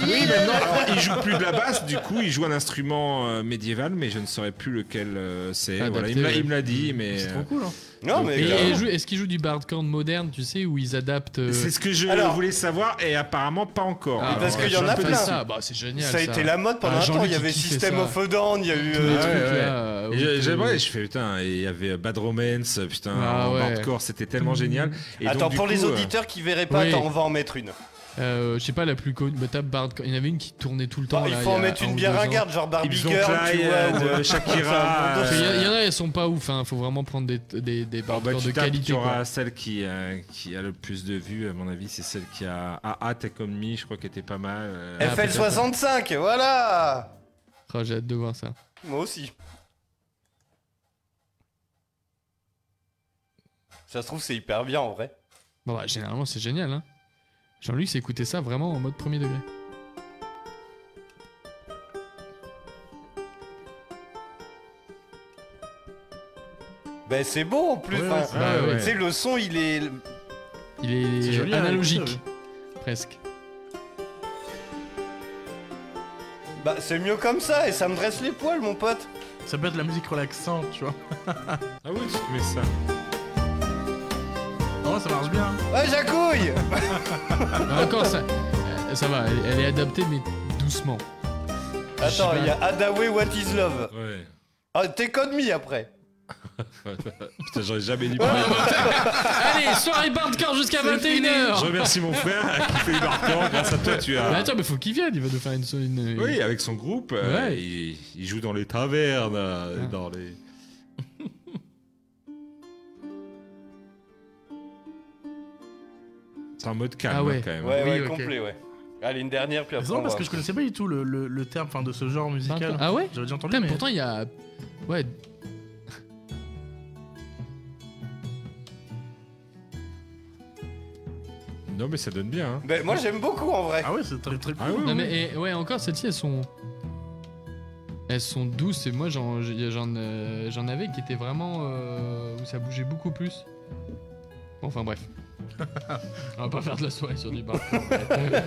[SPEAKER 9] Oui, mais non, alors, il joue plus de la basse, du coup, il joue un instrument euh, médiéval, mais je ne saurais plus lequel euh, c'est.
[SPEAKER 8] Adapté,
[SPEAKER 9] Voilà, il me l'a-
[SPEAKER 8] ouais.
[SPEAKER 9] il me l'a dit, mais.
[SPEAKER 8] C'est
[SPEAKER 9] euh,
[SPEAKER 8] trop cool. Hein.
[SPEAKER 9] donc,
[SPEAKER 8] Et-
[SPEAKER 9] euh,
[SPEAKER 8] et joue- Est-ce qu'ils jouent du bardcore moderne, tu sais, où ils adaptent. euh,
[SPEAKER 9] C'est ce que je
[SPEAKER 8] Alors-
[SPEAKER 9] voulais savoir, et apparemment pas encore.
[SPEAKER 8] Ah,
[SPEAKER 9] Alors,
[SPEAKER 7] Parce qu'il y
[SPEAKER 9] je suis
[SPEAKER 7] en
[SPEAKER 9] un
[SPEAKER 7] a
[SPEAKER 9] peu
[SPEAKER 7] plein.
[SPEAKER 9] déçu.
[SPEAKER 8] Ah, bah, c'est génial,
[SPEAKER 7] Ça a
[SPEAKER 8] ça.
[SPEAKER 7] été la mode pendant
[SPEAKER 8] Ah,
[SPEAKER 7] un temps.
[SPEAKER 8] Jean-Luc
[SPEAKER 7] Il y avait
[SPEAKER 8] qui kiffait
[SPEAKER 7] System
[SPEAKER 8] ça.
[SPEAKER 7] of a Down, il y a eu.
[SPEAKER 8] Tous
[SPEAKER 7] euh,
[SPEAKER 8] les trucs, là,
[SPEAKER 9] Et
[SPEAKER 8] où
[SPEAKER 9] j'ai-
[SPEAKER 8] t'es-
[SPEAKER 9] J'aimerais, je fais putain, et il y avait euh, Bad Romance, putain,
[SPEAKER 8] Ah
[SPEAKER 9] en
[SPEAKER 8] ouais.
[SPEAKER 9] hardcore, c'était tellement génial. Et
[SPEAKER 7] Attends,
[SPEAKER 9] donc, du
[SPEAKER 7] pour les
[SPEAKER 9] coup, euh,
[SPEAKER 7] auditeurs qui verraient pas,
[SPEAKER 8] Oui.
[SPEAKER 7] attends, on va en mettre une.
[SPEAKER 8] Euh, je sais pas, la plus connue, bah, tape bardcore. Il y en avait une qui tournait tout le temps.
[SPEAKER 7] Bah, il
[SPEAKER 8] là,
[SPEAKER 7] faut en
[SPEAKER 8] y a
[SPEAKER 7] mettre
[SPEAKER 8] un
[SPEAKER 7] une
[SPEAKER 8] ou
[SPEAKER 7] bien
[SPEAKER 8] deux ans.
[SPEAKER 7] ringarde, genre Barbie
[SPEAKER 9] Ibsen
[SPEAKER 7] Girl,
[SPEAKER 9] Clyde,
[SPEAKER 7] tu vois.
[SPEAKER 9] euh, Shakira,
[SPEAKER 7] ou- C'est un
[SPEAKER 8] Parce
[SPEAKER 7] peu-
[SPEAKER 8] qu'il y a- Il y en a, elles sont pas ouf, hein. faut vraiment prendre des, des, des
[SPEAKER 9] Bon, bah,
[SPEAKER 8] bardcore
[SPEAKER 9] tu
[SPEAKER 8] de
[SPEAKER 9] tapes,
[SPEAKER 8] qualité.
[SPEAKER 9] tu auras
[SPEAKER 8] quoi.
[SPEAKER 9] celle qui, euh, qui a le plus de vues, à mon avis, c'est celle qui a AA, T'es comme Me, je crois qu'elle était pas mal. euh,
[SPEAKER 8] Ah,
[SPEAKER 10] Ah,
[SPEAKER 7] FL65, voilà
[SPEAKER 8] Oh, J'ai hâte de voir ça.
[SPEAKER 7] Moi aussi. Ça se trouve, c'est hyper bien en vrai.
[SPEAKER 8] Bon, bah, généralement, c'est génial. Hein. Jean-Luc s'est écouté ça vraiment en mode premier degré.
[SPEAKER 7] Ben c'est beau en plus.
[SPEAKER 8] Ouais,
[SPEAKER 7] enfin,
[SPEAKER 8] ouais, c'est vrai, ouais.
[SPEAKER 7] Tu sais, le son il est.
[SPEAKER 8] Il est,
[SPEAKER 7] C'est joli, hein,
[SPEAKER 8] analogique,
[SPEAKER 7] écoutez,
[SPEAKER 8] presque.
[SPEAKER 7] Bah c'est mieux comme ça et ça me dresse les poils, mon pote.
[SPEAKER 10] Ça peut être de la musique relaxante, tu vois. ah
[SPEAKER 9] oui, mais ça.
[SPEAKER 10] Non, Oh, ça marche bien.
[SPEAKER 7] Ouais, j'accouille
[SPEAKER 8] Mais encore, ça, euh, ça va, elle, elle est adaptée, mais doucement.
[SPEAKER 7] Attends,
[SPEAKER 8] Je sais
[SPEAKER 7] il y a
[SPEAKER 8] pas.
[SPEAKER 7] Adaway What Is Love.
[SPEAKER 9] Ouais.
[SPEAKER 7] Ah, t'es con me après.
[SPEAKER 9] Putain, j'aurais jamais dit.
[SPEAKER 8] Allez, soirée bardcore jusqu'à
[SPEAKER 7] C'est
[SPEAKER 8] 21h.
[SPEAKER 9] Je remercie mon frère qui fait du hardcore. Grâce à toi, tu as.
[SPEAKER 10] Bah,
[SPEAKER 8] Mais attends, mais faut qu'il vienne, il va nous faire une. une-
[SPEAKER 9] Oui, avec son groupe, euh,
[SPEAKER 8] Ouais.
[SPEAKER 9] il, il joue dans les tavernes, euh, dans les. C'est un mode calme
[SPEAKER 8] Ah ouais.
[SPEAKER 9] hein, quand même.
[SPEAKER 7] Ouais,
[SPEAKER 9] hein.
[SPEAKER 7] ouais, complet, ouais. Allez, une dernière, puis
[SPEAKER 10] Mais
[SPEAKER 7] après.
[SPEAKER 10] C'est drôle
[SPEAKER 7] on
[SPEAKER 10] parce
[SPEAKER 7] va-
[SPEAKER 10] que je connaissais pas du tout le, le- le terme enfin, de ce genre musical.
[SPEAKER 8] Ah ouais
[SPEAKER 10] J'avais déjà entendu.
[SPEAKER 8] Putain, mais
[SPEAKER 10] mais-
[SPEAKER 8] pourtant, il y a. Ouais.
[SPEAKER 9] Non, mais ça donne bien. hein.
[SPEAKER 7] Ben moi j'aime beaucoup en vrai.
[SPEAKER 10] Ah ouais, c'est très très cool.
[SPEAKER 8] non, mais et- ouais, encore, celles-ci, elles sont. Elles sont douces, et moi, j'en j'ai- j'en euh, j'en avais qui étaient vraiment. euh, où ça bougeait beaucoup plus. Bon, enfin, bref. On va pas faire de la soirée sur du bar.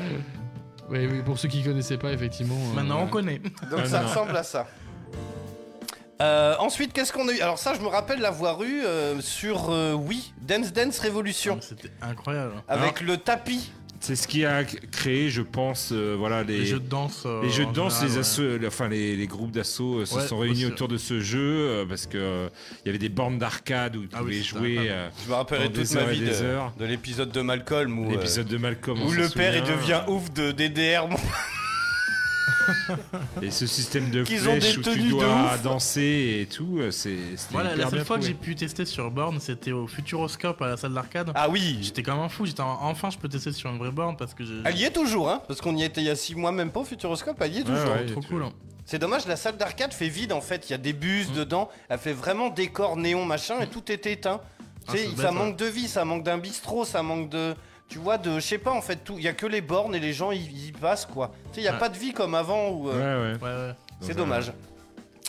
[SPEAKER 8] Oui, oui, pour ceux qui connaissaient pas, effectivement. euh,
[SPEAKER 10] Maintenant, on
[SPEAKER 8] voilà.
[SPEAKER 10] connaît.
[SPEAKER 7] Donc ça ressemble à ça. Euh, ensuite, qu'est-ce qu'on a eu Alors ça, je me rappelle l'avoir eu
[SPEAKER 9] Ah,
[SPEAKER 7] euh, sur euh, Wii, Dance Dance Revolution,
[SPEAKER 9] Hein
[SPEAKER 10] C'était incroyable.
[SPEAKER 7] avec le tapis.
[SPEAKER 9] C'est ce qui a créé, je pense, euh, voilà les,
[SPEAKER 10] Les jeux de danse, euh,
[SPEAKER 9] les jeux de
[SPEAKER 10] en
[SPEAKER 9] danse,
[SPEAKER 10] général,
[SPEAKER 9] les
[SPEAKER 10] ouais.
[SPEAKER 9] assos, euh, enfin les, les groupes d'assaut se
[SPEAKER 10] Ouais,
[SPEAKER 9] sont réunis
[SPEAKER 10] aussi.
[SPEAKER 9] autour de ce jeu euh, parce que euh, il y avait des bornes d'arcade où tu
[SPEAKER 7] Ah oui,
[SPEAKER 9] pouvais
[SPEAKER 7] c'était
[SPEAKER 9] jouer.
[SPEAKER 7] incroyable.
[SPEAKER 9] euh,
[SPEAKER 7] Je me rappellerai
[SPEAKER 9] dans
[SPEAKER 7] toute
[SPEAKER 9] des
[SPEAKER 7] ma
[SPEAKER 9] heures et
[SPEAKER 7] vie
[SPEAKER 9] des
[SPEAKER 7] de-
[SPEAKER 9] heures.
[SPEAKER 7] de l'épisode de Malcolm où euh,
[SPEAKER 9] L'épisode de Malcolm, on
[SPEAKER 7] où
[SPEAKER 9] s'en
[SPEAKER 7] le père il
[SPEAKER 9] souvient.
[SPEAKER 7] devient ouf de DDR. mon-
[SPEAKER 9] Et ce système de
[SPEAKER 7] Qu'ils ont des
[SPEAKER 9] flèches où
[SPEAKER 7] tenues
[SPEAKER 9] tu
[SPEAKER 7] de
[SPEAKER 9] dois
[SPEAKER 7] ouf.
[SPEAKER 9] danser et tout, euh, c'est c'était
[SPEAKER 10] Voilà,
[SPEAKER 9] hyper
[SPEAKER 10] la seule
[SPEAKER 9] bien
[SPEAKER 10] fois que
[SPEAKER 9] trouvé.
[SPEAKER 10] j'ai pu tester sur borne, c'était au Futuroscope à la salle d'arcade.
[SPEAKER 7] Ah oui
[SPEAKER 10] J'étais comme un fou, j'étais en- enfin je peux tester sur une vraie borne parce que j'ai.
[SPEAKER 7] Elle y est toujours, hein, parce qu'on y était il y a 6 mois même pas au Futuroscope, elle y est
[SPEAKER 10] Ouais,
[SPEAKER 7] toujours.
[SPEAKER 10] ouais, Trop tu- cool, hein.
[SPEAKER 7] C'est dommage, la salle d'arcade fait vide en fait, il y a des bus
[SPEAKER 10] Mm.
[SPEAKER 7] dedans, elle fait vraiment décor néon machin et tout est éteint.
[SPEAKER 10] Ah,
[SPEAKER 7] Tu sais,
[SPEAKER 10] c'est bête,
[SPEAKER 7] ça
[SPEAKER 10] ouais.
[SPEAKER 7] manque de vie, ça manque d'un bistrot, ça manque de. Tu vois, de. Je sais pas en fait, tout. Il y a que les bornes et les gens ils y passent quoi. Tu sais, il y a
[SPEAKER 10] Ouais.
[SPEAKER 7] pas de vie comme avant où. euh,
[SPEAKER 10] Ouais, ouais.
[SPEAKER 7] C'est dommage.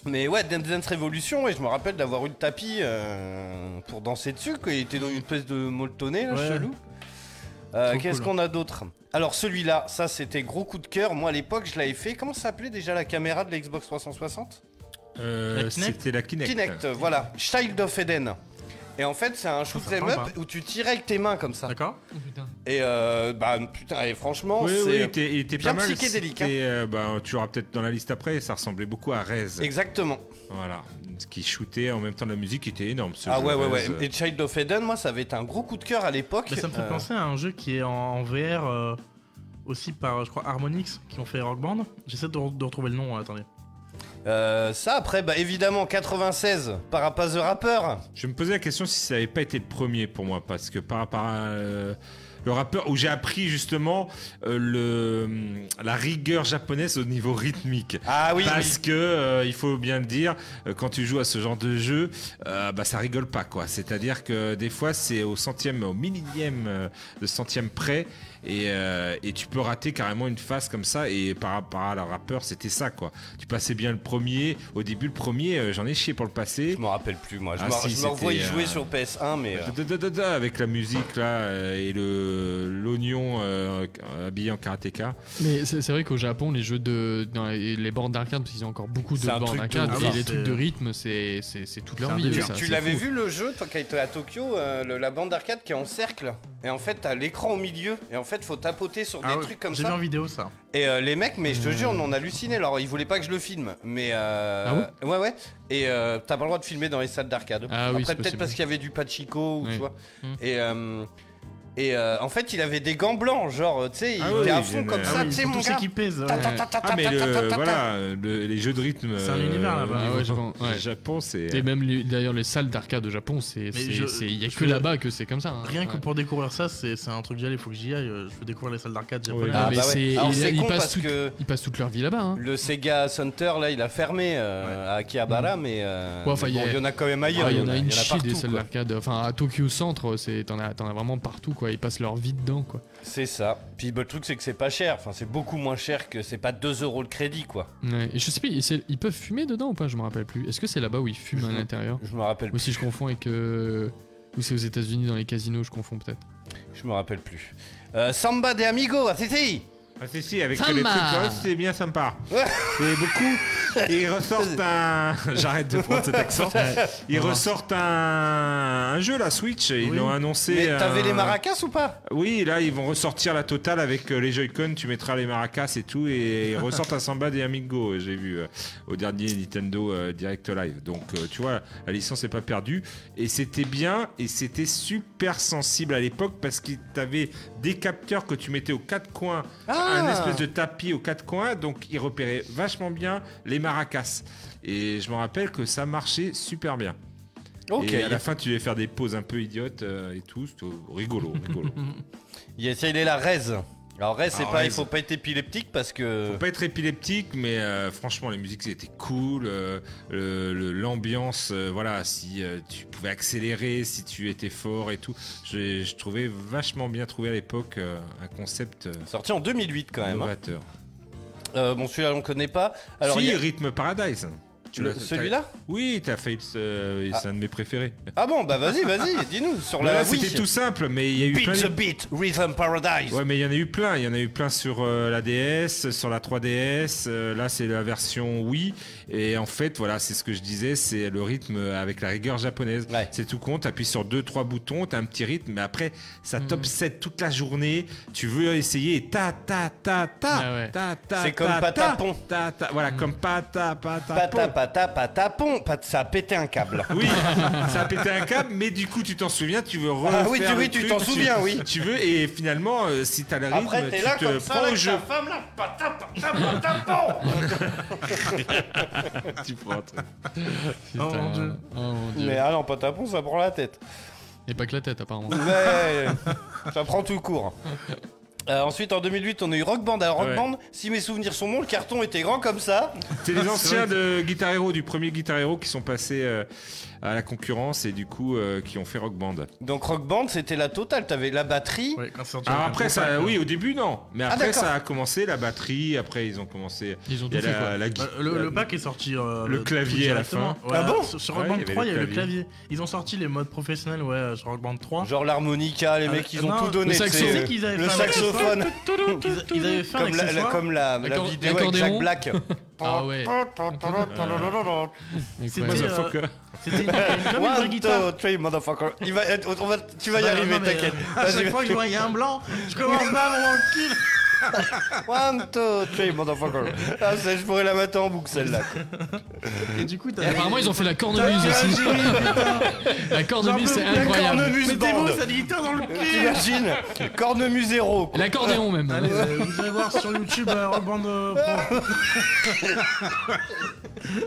[SPEAKER 7] Mais ouais, Dance Dance Revolution, et je me rappelle d'avoir eu le tapis euh, pour danser dessus, qu'il était dans une espèce de molletonné, là,
[SPEAKER 10] Ouais.
[SPEAKER 7] chelou. Euh,
[SPEAKER 10] Trop
[SPEAKER 7] Qu'est-ce
[SPEAKER 10] cool.
[SPEAKER 7] qu'on a d'autre Alors celui-là, ça c'était gros coup de cœur. Moi à l'époque, je l'avais fait. Comment s'appelait déjà la caméra de la Xbox 360
[SPEAKER 9] Euh, La Kinect c'était la Kinect.
[SPEAKER 7] euh, voilà. Child of Eden. Et en fait, c'est un shoot
[SPEAKER 9] ça
[SPEAKER 7] 'em
[SPEAKER 9] parle
[SPEAKER 7] up
[SPEAKER 9] pas.
[SPEAKER 7] où tu tirais avec tes mains comme ça.
[SPEAKER 10] D'accord.
[SPEAKER 7] Et euh, bah putain, et franchement,
[SPEAKER 9] Oui,
[SPEAKER 7] c'est
[SPEAKER 9] oui, il était, il était
[SPEAKER 7] bien
[SPEAKER 9] pas mal.
[SPEAKER 7] psychédélique. hein.
[SPEAKER 9] c'était, euh, bah, tu auras peut-être dans la liste après, ça ressemblait beaucoup à Rez.
[SPEAKER 7] Exactement.
[SPEAKER 9] Voilà. Ce qui shootait en même temps de la musique était énorme. ce
[SPEAKER 7] Ah
[SPEAKER 9] jeu
[SPEAKER 7] ouais, ouais, ouais.
[SPEAKER 9] Rez.
[SPEAKER 7] Et Child of Eden, moi, ça avait été un gros coup de cœur à l'époque.
[SPEAKER 10] Mais ça me fait
[SPEAKER 7] Euh,
[SPEAKER 10] penser à un jeu qui est en, en VR euh, aussi par, je crois, Harmonix qui ont fait Rock Band. J'essaie de, re- de retrouver le nom, euh, attendez.
[SPEAKER 7] Euh, ça après, bah évidemment, 96, Parapaz the Rapper.
[SPEAKER 9] Je me posais la question si ça n'avait pas été le premier pour moi, parce que par rapport à euh, le rappeur, où j'ai appris justement euh, le, hum, la rigueur japonaise au niveau rythmique.
[SPEAKER 7] Ah oui
[SPEAKER 9] Parce que, euh, il faut bien le dire, euh, quand tu joues à ce genre de jeu, euh, bah, ça rigole pas, quoi. C'est-à-dire que des fois, c'est au centième, au millième euh, de centième près, et, euh, et tu peux rater carrément une phase comme ça, et par rapport à la rappeur, c'était ça, quoi. Tu passais bien le premier, au début, le premier, euh, j'en ai chié pour le passer. Je
[SPEAKER 7] m'en rappelle plus, moi.
[SPEAKER 9] Ah,
[SPEAKER 7] Je me-
[SPEAKER 9] si,
[SPEAKER 7] je me revois y
[SPEAKER 9] c'était,
[SPEAKER 7] jouer
[SPEAKER 9] euh,
[SPEAKER 7] sur PS1, mais. euh,
[SPEAKER 9] Da, da, da, da, avec la musique là euh, et le l'oignon euh, habillé en karatéka.
[SPEAKER 8] Mais c'est c'est vrai qu'au Japon, les jeux de. dans les, les bornes d'arcade, parce qu'ils ont encore beaucoup de
[SPEAKER 9] C'est un
[SPEAKER 8] bornes
[SPEAKER 9] truc de
[SPEAKER 8] d'arcade,
[SPEAKER 9] ouf.
[SPEAKER 8] et
[SPEAKER 9] Ah,
[SPEAKER 8] les
[SPEAKER 9] c'est-
[SPEAKER 8] trucs de rythme, c'est c'est- c'est toute leur
[SPEAKER 7] tu-
[SPEAKER 8] vie.
[SPEAKER 7] tu-
[SPEAKER 8] ça,
[SPEAKER 7] tu
[SPEAKER 8] c'est
[SPEAKER 7] l'avais
[SPEAKER 8] fou.
[SPEAKER 7] vu le jeu, toi, quand t'es à Tokyo, euh, le- la bande d'arcade qui est en cercle. Et en fait, t'as l'écran au milieu. Et en fait, faut tapoter sur
[SPEAKER 10] Ah
[SPEAKER 7] des
[SPEAKER 10] ouais,
[SPEAKER 7] trucs comme
[SPEAKER 10] J'ai
[SPEAKER 7] ça.
[SPEAKER 10] vu en vidéo ça.
[SPEAKER 7] Et euh, les mecs, mais je te jure, on en halluciné. Alors, ils voulaient pas que je le filme, mais euh, ouais, ouais. Et euh, t'as pas le droit de filmer dans les salles d'arcade. Après,
[SPEAKER 8] Ah oui, c'est
[SPEAKER 7] peut-être
[SPEAKER 8] possible.
[SPEAKER 7] parce qu'il y avait du pachico ou
[SPEAKER 8] Oui.
[SPEAKER 7] tu vois.
[SPEAKER 8] Mm.
[SPEAKER 7] Et euh, et euh, en fait, il avait des gants blancs, genre, tu sais, il
[SPEAKER 9] Ah
[SPEAKER 7] était
[SPEAKER 9] oui,
[SPEAKER 7] à
[SPEAKER 9] ils
[SPEAKER 7] fond
[SPEAKER 9] viennent,
[SPEAKER 7] comme
[SPEAKER 9] euh,
[SPEAKER 7] ça,
[SPEAKER 9] ah oui,
[SPEAKER 7] tu
[SPEAKER 10] ils
[SPEAKER 7] sais,
[SPEAKER 10] sont
[SPEAKER 7] mon
[SPEAKER 10] tous
[SPEAKER 7] gars.
[SPEAKER 10] équipés, ça,
[SPEAKER 7] Ta,
[SPEAKER 10] ouais.
[SPEAKER 7] ta, ta, ta,
[SPEAKER 9] Ah mais
[SPEAKER 7] ta, ta, ta,
[SPEAKER 9] le,
[SPEAKER 7] ta, ta.
[SPEAKER 9] voilà le- les jeux de rythme. euh,
[SPEAKER 10] C'est un univers, là-bas.
[SPEAKER 8] Ah ouais, je pense, ouais.
[SPEAKER 9] Le Japon c'est.
[SPEAKER 8] Et même les- d'ailleurs, les salles d'arcade au Japon, c'est. c'est-
[SPEAKER 10] je-
[SPEAKER 8] c'est- Il y a
[SPEAKER 10] je
[SPEAKER 8] que
[SPEAKER 10] veux-
[SPEAKER 8] là-bas que c'est comme ça. hein.
[SPEAKER 10] Rien que
[SPEAKER 8] Ouais.
[SPEAKER 10] pour découvrir ça, c'est c'est un truc que j'y il faut que j'y aille. euh, Je veux découvrir les salles d'arcade japonaises.
[SPEAKER 8] Ah, mais c'est-
[SPEAKER 7] Alors,
[SPEAKER 8] ils-
[SPEAKER 7] c'est
[SPEAKER 8] ils
[SPEAKER 7] con
[SPEAKER 8] passent
[SPEAKER 7] parce
[SPEAKER 8] toute-
[SPEAKER 7] que-
[SPEAKER 8] ils passent toute leur vie là-bas. hein.
[SPEAKER 7] Le Sega Center, là, il a fermé euh, à Akihabara,
[SPEAKER 9] Mm.
[SPEAKER 7] mais euh,
[SPEAKER 8] Ouais, enfin,
[SPEAKER 7] mais bon, il y en a quand même ailleurs.
[SPEAKER 8] Ah, Il y en a une
[SPEAKER 7] il y en a
[SPEAKER 8] chier des
[SPEAKER 7] partout,
[SPEAKER 8] salles
[SPEAKER 7] quoi.
[SPEAKER 8] d'arcade. Enfin, à Tokyo Centre, c'est- t'en as, t'en as vraiment partout, quoi. Ils passent leur vie dedans, quoi.
[SPEAKER 7] C'est ça. Puis bah, le truc, c'est que c'est pas cher. Enfin, c'est beaucoup moins cher que c'est pas 2 euros le crédit, quoi.
[SPEAKER 8] Ouais. Et je sais pas, ils, c'est- ils peuvent fumer dedans ou pas Je me rappelle plus. Est-ce que c'est là-bas où ils fument à l'intérieur
[SPEAKER 7] Je me rappelle
[SPEAKER 8] Ou si je confonds avec. euh, Ou c'est aux États-Unis dans les casinos, je confonds peut-être.
[SPEAKER 7] Je me rappelle plus. Euh, Samba de Amigo, ah si si
[SPEAKER 9] Ah si si avec
[SPEAKER 7] Samba.
[SPEAKER 9] les trucs ouais, c'est bien sympa. Et beaucoup ils ressortent un. J'arrête de prendre cet accent. Ils ressortent un, un jeu la Switch. Ils l'ont annoncé. euh,
[SPEAKER 7] Mais t'avais
[SPEAKER 9] un-
[SPEAKER 7] les maracas ou pas
[SPEAKER 9] Oui, là ils vont ressortir la totale avec euh, les Joy-Con, tu mettras les maracas et tout, et ils ressortent un samba des Amigo, euh, j'ai vu euh, au dernier Nintendo euh, Direct Live. Donc euh, tu vois, la licence n'est pas perdue, et c'était bien, et c'était super sensible à l'époque parce que t'avais des capteurs que tu mettais aux quatre coins,
[SPEAKER 7] Ah
[SPEAKER 9] un espèce de tapis aux quatre coins, donc ils repéraient vachement bien les maracas. Et je me rappelle que ça marchait super bien.
[SPEAKER 7] Ok.
[SPEAKER 9] Et à la fin, tu devais faire des pauses un peu idiotes euh, et tout, c'était rigolo, rigolo.
[SPEAKER 7] Yes, il est la Rez. Alors Rez, c'est
[SPEAKER 9] Alors,
[SPEAKER 7] pas, il
[SPEAKER 9] Rez.
[SPEAKER 7] faut pas être épileptique parce que.
[SPEAKER 9] Faut pas être épileptique, mais euh, franchement, les musiques c'était cool. euh, le- le- L'ambiance, euh, voilà, si euh, tu pouvais accélérer, si tu étais fort et tout. Je, je trouvais vachement bien trouvé à l'époque euh, un concept.
[SPEAKER 7] Sorti en 2008 quand même, hein.
[SPEAKER 9] Novateur.
[SPEAKER 7] Euh, bon, celui-là, on connaît pas. Alors,
[SPEAKER 9] si,
[SPEAKER 7] il y a-
[SPEAKER 9] Rhythm Paradise. Tu
[SPEAKER 7] Le-
[SPEAKER 9] l'as- t'as-
[SPEAKER 7] celui-là
[SPEAKER 9] Oui, t'as fait. euh, c'est un de mes préférés.
[SPEAKER 7] Ah bon, bah vas-y, vas-y, dis-nous sur
[SPEAKER 9] Bah là,
[SPEAKER 7] la. Wii.
[SPEAKER 9] c'était tout simple, mais il y a eu
[SPEAKER 7] Beat
[SPEAKER 9] plein de-
[SPEAKER 7] the beat, Rhythm Paradise.
[SPEAKER 9] Ouais, mais il y en a eu plein. Il y en a eu plein sur euh, la DS, sur la 3DS. euh, là, c'est la version Wii. Et en fait, voilà, c'est ce que je disais, c'est le rythme avec la rigueur japonaise. C'est tout con. T'appuies sur deux, trois boutons, t'as un petit rythme, mais après, ça t'obsède toute la journée. Tu veux essayer et ta, ta, ta, ta, ta, ta.
[SPEAKER 7] C'est comme
[SPEAKER 9] ta, ta,
[SPEAKER 7] patapon.
[SPEAKER 9] ta, ta. Voilà, comme pata, pata,
[SPEAKER 7] Pata, pata, patapon. Pat- Ça a pété un câble.
[SPEAKER 9] Oui, ça a pété un câble, mais du coup, tu t'en souviens, tu veux refaire.
[SPEAKER 7] Ah oui, tu-
[SPEAKER 9] le
[SPEAKER 7] oui, tu
[SPEAKER 9] truc,
[SPEAKER 7] t'en souviens, oui.
[SPEAKER 9] Tu veux, et finalement, euh, si t'as le rythme,
[SPEAKER 7] Après, t'es
[SPEAKER 9] tu
[SPEAKER 7] là
[SPEAKER 9] te
[SPEAKER 7] comme ça
[SPEAKER 9] prends au
[SPEAKER 7] avec
[SPEAKER 9] jeu.
[SPEAKER 7] ta femme là. Pata, pata, patapon.
[SPEAKER 9] tu prends. toi.
[SPEAKER 7] Oh mon Dieu.
[SPEAKER 8] Oh mon Dieu.
[SPEAKER 7] Mais ah non, patapon, ça prend la tête.
[SPEAKER 8] Et pas que la tête, apparemment.
[SPEAKER 7] Ouais, ça prend tout court. Euh, ensuite, en 2008, on a eu Rock Band. Alors, Rock
[SPEAKER 9] Ouais.
[SPEAKER 7] Band, si mes souvenirs sont bons, le carton était grand comme ça.
[SPEAKER 9] C'est les anciens de Guitar Hero, du premier Guitar Hero, qui sont passés euh, à la concurrence et du coup euh, qui ont fait Rock Band.
[SPEAKER 7] Donc, Rock Band, c'était la totale. T'avais la batterie.
[SPEAKER 9] Alors après ça, oui, au début non, mais
[SPEAKER 7] Ah,
[SPEAKER 9] après
[SPEAKER 7] d'accord.
[SPEAKER 9] ça a commencé la batterie. Après ils ont commencé.
[SPEAKER 10] Ils ont
[SPEAKER 9] il y a
[SPEAKER 10] tout fait,
[SPEAKER 9] la-
[SPEAKER 10] quoi.
[SPEAKER 9] la gui-
[SPEAKER 10] Euh, le-
[SPEAKER 9] la-
[SPEAKER 10] le pack est sorti, euh,
[SPEAKER 9] le
[SPEAKER 10] tout
[SPEAKER 9] clavier à la fin.
[SPEAKER 7] Ah
[SPEAKER 10] directement. Ouais, sur- Sur Rock
[SPEAKER 9] Ouais,
[SPEAKER 10] Band
[SPEAKER 9] y avait
[SPEAKER 10] 3, il y avait le clavier. Ils ont sorti les modes professionnels, ouais, euh, sur Rock Band 3.
[SPEAKER 7] Genre l'harmonica, les mecs, ils
[SPEAKER 9] Euh,
[SPEAKER 7] ont tout donné. tu sais,
[SPEAKER 10] Le
[SPEAKER 7] le saxophone.
[SPEAKER 10] Ils ils avaient fait un
[SPEAKER 7] Comme la- la-
[SPEAKER 10] accessoire.
[SPEAKER 7] comme la- la L'accor- vidéo avec Jack l'accordéon. Black.
[SPEAKER 8] Ah ouais.
[SPEAKER 7] C'était,
[SPEAKER 9] Motherfucker.
[SPEAKER 7] euh,
[SPEAKER 10] c'était une- comme une vraie
[SPEAKER 7] One,
[SPEAKER 10] guitare.
[SPEAKER 7] two, three, motherfucker. Il va être- on va- tu vas y
[SPEAKER 10] Non, non,
[SPEAKER 7] arriver,
[SPEAKER 10] mais,
[SPEAKER 7] t'inquiète.
[SPEAKER 10] euh, À
[SPEAKER 7] Vas-y,
[SPEAKER 10] chaque fois que
[SPEAKER 7] vas-y.
[SPEAKER 10] je vois il y a un blanc, je commence pas à mon cul.
[SPEAKER 7] One, two, three, motherfucker. Ah, ça, je pourrais la mettre en boucle, celle-là.
[SPEAKER 10] Et du coup,
[SPEAKER 8] Et apparemment, ils ont fait la cornemuse aussi. La cornemuse, c'est incroyable.
[SPEAKER 7] bande.
[SPEAKER 10] Mettez-vous cette guitare dans le cul.
[SPEAKER 7] T'imagines Cornemuse héros. quoi.
[SPEAKER 8] L'accordéon même.
[SPEAKER 10] Allez, euh, vous allez voir sur YouTube euh, Rock Band. euh, Pro.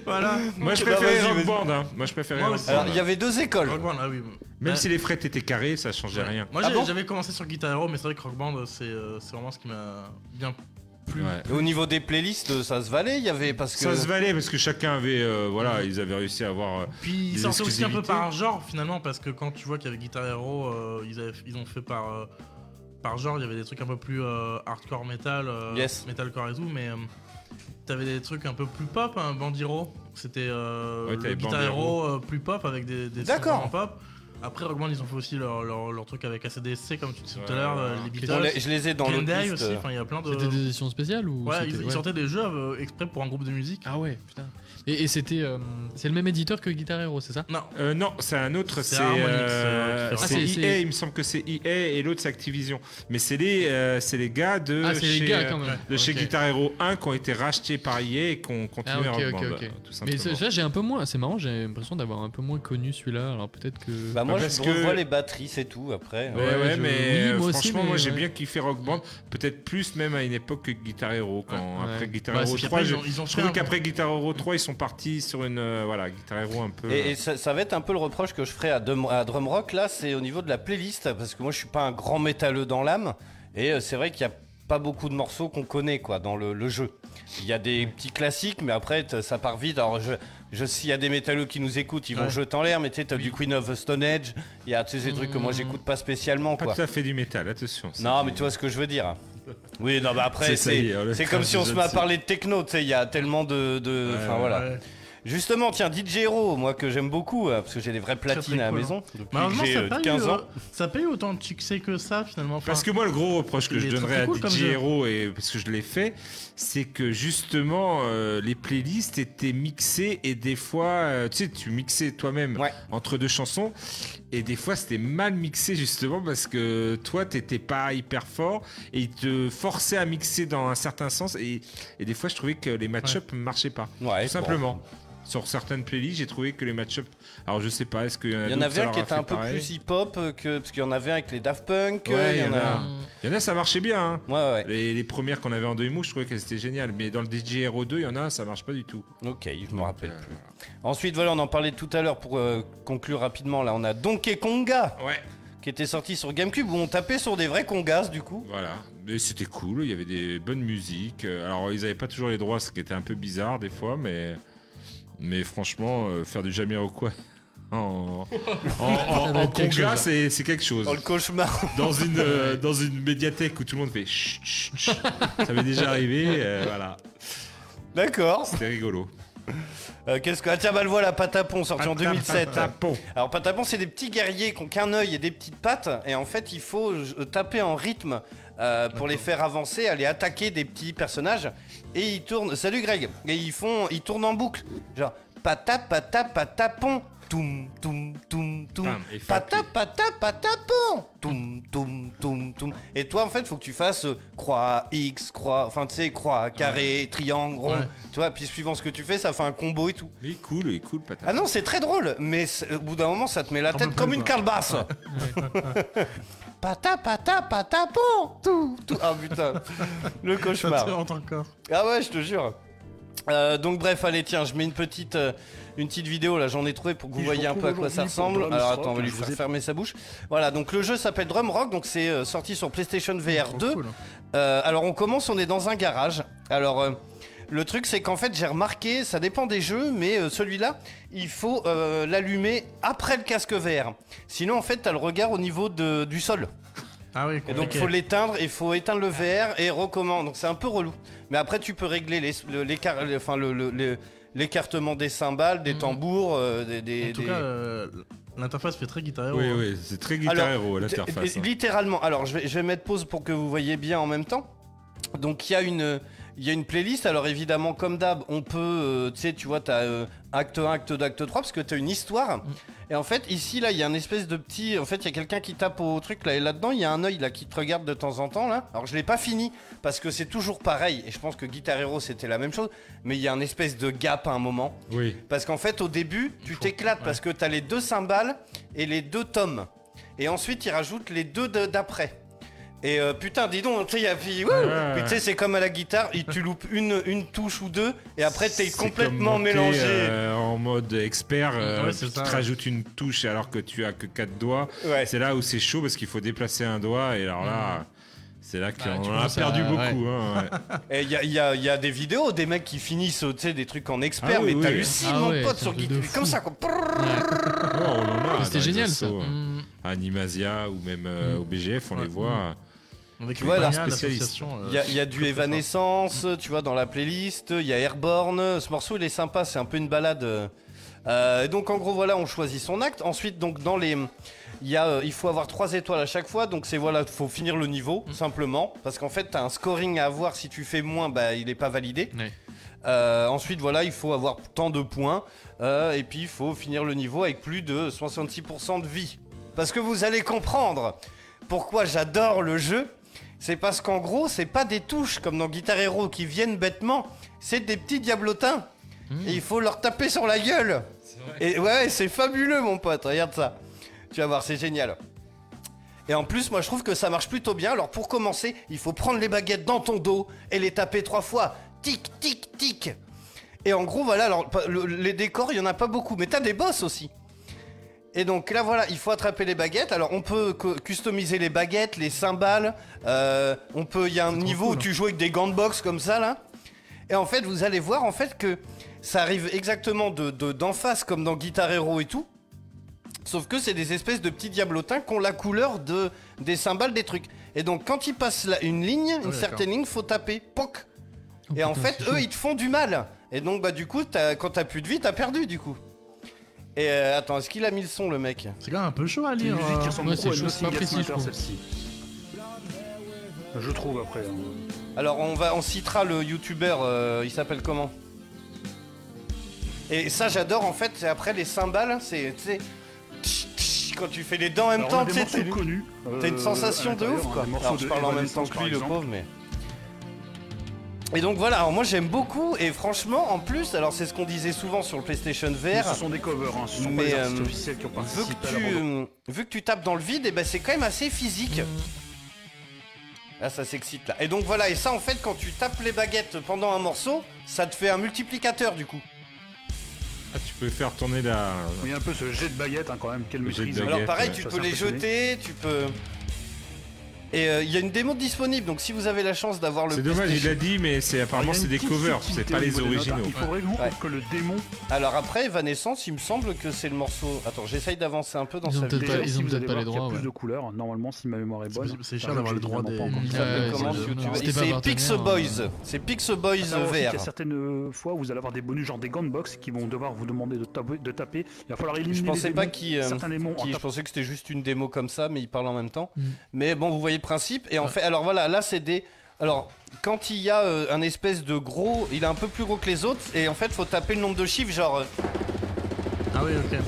[SPEAKER 10] voilà.
[SPEAKER 9] Moi je
[SPEAKER 10] Bah,
[SPEAKER 9] préférais
[SPEAKER 10] vas-y,
[SPEAKER 9] Rock
[SPEAKER 10] vas-y.
[SPEAKER 9] Band. hein. Moi je préférais
[SPEAKER 10] Moi
[SPEAKER 9] Rock
[SPEAKER 10] aussi.
[SPEAKER 9] Band.
[SPEAKER 10] Alors, il y avait
[SPEAKER 7] deux écoles.
[SPEAKER 10] Rock Band, ah oui.
[SPEAKER 9] Même
[SPEAKER 10] Ouais.
[SPEAKER 9] si les frettes étaient carrées, ça changeait rien. Ah
[SPEAKER 10] Moi, j'ai- j'avais commencé sur Guitar Hero, mais c'est vrai que Rock Band, c'est euh, c'est vraiment ce qui m'a bien plu.
[SPEAKER 7] Et Au niveau des playlists, euh, ça se valait. Il y avait parce que.
[SPEAKER 9] Ça se valait parce que chacun avait, euh, voilà, ils avaient réussi à avoir. euh,
[SPEAKER 10] Mhm. Puis ils
[SPEAKER 9] des
[SPEAKER 10] sortaient aussi un peu
[SPEAKER 9] exclusivités.
[SPEAKER 10] par genre finalement, parce que quand tu vois qu'il y avait Guitar Hero, euh, ils, avaient- ils ont fait par, euh, par genre, il y avait des trucs un peu plus euh, hardcore metal, euh,
[SPEAKER 7] Yes.
[SPEAKER 10] metalcore et tout, mais euh, t'avais des trucs un peu plus pop, hein, Bandiro. C'était euh,
[SPEAKER 9] Ouais,
[SPEAKER 10] le
[SPEAKER 9] t'avais
[SPEAKER 10] Guitar
[SPEAKER 9] Bandiro.
[SPEAKER 10] Hero euh, plus pop avec des, des sons
[SPEAKER 7] D'accord.
[SPEAKER 10] vraiment pop. Après Rock Band, ils ont fait aussi leur, leur, leur truc avec ACDC, comme tu disais tout à
[SPEAKER 9] Ouais,
[SPEAKER 10] l'heure,
[SPEAKER 9] ouais,
[SPEAKER 10] euh,
[SPEAKER 9] ouais.
[SPEAKER 10] les
[SPEAKER 9] On
[SPEAKER 10] Beatles.
[SPEAKER 9] les- je les ai dans
[SPEAKER 10] Green
[SPEAKER 9] l'autre
[SPEAKER 10] Day
[SPEAKER 9] liste.
[SPEAKER 10] aussi, enfin il y a plein de.
[SPEAKER 8] C'était des éditions spéciales ou
[SPEAKER 10] Ouais,
[SPEAKER 8] c'était-
[SPEAKER 10] ils, ils
[SPEAKER 8] ouais.
[SPEAKER 10] sortaient des jeux euh, exprès pour un groupe de musique.
[SPEAKER 8] Ah ouais, putain. Et, et c'était. euh, c'est le même éditeur que Guitar Hero, c'est ça
[SPEAKER 10] Non.
[SPEAKER 9] Euh, non, c'est un autre,
[SPEAKER 10] C'est
[SPEAKER 9] c'est
[SPEAKER 10] Harmonix,
[SPEAKER 9] euh,
[SPEAKER 10] euh, qui fait
[SPEAKER 9] c'est
[SPEAKER 10] ça. Ah, c'est-
[SPEAKER 9] EA, il me semble que c'est EA et l'autre c'est Activision. Mais c'est les, euh, c'est les gars de,
[SPEAKER 8] Ah, c'est les
[SPEAKER 9] chez,
[SPEAKER 8] gars,
[SPEAKER 9] euh,
[SPEAKER 8] quand même.
[SPEAKER 9] de chez
[SPEAKER 8] Ok.
[SPEAKER 9] Guitar Hero 1 qui ont été rachetés par EA et qu'on continue
[SPEAKER 8] Ah, ok,
[SPEAKER 9] à
[SPEAKER 8] ok,
[SPEAKER 9] revendre,
[SPEAKER 8] ok.
[SPEAKER 9] tout
[SPEAKER 8] Mais
[SPEAKER 9] simplement.
[SPEAKER 8] ça, ça, j'ai un peu moins. C'est marrant, j'ai l'impression d'avoir un peu moins connu celui-là. Alors peut-être que.
[SPEAKER 7] Bah moi,
[SPEAKER 9] Parce
[SPEAKER 7] je
[SPEAKER 9] que-
[SPEAKER 7] revois les batteries, c'est tout. Après.
[SPEAKER 9] Ouais, ouais,
[SPEAKER 8] je-
[SPEAKER 9] mais
[SPEAKER 8] oui, moi
[SPEAKER 9] euh, franchement,
[SPEAKER 8] aussi, mais
[SPEAKER 9] moi j'ai
[SPEAKER 8] ouais.
[SPEAKER 9] bien kiffé Rock Band, peut-être plus même à une époque que Guitar Hero. Quand,
[SPEAKER 8] Ouais.
[SPEAKER 9] Après Guitar
[SPEAKER 8] Bah,
[SPEAKER 9] Hero
[SPEAKER 8] c'est
[SPEAKER 9] 3,
[SPEAKER 8] qu'après,
[SPEAKER 9] je,
[SPEAKER 8] ils ont- ils ont
[SPEAKER 9] je
[SPEAKER 8] fait
[SPEAKER 9] trouvais
[SPEAKER 8] un-
[SPEAKER 9] qu'après Guitar Hero 3, ils sont partis sur une euh, voilà, Guitar Hero un peu. euh,
[SPEAKER 7] Et, et ça, ça va être un peu le reproche que je ferai à, Dum- à Drumrock là, c'est au niveau de la playlist, parce que moi je suis pas un grand métalleux dans l'âme, et euh, c'est vrai qu'il y a pas beaucoup de morceaux qu'on connaît quoi dans le, le jeu. Il y a des petits classiques, mais après t- ça part vite. Alors je, je s'il y a des métalleux qui nous écoutent, ils vont
[SPEAKER 9] Ouais.
[SPEAKER 7] jeter en l'air, mais tu sais, t'as du Queen of the Stone Age, il y a tu sais, ces trucs que moi j'écoute pas spécialement
[SPEAKER 9] Mmh. pas
[SPEAKER 7] quoi.
[SPEAKER 9] tout à fait du métal, attention. c'est
[SPEAKER 7] Non,
[SPEAKER 9] du-
[SPEAKER 7] mais tu vois ce que je veux dire. Oui, non, bah après,
[SPEAKER 9] C'est ça y
[SPEAKER 7] c'est
[SPEAKER 9] est, on le
[SPEAKER 7] c'est
[SPEAKER 9] fait
[SPEAKER 7] comme
[SPEAKER 9] un
[SPEAKER 7] si on se
[SPEAKER 9] épisode,
[SPEAKER 7] met à
[SPEAKER 9] c'est-
[SPEAKER 7] parler de techno, tu sais, il y a tellement de. de-
[SPEAKER 9] Ouais,
[SPEAKER 7] Enfin,
[SPEAKER 9] ouais,
[SPEAKER 7] voilà.
[SPEAKER 9] ouais.
[SPEAKER 7] Justement, tiens, DJ Hero, moi que j'aime beaucoup, euh, parce que j'ai des vraies platines à
[SPEAKER 9] hein.
[SPEAKER 7] la maison, depuis
[SPEAKER 10] Malheureusement,
[SPEAKER 7] que j'ai
[SPEAKER 10] ça
[SPEAKER 7] euh,
[SPEAKER 10] a pas eu,
[SPEAKER 7] 15 ans.
[SPEAKER 10] euh, ça a pas eu autant de succès que ça finalement. Enfin,
[SPEAKER 9] Parce que moi, le gros reproche que
[SPEAKER 10] il
[SPEAKER 9] je
[SPEAKER 10] est
[SPEAKER 9] donnerais
[SPEAKER 10] très, très
[SPEAKER 9] à
[SPEAKER 10] cool
[SPEAKER 9] DJ
[SPEAKER 10] comme jeu.
[SPEAKER 9] Hero, et parce que je l'ai fait, c'est que justement, euh, les playlists étaient mixées et des fois, euh, tu sais, tu mixais toi-même entre deux chansons, et des fois, c'était mal mixé justement parce que toi, t'étais pas hyper fort et ils te forçaient à mixer dans un certain sens, et, et des fois, je trouvais que les match-up marchaient pas. tout simplement. Sur certaines playlists, j'ai trouvé que les match-up. Alors, je sais pas, est-ce qu'il y en a
[SPEAKER 7] Il y en
[SPEAKER 9] d'autres,
[SPEAKER 7] avait
[SPEAKER 9] ça
[SPEAKER 7] un
[SPEAKER 9] leur
[SPEAKER 7] qui
[SPEAKER 9] a
[SPEAKER 7] était
[SPEAKER 9] fait
[SPEAKER 7] un peu
[SPEAKER 9] pareil
[SPEAKER 7] plus hip-hop, euh, que... parce qu'il y en avait un avec les Daft Punk,
[SPEAKER 9] Ouais,
[SPEAKER 7] euh,
[SPEAKER 9] il y en a. Il y en a, ça marchait bien. hein. Les, les premières qu'on avait en demi-mouche, je trouvais qu'elles étaient géniales. Mais dans le DJ Hero 2, il y en a, ça marche pas du tout.
[SPEAKER 7] Ok, je me rappelle plus. Ensuite, voilà, on en parlait tout à l'heure pour euh, conclure rapidement. Là, on a Donkey Konga, qui était sorti sur GameCube, où on tapait sur des vrais congas, du coup.
[SPEAKER 9] Voilà. Mais c'était cool, il y avait des bonnes musiques. Euh, Alors, ils avaient pas toujours les droits, ce qui était un peu bizarre des fois, mais, mais franchement, euh, faire du Jamiroquai en, en, en-
[SPEAKER 7] Ça va
[SPEAKER 9] en
[SPEAKER 7] être quelque
[SPEAKER 9] conga,
[SPEAKER 7] chose.
[SPEAKER 9] c'est c'est quelque chose.
[SPEAKER 7] Dans Oh, le cauchemar.
[SPEAKER 9] Dans une, euh, dans une médiathèque où tout le monde fait chut, chut, chut. Ça m'est déjà arrivé, euh, voilà.
[SPEAKER 7] D'accord.
[SPEAKER 9] C'était rigolo.
[SPEAKER 7] Euh, Qu'est-ce que. Ah, tiens, bah le voilà, Patapon, sorti en
[SPEAKER 9] Patapon.
[SPEAKER 7] 2007. Alors, Patapon, c'est des petits guerriers qui ont qu'un œil et des petites pattes. Et en fait, il faut euh, taper en rythme euh, pour les faire avancer, aller attaquer des petits personnages. Et ils tournent. Salut Greg Et ils font. Ils tournent en boucle. Genre, pata, pata, patapon. Toum, toum, toum, toum. Pata, pata, patapon. Toum, toum, toum, toum. Et toi, en fait, faut que tu fasses euh, croix, X, croix. Enfin, tu sais, croix, carré, triangle, rond.
[SPEAKER 9] Ouais.
[SPEAKER 7] Tu vois, puis suivant ce que tu fais, ça fait un combo et tout.
[SPEAKER 9] Il est cool, il est cool, Patapon.
[SPEAKER 7] Ah non, c'est très drôle, mais c'est- au bout d'un moment, ça te met la tête comme une calebasse. Pata, pata, patapon. Tout, tout. Ah putain, le
[SPEAKER 10] Ça
[SPEAKER 7] cauchemar.
[SPEAKER 10] te hante encore.
[SPEAKER 7] Ah ouais, je te jure. Euh, donc bref, allez tiens, je mets une petite, euh, une petite vidéo là, j'en ai trouvé pour que vous
[SPEAKER 9] Ils
[SPEAKER 7] voyez un
[SPEAKER 9] joueront
[SPEAKER 7] peu à quoi ça
[SPEAKER 9] aujourd'hui sur
[SPEAKER 7] ressemble.
[SPEAKER 9] Drums
[SPEAKER 7] Alors
[SPEAKER 9] Rock,
[SPEAKER 7] attends, on va lui
[SPEAKER 9] je vous
[SPEAKER 7] faire
[SPEAKER 9] ai-
[SPEAKER 7] fermer sa bouche. Voilà, donc le jeu s'appelle Drum Rock, donc c'est euh, sorti sur PlayStation VR 2. Euh, alors on commence, on est dans un garage. Alors euh, le truc c'est qu'en fait j'ai remarqué, ça dépend des jeux, mais euh, celui-là, il faut euh, l'allumer après le casque VR. Sinon en fait t'as le regard au niveau de- du sol.
[SPEAKER 10] Ah oui,
[SPEAKER 7] Et donc
[SPEAKER 10] compliqué.
[SPEAKER 7] faut l'éteindre, il faut éteindre le VR et recommande. Donc c'est un peu relou. Mais après tu peux régler les- le- l'écart- le- enfin, le- le- le- l'écartement des cymbales, des tambours, euh, des, des-
[SPEAKER 10] Mmh. En tout
[SPEAKER 7] des-
[SPEAKER 10] cas, euh, l'interface fait très guitare.
[SPEAKER 9] Oui,
[SPEAKER 10] Hero, hein.
[SPEAKER 9] oui, c'est très Guitar Hero,
[SPEAKER 7] t-
[SPEAKER 9] l'interface, hein.
[SPEAKER 7] Littéralement. Alors, je vais, je vais mettre pause pour que vous voyez bien en même temps. Donc, il y a une. Il y a une playlist, alors évidemment, comme d'hab, on peut, euh, tu sais, tu vois, t'as euh, acte 1, acte 2, acte 3, parce que t'as une histoire. Et en fait, ici, là, il y a un espèce de petit. En fait, il y a quelqu'un qui tape au truc, là, et là-dedans, il y a un œil, là, qui te regarde de temps en temps, là. Alors, je l'ai pas fini, parce que c'est toujours pareil, et je pense que Guitar Hero, c'était la même chose, mais il y a un espèce de gap à un moment.
[SPEAKER 9] Oui.
[SPEAKER 7] Parce qu'en fait, au début, tu t'éclates parce que t'as les deux cymbales et les deux tomes. Et ensuite, ils rajoutent les deux de- d'après. Et euh, putain, dis donc, tu sais, il y a- puis, wouh
[SPEAKER 9] ouais,
[SPEAKER 7] Puis tu sais,
[SPEAKER 9] ouais.
[SPEAKER 7] c'est comme à la guitare, il- tu loupes une, une touche ou deux, et après, t'es
[SPEAKER 9] C'est
[SPEAKER 7] complètement
[SPEAKER 9] comme monter,
[SPEAKER 7] mélangé.
[SPEAKER 9] euh, en mode expert, euh,
[SPEAKER 10] Ouais,
[SPEAKER 9] tu
[SPEAKER 10] c'est ça.
[SPEAKER 9] te rajoutes une touche alors que tu as que quatre doigts. C'est là où c'est chaud parce qu'il faut déplacer un doigt et alors là, c'est là
[SPEAKER 7] Ah, tu
[SPEAKER 9] qu'on en a
[SPEAKER 7] commences à-
[SPEAKER 9] perdu beaucoup.
[SPEAKER 7] ouais.
[SPEAKER 9] hein, ouais.
[SPEAKER 7] Et il y a, il y a- il y a des vidéos des mecs qui finissent tu sais, des trucs en expert,
[SPEAKER 9] Ah oui,
[SPEAKER 7] mais
[SPEAKER 9] oui.
[SPEAKER 7] t'hallucines,
[SPEAKER 9] Ah
[SPEAKER 7] mon
[SPEAKER 9] ouais,
[SPEAKER 7] pote,
[SPEAKER 9] c'est
[SPEAKER 7] sur
[SPEAKER 9] un truc
[SPEAKER 7] guitare.
[SPEAKER 9] de fou.
[SPEAKER 7] Comme ça, quoi.
[SPEAKER 9] Ouais, Oh, on en a
[SPEAKER 7] C'était
[SPEAKER 9] dans les
[SPEAKER 7] génial,
[SPEAKER 9] assos,
[SPEAKER 7] ça.
[SPEAKER 9] hein.
[SPEAKER 7] Mm.
[SPEAKER 9] À Animasia ou même euh, au BGF, on les voit.
[SPEAKER 10] Avec
[SPEAKER 7] Tu vois, là,
[SPEAKER 9] spécialiste.
[SPEAKER 7] il y a, il y a du Evanescence, tu vois, dans la playlist, il y a Airborne. Ce morceau, il est sympa, c'est un peu une balade. Euh, et donc, en gros, voilà, on choisit son acte. Ensuite, donc, dans les. Il, y a, euh, il faut avoir trois étoiles à chaque fois, donc c'est voilà, faut finir le niveau, simplement. Parce qu'en fait, t'as un scoring à avoir, si tu fais moins, bah, il n'est pas validé. Euh, ensuite, voilà, il faut avoir tant de points, euh, et puis il faut finir le niveau avec plus de 66% de vie. Parce que vous allez comprendre pourquoi j'adore le jeu, c'est parce qu'en gros, c'est pas des touches comme dans Guitar Hero qui viennent bêtement, c'est des petits diablotins. Et il faut leur taper sur la gueule. Et ouais, c'est fabuleux, mon pote, regarde ça. Tu vas voir, c'est génial. Et en plus, moi je trouve que ça marche plutôt bien. Alors pour commencer, il faut prendre les baguettes dans ton dos et les taper trois fois. Tic, tic, tic. Et en gros, voilà, alors pa- le- les décors, il y en a pas beaucoup, mais t'as des boss aussi. Et donc là voilà, il faut attraper les baguettes. Alors on peut co- customiser les baguettes, les cymbales. euh, on peut, il y a un niveau où tu joues avec des gants de boxe comme ça là. Et en fait, vous allez voir en fait que ça arrive exactement de de- d'en face comme dans Guitar Hero et tout. Sauf que c'est des espèces de petits diablotins qui ont la couleur de, des cymbales des trucs. Et donc quand ils passent là, une ligne, une
[SPEAKER 10] d'accord.
[SPEAKER 7] certaine ligne, faut taper. Poc
[SPEAKER 8] Oh,
[SPEAKER 7] Et en fait, eux, ils te font du mal. Et donc bah du coup, t'as- quand t'as plus de vie, t'as perdu du coup. Et euh, attends, est-ce qu'il a mis le son le mec
[SPEAKER 10] C'est quand même un peu chaud à lire.
[SPEAKER 7] musique qui
[SPEAKER 10] hein.
[SPEAKER 7] ressemble Ouais, beaucoup c'est à chaud, Nothing c'est pas Gets précis, Matter, je trouve. celle-ci.
[SPEAKER 14] Je trouve après. hein.
[SPEAKER 7] Alors on va on citera le youtubeur, euh, il s'appelle comment Et ça j'adore en fait, c'est après les cymbales, c'est tu sais tch, tch, quand tu fais les dents en même
[SPEAKER 14] Alors, on
[SPEAKER 7] temps,
[SPEAKER 14] a des
[SPEAKER 7] tu sais,
[SPEAKER 14] morceaux
[SPEAKER 7] t'as une-
[SPEAKER 14] connus,
[SPEAKER 7] t'as une
[SPEAKER 14] euh,
[SPEAKER 7] sensation
[SPEAKER 14] à
[SPEAKER 7] de
[SPEAKER 14] l'intérieur,
[SPEAKER 7] ouf
[SPEAKER 14] hein,
[SPEAKER 7] quoi.
[SPEAKER 14] des morceaux
[SPEAKER 7] Alors, je
[SPEAKER 14] de
[SPEAKER 7] parle en même temps
[SPEAKER 14] Evanescence,
[SPEAKER 7] que
[SPEAKER 14] par
[SPEAKER 7] lui, le
[SPEAKER 14] exemple.
[SPEAKER 7] pauvre, mais. Et donc voilà, alors moi j'aime beaucoup et franchement en plus, alors c'est ce qu'on disait souvent sur le PlayStation
[SPEAKER 14] Mais
[SPEAKER 7] VR.
[SPEAKER 14] ce sont des covers, hein, ce sont pas
[SPEAKER 7] mais,
[SPEAKER 14] les artistes
[SPEAKER 7] euh,
[SPEAKER 14] officiels qui ont
[SPEAKER 7] vu
[SPEAKER 14] participé
[SPEAKER 7] que,
[SPEAKER 14] à
[SPEAKER 7] tu,
[SPEAKER 14] la bande.
[SPEAKER 7] euh, vu que tu tapes dans le vide, et ben c'est quand même assez physique. Ah, ça s'excite là. Et donc voilà, et ça en fait, quand tu tapes les baguettes pendant un morceau, ça te fait un multiplicateur du coup.
[SPEAKER 9] Ah, tu peux faire tourner la.
[SPEAKER 14] Il y a un peu ce jet de baguette hein, quand même, quelle
[SPEAKER 9] Le jet de
[SPEAKER 14] maîtrise.
[SPEAKER 9] baguette,
[SPEAKER 7] Alors pareil, tu peux les
[SPEAKER 14] impressionné.
[SPEAKER 7] jeter, tu peux. Et euh, il y a une démo disponible, donc si vous avez la chance d'avoir le.
[SPEAKER 9] C'est dommage, il
[SPEAKER 7] PlayStation-
[SPEAKER 9] l'a dit, mais c'est apparemment c'est des covers, c'est pas les
[SPEAKER 7] hein.
[SPEAKER 9] originaux.
[SPEAKER 7] Ouais. Alors après, Evanescence, il me semble que c'est le morceau. Attends, j'essaye d'avancer un peu dans sa
[SPEAKER 14] Déjà,
[SPEAKER 7] vidéo.
[SPEAKER 14] si vous allez voir qu'il y a plus de couleurs. Normalement, si ma mémoire est bonne,
[SPEAKER 10] c'est
[SPEAKER 14] par
[SPEAKER 10] cher d'avoir
[SPEAKER 14] exemple, j'ai
[SPEAKER 10] le droit des-
[SPEAKER 14] évidemment pas encore
[SPEAKER 10] Ouais,
[SPEAKER 14] ça.
[SPEAKER 10] ouais,
[SPEAKER 14] Mais
[SPEAKER 10] comment
[SPEAKER 14] c'est-
[SPEAKER 10] tu- tu-
[SPEAKER 14] non,
[SPEAKER 7] Et
[SPEAKER 14] non.
[SPEAKER 7] c'est Pix Boys. C'est Pix Boys
[SPEAKER 10] Ah,
[SPEAKER 14] Alors, ensuite,
[SPEAKER 7] vert.
[SPEAKER 14] Il y a certaines euh, fois où vous allez avoir des bonus, genre des gun box, qui vont devoir vous demander de, taper- de taper. Il va falloir éliminer
[SPEAKER 7] Je
[SPEAKER 14] les
[SPEAKER 7] pensais pas
[SPEAKER 14] démons,
[SPEAKER 7] qu'il. euh,
[SPEAKER 14] certains démons. en
[SPEAKER 7] qu'il- je
[SPEAKER 14] tapant.
[SPEAKER 7] pensais que c'était juste une démo comme ça, mais il parle en même temps.
[SPEAKER 14] Mm.
[SPEAKER 7] Mais bon, vous voyez le principe. Et en fait, alors voilà, là c'est des. Alors, quand il y a euh, un espèce de gros, il est un peu plus gros que les autres, et en fait, faut taper le nombre de chiffres, genre. euh,
[SPEAKER 10] Ah oui, ok.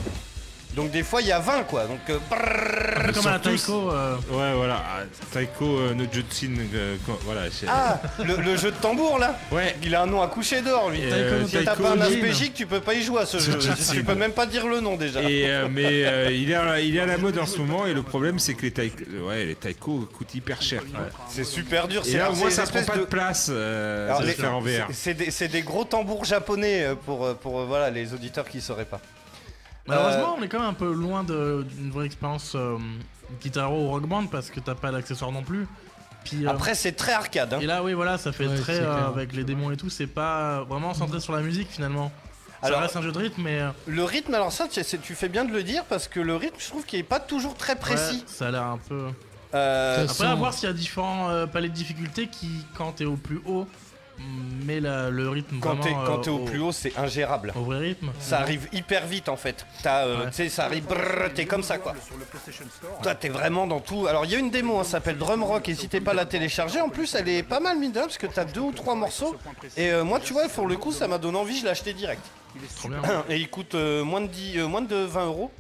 [SPEAKER 7] Donc des fois, il y a 20 quoi. Donc. euh, brrrr,
[SPEAKER 9] Ils
[SPEAKER 7] ils
[SPEAKER 9] sont
[SPEAKER 7] sont tous-
[SPEAKER 9] tous-
[SPEAKER 7] euh,
[SPEAKER 9] Ouais, voilà. ah, Taiko euh, no Jutsin. euh, quand- voilà. c'est-
[SPEAKER 7] Ah, le, le jeu de tambour là
[SPEAKER 9] Ouais.
[SPEAKER 7] Il a un nom à coucher d'or lui.
[SPEAKER 9] Euh,
[SPEAKER 7] si t'as
[SPEAKER 9] Taiko
[SPEAKER 7] pas un
[SPEAKER 9] Jin.
[SPEAKER 7] aspégique, tu peux pas y jouer à ce
[SPEAKER 9] Ce
[SPEAKER 7] jeu.
[SPEAKER 9] Jin.
[SPEAKER 7] Tu peux même pas dire le nom déjà.
[SPEAKER 9] Et, euh, mais euh, il, est à la, il est à la mode en ce moment et le problème c'est que les taïkos ouais, les taïkos coûtent hyper cher.
[SPEAKER 7] C'est super dur.
[SPEAKER 9] Et
[SPEAKER 7] c'est
[SPEAKER 9] là au
[SPEAKER 7] c'est
[SPEAKER 9] moins
[SPEAKER 7] une
[SPEAKER 9] ça prend
[SPEAKER 7] espèce
[SPEAKER 9] pas de place euh,
[SPEAKER 7] Alors,
[SPEAKER 9] de
[SPEAKER 7] les-
[SPEAKER 9] le faire en VR.
[SPEAKER 7] Ah, c'est- C'est des, c'est des gros tambours japonais euh, pour, euh, pour euh, voilà, les auditeurs qui sauraient pas.
[SPEAKER 10] Malheureusement, on est quand même un peu loin de- d'une vraie expérience euh, guitaro ou rock band parce que t'as pas d'accessoires non plus. Puis,
[SPEAKER 7] Euh, Après, c'est très arcade. hein.
[SPEAKER 10] Et là, oui, voilà, ça fait
[SPEAKER 7] Ouais,
[SPEAKER 10] très
[SPEAKER 7] c'est
[SPEAKER 10] euh,
[SPEAKER 7] clair.
[SPEAKER 10] avec les démons et tout. C'est pas vraiment centré sur la musique finalement.
[SPEAKER 7] Alors-
[SPEAKER 10] Alors, ça reste un jeu de rythme, mais euh,
[SPEAKER 7] Le rythme, alors ça, tu, c'est- tu fais bien de le dire parce que le rythme, je trouve qu'il est pas toujours très précis.
[SPEAKER 10] ouais, ça a l'air un peu.
[SPEAKER 8] Bah,
[SPEAKER 7] Euh,
[SPEAKER 10] Après, à voir s'il y a différents euh, palais de difficultés qui, quand t'es au plus haut, mm, met la- le rythme
[SPEAKER 7] Quand t'es
[SPEAKER 10] vraiment.
[SPEAKER 7] quand
[SPEAKER 10] euh,
[SPEAKER 7] t'es au plus haut, c'est ingérable.
[SPEAKER 10] Au vrai rythme.
[SPEAKER 7] Ça arrive hyper vite en fait. T'as, euh,
[SPEAKER 10] Ouais.
[SPEAKER 7] tu sais, ça arrive, brrr, t'es comme ça quoi.
[SPEAKER 14] Sur le PlayStation Store.
[SPEAKER 7] Toi, t'es vraiment dans tout. Alors, il y a une démo, hein, ça s'appelle Drum Rock. N'hésitez pas à la télécharger. En plus, elle est pas mal, mine de rien, parce que t'as deux ou trois morceaux. Et euh, moi, tu vois, pour le coup, ça m'a donné envie, je l'ai acheté direct. Et il coûte euh, moins, de 10, euh, moins de 20 euros.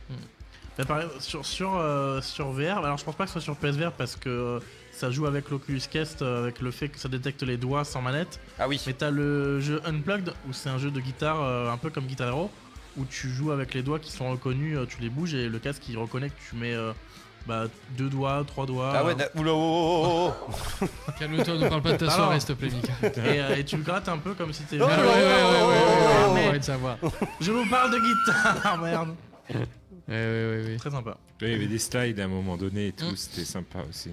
[SPEAKER 10] Bah, pareil, sur, sur, euh, sur VR, alors je pense pas que ce soit sur PSVR parce que euh, ça joue avec l'Oculus Quest, euh, avec le fait que ça détecte les doigts sans manette.
[SPEAKER 7] Ah oui.
[SPEAKER 10] Mais t'as le jeu Unplugged où c'est un jeu de guitare euh, un peu comme Guitar Hero où tu joues avec les doigts qui sont reconnus, euh, tu les bouges et le casque il reconnaît que tu mets euh, bah, deux doigts, trois doigts.
[SPEAKER 7] Ah ouais,
[SPEAKER 10] euh,
[SPEAKER 7] d'a- oula, oh, oh, oh, oh, oh.
[SPEAKER 8] Calme-toi, ne parle pas de ta
[SPEAKER 10] Alors.
[SPEAKER 8] soirée, s'il te plaît, Mika.
[SPEAKER 10] Et, euh, et tu grattes un peu comme si t'étais.
[SPEAKER 8] Oh là là, Ouais, ouais, ouais, ouais, ouais, ouais,
[SPEAKER 10] Mais
[SPEAKER 8] on va le savoir.
[SPEAKER 10] Je vous parle de guitare, merde. Très sympa.
[SPEAKER 9] Ouais, il y avait des slides à un moment donné et tout,
[SPEAKER 7] Mm.
[SPEAKER 9] c'était sympa aussi.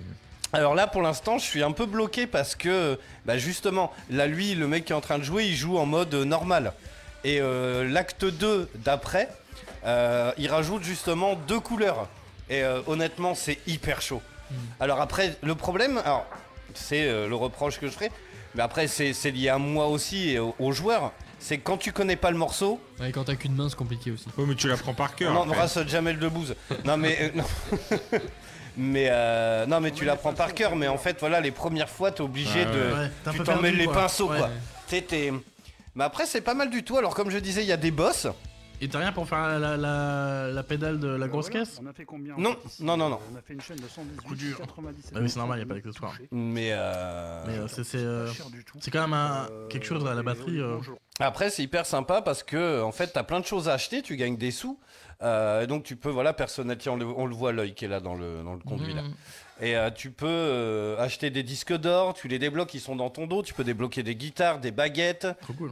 [SPEAKER 7] Alors là, pour l'instant, je suis un peu bloqué parce que, bah justement, là, lui, le mec qui est en train de jouer, il joue en mode euh, normal. Et euh, l'acte 2 d'après, euh, il rajoute justement deux couleurs. Et euh, honnêtement, c'est hyper chaud. Alors après, le problème, alors, c'est euh, le reproche que je ferai, mais après, c'est c'est lié à moi aussi et au- aux joueurs, c'est que quand tu connais pas le morceau,
[SPEAKER 8] Ouais, quand t'as qu'une main, c'est compliqué aussi.
[SPEAKER 9] Ouais, Oh, mais tu la prends par cœur.
[SPEAKER 7] non, Brasse Jamel Debbouze. Non, mais. euh, non. mais, euh, non, mais tu la prends par cœur, mais en fait, voilà, les premières fois, t'es obligé
[SPEAKER 10] Ouais,
[SPEAKER 7] de.
[SPEAKER 10] ouais. Ouais, t'as un
[SPEAKER 7] tu
[SPEAKER 10] peu
[SPEAKER 7] t'emmènes
[SPEAKER 10] perdu,
[SPEAKER 7] les
[SPEAKER 10] quoi.
[SPEAKER 7] pinceaux,
[SPEAKER 10] Ouais.
[SPEAKER 7] quoi. T'es- t'es- Mais après, c'est pas mal du tout. Alors, comme je disais, il y a des boss.
[SPEAKER 10] Et t'as rien pour faire la, la- la pédale de la grosse caisse
[SPEAKER 14] On a fait combien
[SPEAKER 7] Non, non, non, non.
[SPEAKER 14] On a fait une chaîne de 118,
[SPEAKER 10] Coup dur.
[SPEAKER 14] 97.
[SPEAKER 10] Bah oui, c'est normal, y a pas d'accessoires.
[SPEAKER 1] Ah,
[SPEAKER 7] Mais, euh...
[SPEAKER 10] Mais euh, c'est c'est, euh, c'est quand même un- quelque chose à la batterie. euh.
[SPEAKER 7] Après, c'est hyper sympa parce que, en fait, t'as plein de choses à acheter, tu gagnes des sous. Euh, donc, tu peux, voilà, personnaliser. On le, on le voit, l'œil qui est là dans le, dans le conduit, là. Et euh, tu peux euh, acheter des disques d'or, tu les débloques, ils sont dans ton dos. Tu peux débloquer des guitares, des baguettes.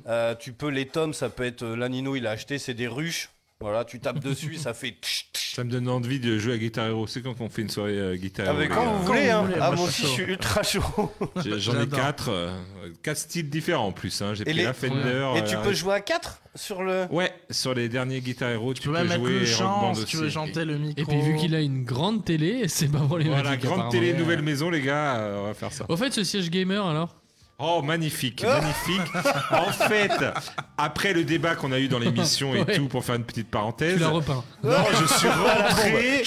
[SPEAKER 7] Euh, tu peux les tomes, ça peut être. euh, Là, Nino, il a acheté, c'est des ruches. Voilà, tu tapes dessus, ça fait. tch, tch.
[SPEAKER 9] Ça me donne envie de jouer à Guitar Hero. C'est quand qu'on fait une soirée euh, Guitar
[SPEAKER 7] Ah,
[SPEAKER 9] Hero
[SPEAKER 7] mais quand
[SPEAKER 9] les gars
[SPEAKER 7] vous voulez, hein.
[SPEAKER 9] voulez,
[SPEAKER 7] Ah,
[SPEAKER 9] moi,
[SPEAKER 7] moi
[SPEAKER 9] je suis
[SPEAKER 7] aussi, je suis
[SPEAKER 9] chaud.
[SPEAKER 7] ultra chaud.
[SPEAKER 9] J'ai- J'en ai quatre, euh, quatre styles différents en plus. hein. J'ai
[SPEAKER 7] Et,
[SPEAKER 9] pris
[SPEAKER 7] les-
[SPEAKER 9] la Fender.
[SPEAKER 7] et tu
[SPEAKER 9] euh,
[SPEAKER 7] peux jouer à 4 sur le.
[SPEAKER 9] Ouais, sur les derniers Guitar Hero, tu,
[SPEAKER 10] peux
[SPEAKER 9] peux,
[SPEAKER 10] même mettre
[SPEAKER 9] jouer
[SPEAKER 10] le
[SPEAKER 9] Rock
[SPEAKER 10] chant,
[SPEAKER 9] Band
[SPEAKER 10] si tu
[SPEAKER 9] aussi.
[SPEAKER 10] veux chanter le micro.
[SPEAKER 8] Et puis, vu qu'il a une grande télé, c'est pas pour les
[SPEAKER 9] Voilà,
[SPEAKER 8] magiques,
[SPEAKER 9] grande
[SPEAKER 8] apparemment.
[SPEAKER 9] télé,
[SPEAKER 8] Ouais.
[SPEAKER 9] nouvelle maison, les gars, euh, on va faire ça.
[SPEAKER 8] Au fait, ce siège gamer alors
[SPEAKER 9] Oh, magnifique,
[SPEAKER 7] Ah.
[SPEAKER 9] magnifique. en fait, après le débat qu'on a eu dans l'émission et
[SPEAKER 8] Ouais.
[SPEAKER 9] tout, pour faire une petite parenthèse.
[SPEAKER 8] Tu l'as repeint.
[SPEAKER 9] Non, je suis
[SPEAKER 8] La
[SPEAKER 9] rentré.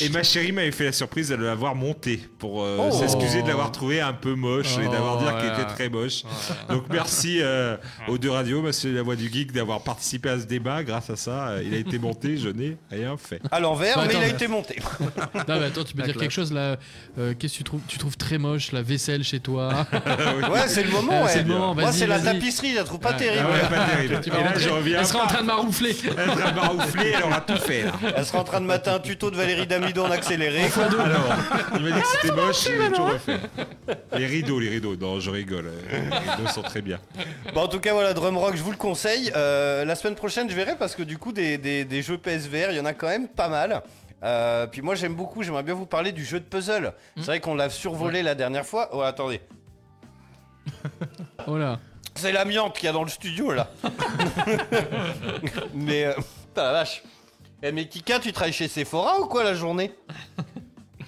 [SPEAKER 9] Et ma chérie m'avait fait la surprise de l'avoir monté pour euh,
[SPEAKER 8] Oh.
[SPEAKER 9] s'excuser de l'avoir trouvé un peu moche et
[SPEAKER 8] Oh,
[SPEAKER 9] d'avoir dit qu'il
[SPEAKER 8] voilà.
[SPEAKER 9] était très moche. Donc merci euh, aux deux radios, monsieur la voix du geek, d'avoir participé à ce débat. Grâce à ça, euh, il a été monté, je n'ai rien fait.
[SPEAKER 7] À l'envers,
[SPEAKER 8] Bah,
[SPEAKER 7] mais il a
[SPEAKER 8] attends.
[SPEAKER 7] été monté.
[SPEAKER 8] Non, mais attends, tu peux
[SPEAKER 7] La
[SPEAKER 8] dire
[SPEAKER 7] classe.
[SPEAKER 8] quelque chose là. euh, Qu'est-ce que tu trouves Tu trouves très moche la vaisselle chez toi
[SPEAKER 7] Ouais, c'est le moment,
[SPEAKER 8] Euh,
[SPEAKER 7] ouais.
[SPEAKER 8] C'est le
[SPEAKER 9] Oh,
[SPEAKER 8] moment,
[SPEAKER 7] Moi,
[SPEAKER 8] vas-y,
[SPEAKER 7] c'est la
[SPEAKER 8] vas-y.
[SPEAKER 7] tapisserie, je la trouve pas
[SPEAKER 8] Ouais.
[SPEAKER 7] terrible.
[SPEAKER 8] Ah ouais,
[SPEAKER 9] pas terrible.
[SPEAKER 8] Tu vas
[SPEAKER 9] Et là,
[SPEAKER 8] rentrer,
[SPEAKER 9] je reviens
[SPEAKER 8] Elle sera en
[SPEAKER 9] pas.
[SPEAKER 8] train de maroufler.
[SPEAKER 9] Elle sera marouflée, elle aura tout fait là.
[SPEAKER 7] Elle sera en train de mater un tuto de Valérie Damido en accéléré.
[SPEAKER 9] Alors, il m'a dit que c'était moche, j'ai tout refait. Les rideaux, les rideaux, non, je rigole. Les rideaux sont très bien.
[SPEAKER 7] Bon, en tout cas, voilà, Drum Rock, je vous le conseille. Euh, la semaine prochaine, je verrai parce que du coup, des, des- des jeux PSVR, il y en a quand même pas mal. Euh, puis moi j'aime beaucoup, j'aimerais bien vous parler du jeu de puzzle. C'est vrai qu'on l'a survolé la dernière fois. Oh attendez,
[SPEAKER 8] Oh là.
[SPEAKER 7] c'est l'amiante qu'il y a dans le studio là. mais euh, putain la vache. Eh, mais Kika, tu travailles chez Sephora ou quoi la journée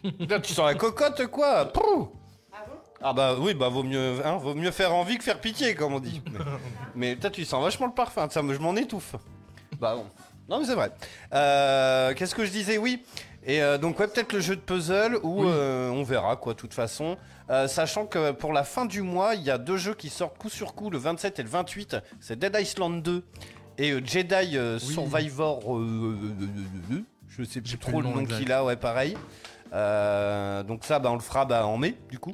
[SPEAKER 7] Putain, Tu sens la cocotte quoi Prou ah bah oui, bah vaut mieux, hein, vaut mieux faire envie que faire pitié, comme on dit. Mais, mais peut-être tu sens vachement le parfum, ça me, je m'en étouffe. Bah bon. Non mais c'est vrai. Euh, Qu'est-ce que je disais Oui. Et euh, donc ouais, peut-être le jeu de puzzle ou euh, on verra quoi, de toute façon. Euh, sachant que pour la fin du mois, il y a deux jeux qui sortent coup sur coup, le 27 et le 28. C'est Dead Island 2 et euh, Jedi euh, Survivor. euh, euh, euh, euh, euh, je sais plus trop
[SPEAKER 10] le
[SPEAKER 7] le
[SPEAKER 10] nom
[SPEAKER 7] nom
[SPEAKER 10] exact.
[SPEAKER 7] qu'il a, ouais, pareil. Euh, donc ça, bah, on le fera bah, en mai, du coup.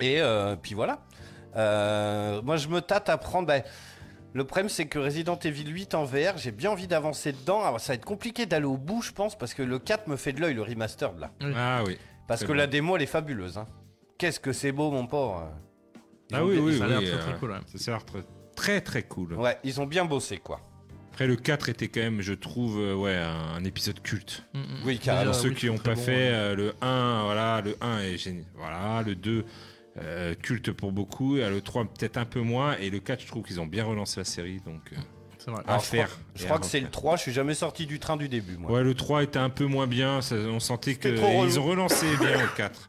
[SPEAKER 7] Et euh, puis voilà. Euh, moi, je me tâte à prendre. bah, le problème, c'est que Resident Evil 8 en VR, j'ai bien envie d'avancer dedans. Alors, ça va être compliqué d'aller au bout, je pense, parce que le 4 me fait de l'œil, le remaster, là.
[SPEAKER 9] Ah oui.
[SPEAKER 7] Parce
[SPEAKER 9] C'est
[SPEAKER 7] que
[SPEAKER 9] vrai.
[SPEAKER 7] la démo, elle est fabuleuse. hein. Qu'est-ce que c'est beau, mon pauvre.
[SPEAKER 9] Ah oui, oui, oui, euh, Ça a l'air très, très, très cool.
[SPEAKER 7] Ouais, ils ont bien bossé, quoi.
[SPEAKER 9] Après, le 4 était quand même, je trouve, euh, ouais, un, un épisode culte.
[SPEAKER 7] Mm, mm. Oui, carrément.
[SPEAKER 9] Pour ceux
[SPEAKER 7] Oui,
[SPEAKER 9] qui
[SPEAKER 7] très,
[SPEAKER 9] n'ont
[SPEAKER 7] très
[SPEAKER 9] pas
[SPEAKER 7] bon,
[SPEAKER 9] fait,
[SPEAKER 7] ouais.
[SPEAKER 9] euh, le 1, voilà, le 1 est génial. Voilà, le 2, euh, culte pour beaucoup. euh, Le 3, peut-être un peu moins. Et le 4, je trouve qu'ils ont bien relancé la série, donc... euh, À
[SPEAKER 7] Alors, je
[SPEAKER 9] faire.
[SPEAKER 7] crois- Je crois que c'est le 3, je suis jamais sorti du train du début, moi.
[SPEAKER 9] Ouais, le 3 était un peu moins bien. ça- on sentait que
[SPEAKER 7] trop relou.
[SPEAKER 9] ils ont relancé bien le 4.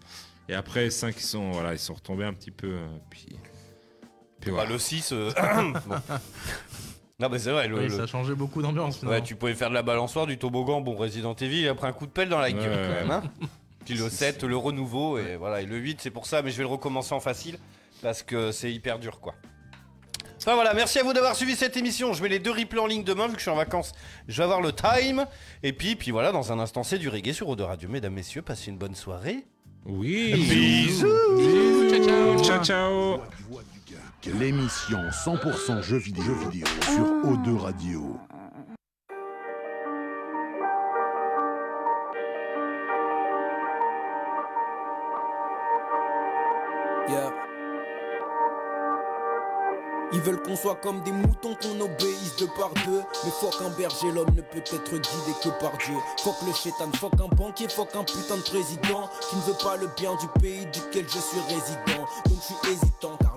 [SPEAKER 9] Et après, 5, ils sont, voilà, ils sont retombés un petit peu. euh, Puis, puis
[SPEAKER 7] Bah, le 6. euh, bon. Non, mais c'est vrai. Le,
[SPEAKER 10] Oui,
[SPEAKER 7] le-
[SPEAKER 10] ça a changé beaucoup d'ambiance
[SPEAKER 7] Ouais,
[SPEAKER 10] finalement.
[SPEAKER 7] tu pouvais faire de la balançoire, du toboggan. Bon, Resident Evil, il a pris un coup de pelle dans la gueule
[SPEAKER 10] Ouais,
[SPEAKER 7] quand
[SPEAKER 10] ouais.
[SPEAKER 7] même. hein. Puis le 7, le renouveau, et voilà. Et le 8, c'est pour ça, mais je vais le recommencer en facile parce que c'est hyper dur, quoi. Enfin voilà, merci à vous d'avoir suivi cette émission. Je mets les deux replays en ligne demain vu que je suis en vacances. Je vais avoir le time. Et puis, puis voilà, dans un instant, c'est du reggae sur Eau de Radio. Mesdames, messieurs, passez une bonne soirée.
[SPEAKER 9] Oui.
[SPEAKER 7] Bisous.
[SPEAKER 9] Ciao, ciao.
[SPEAKER 6] L'émission 100% jeux vidéo, jeux vidéo sur O2 Radio.
[SPEAKER 15] Yeah. Ils veulent qu'on soit comme des moutons qu'on obéisse deux par deux Mais fuck un berger, l'homme ne peut être guidé que par Dieu Fuck le chétan, fuck un banquier, fuck un putain de président Qui ne veut pas le bien du pays duquel je suis résident Donc je suis hésitant car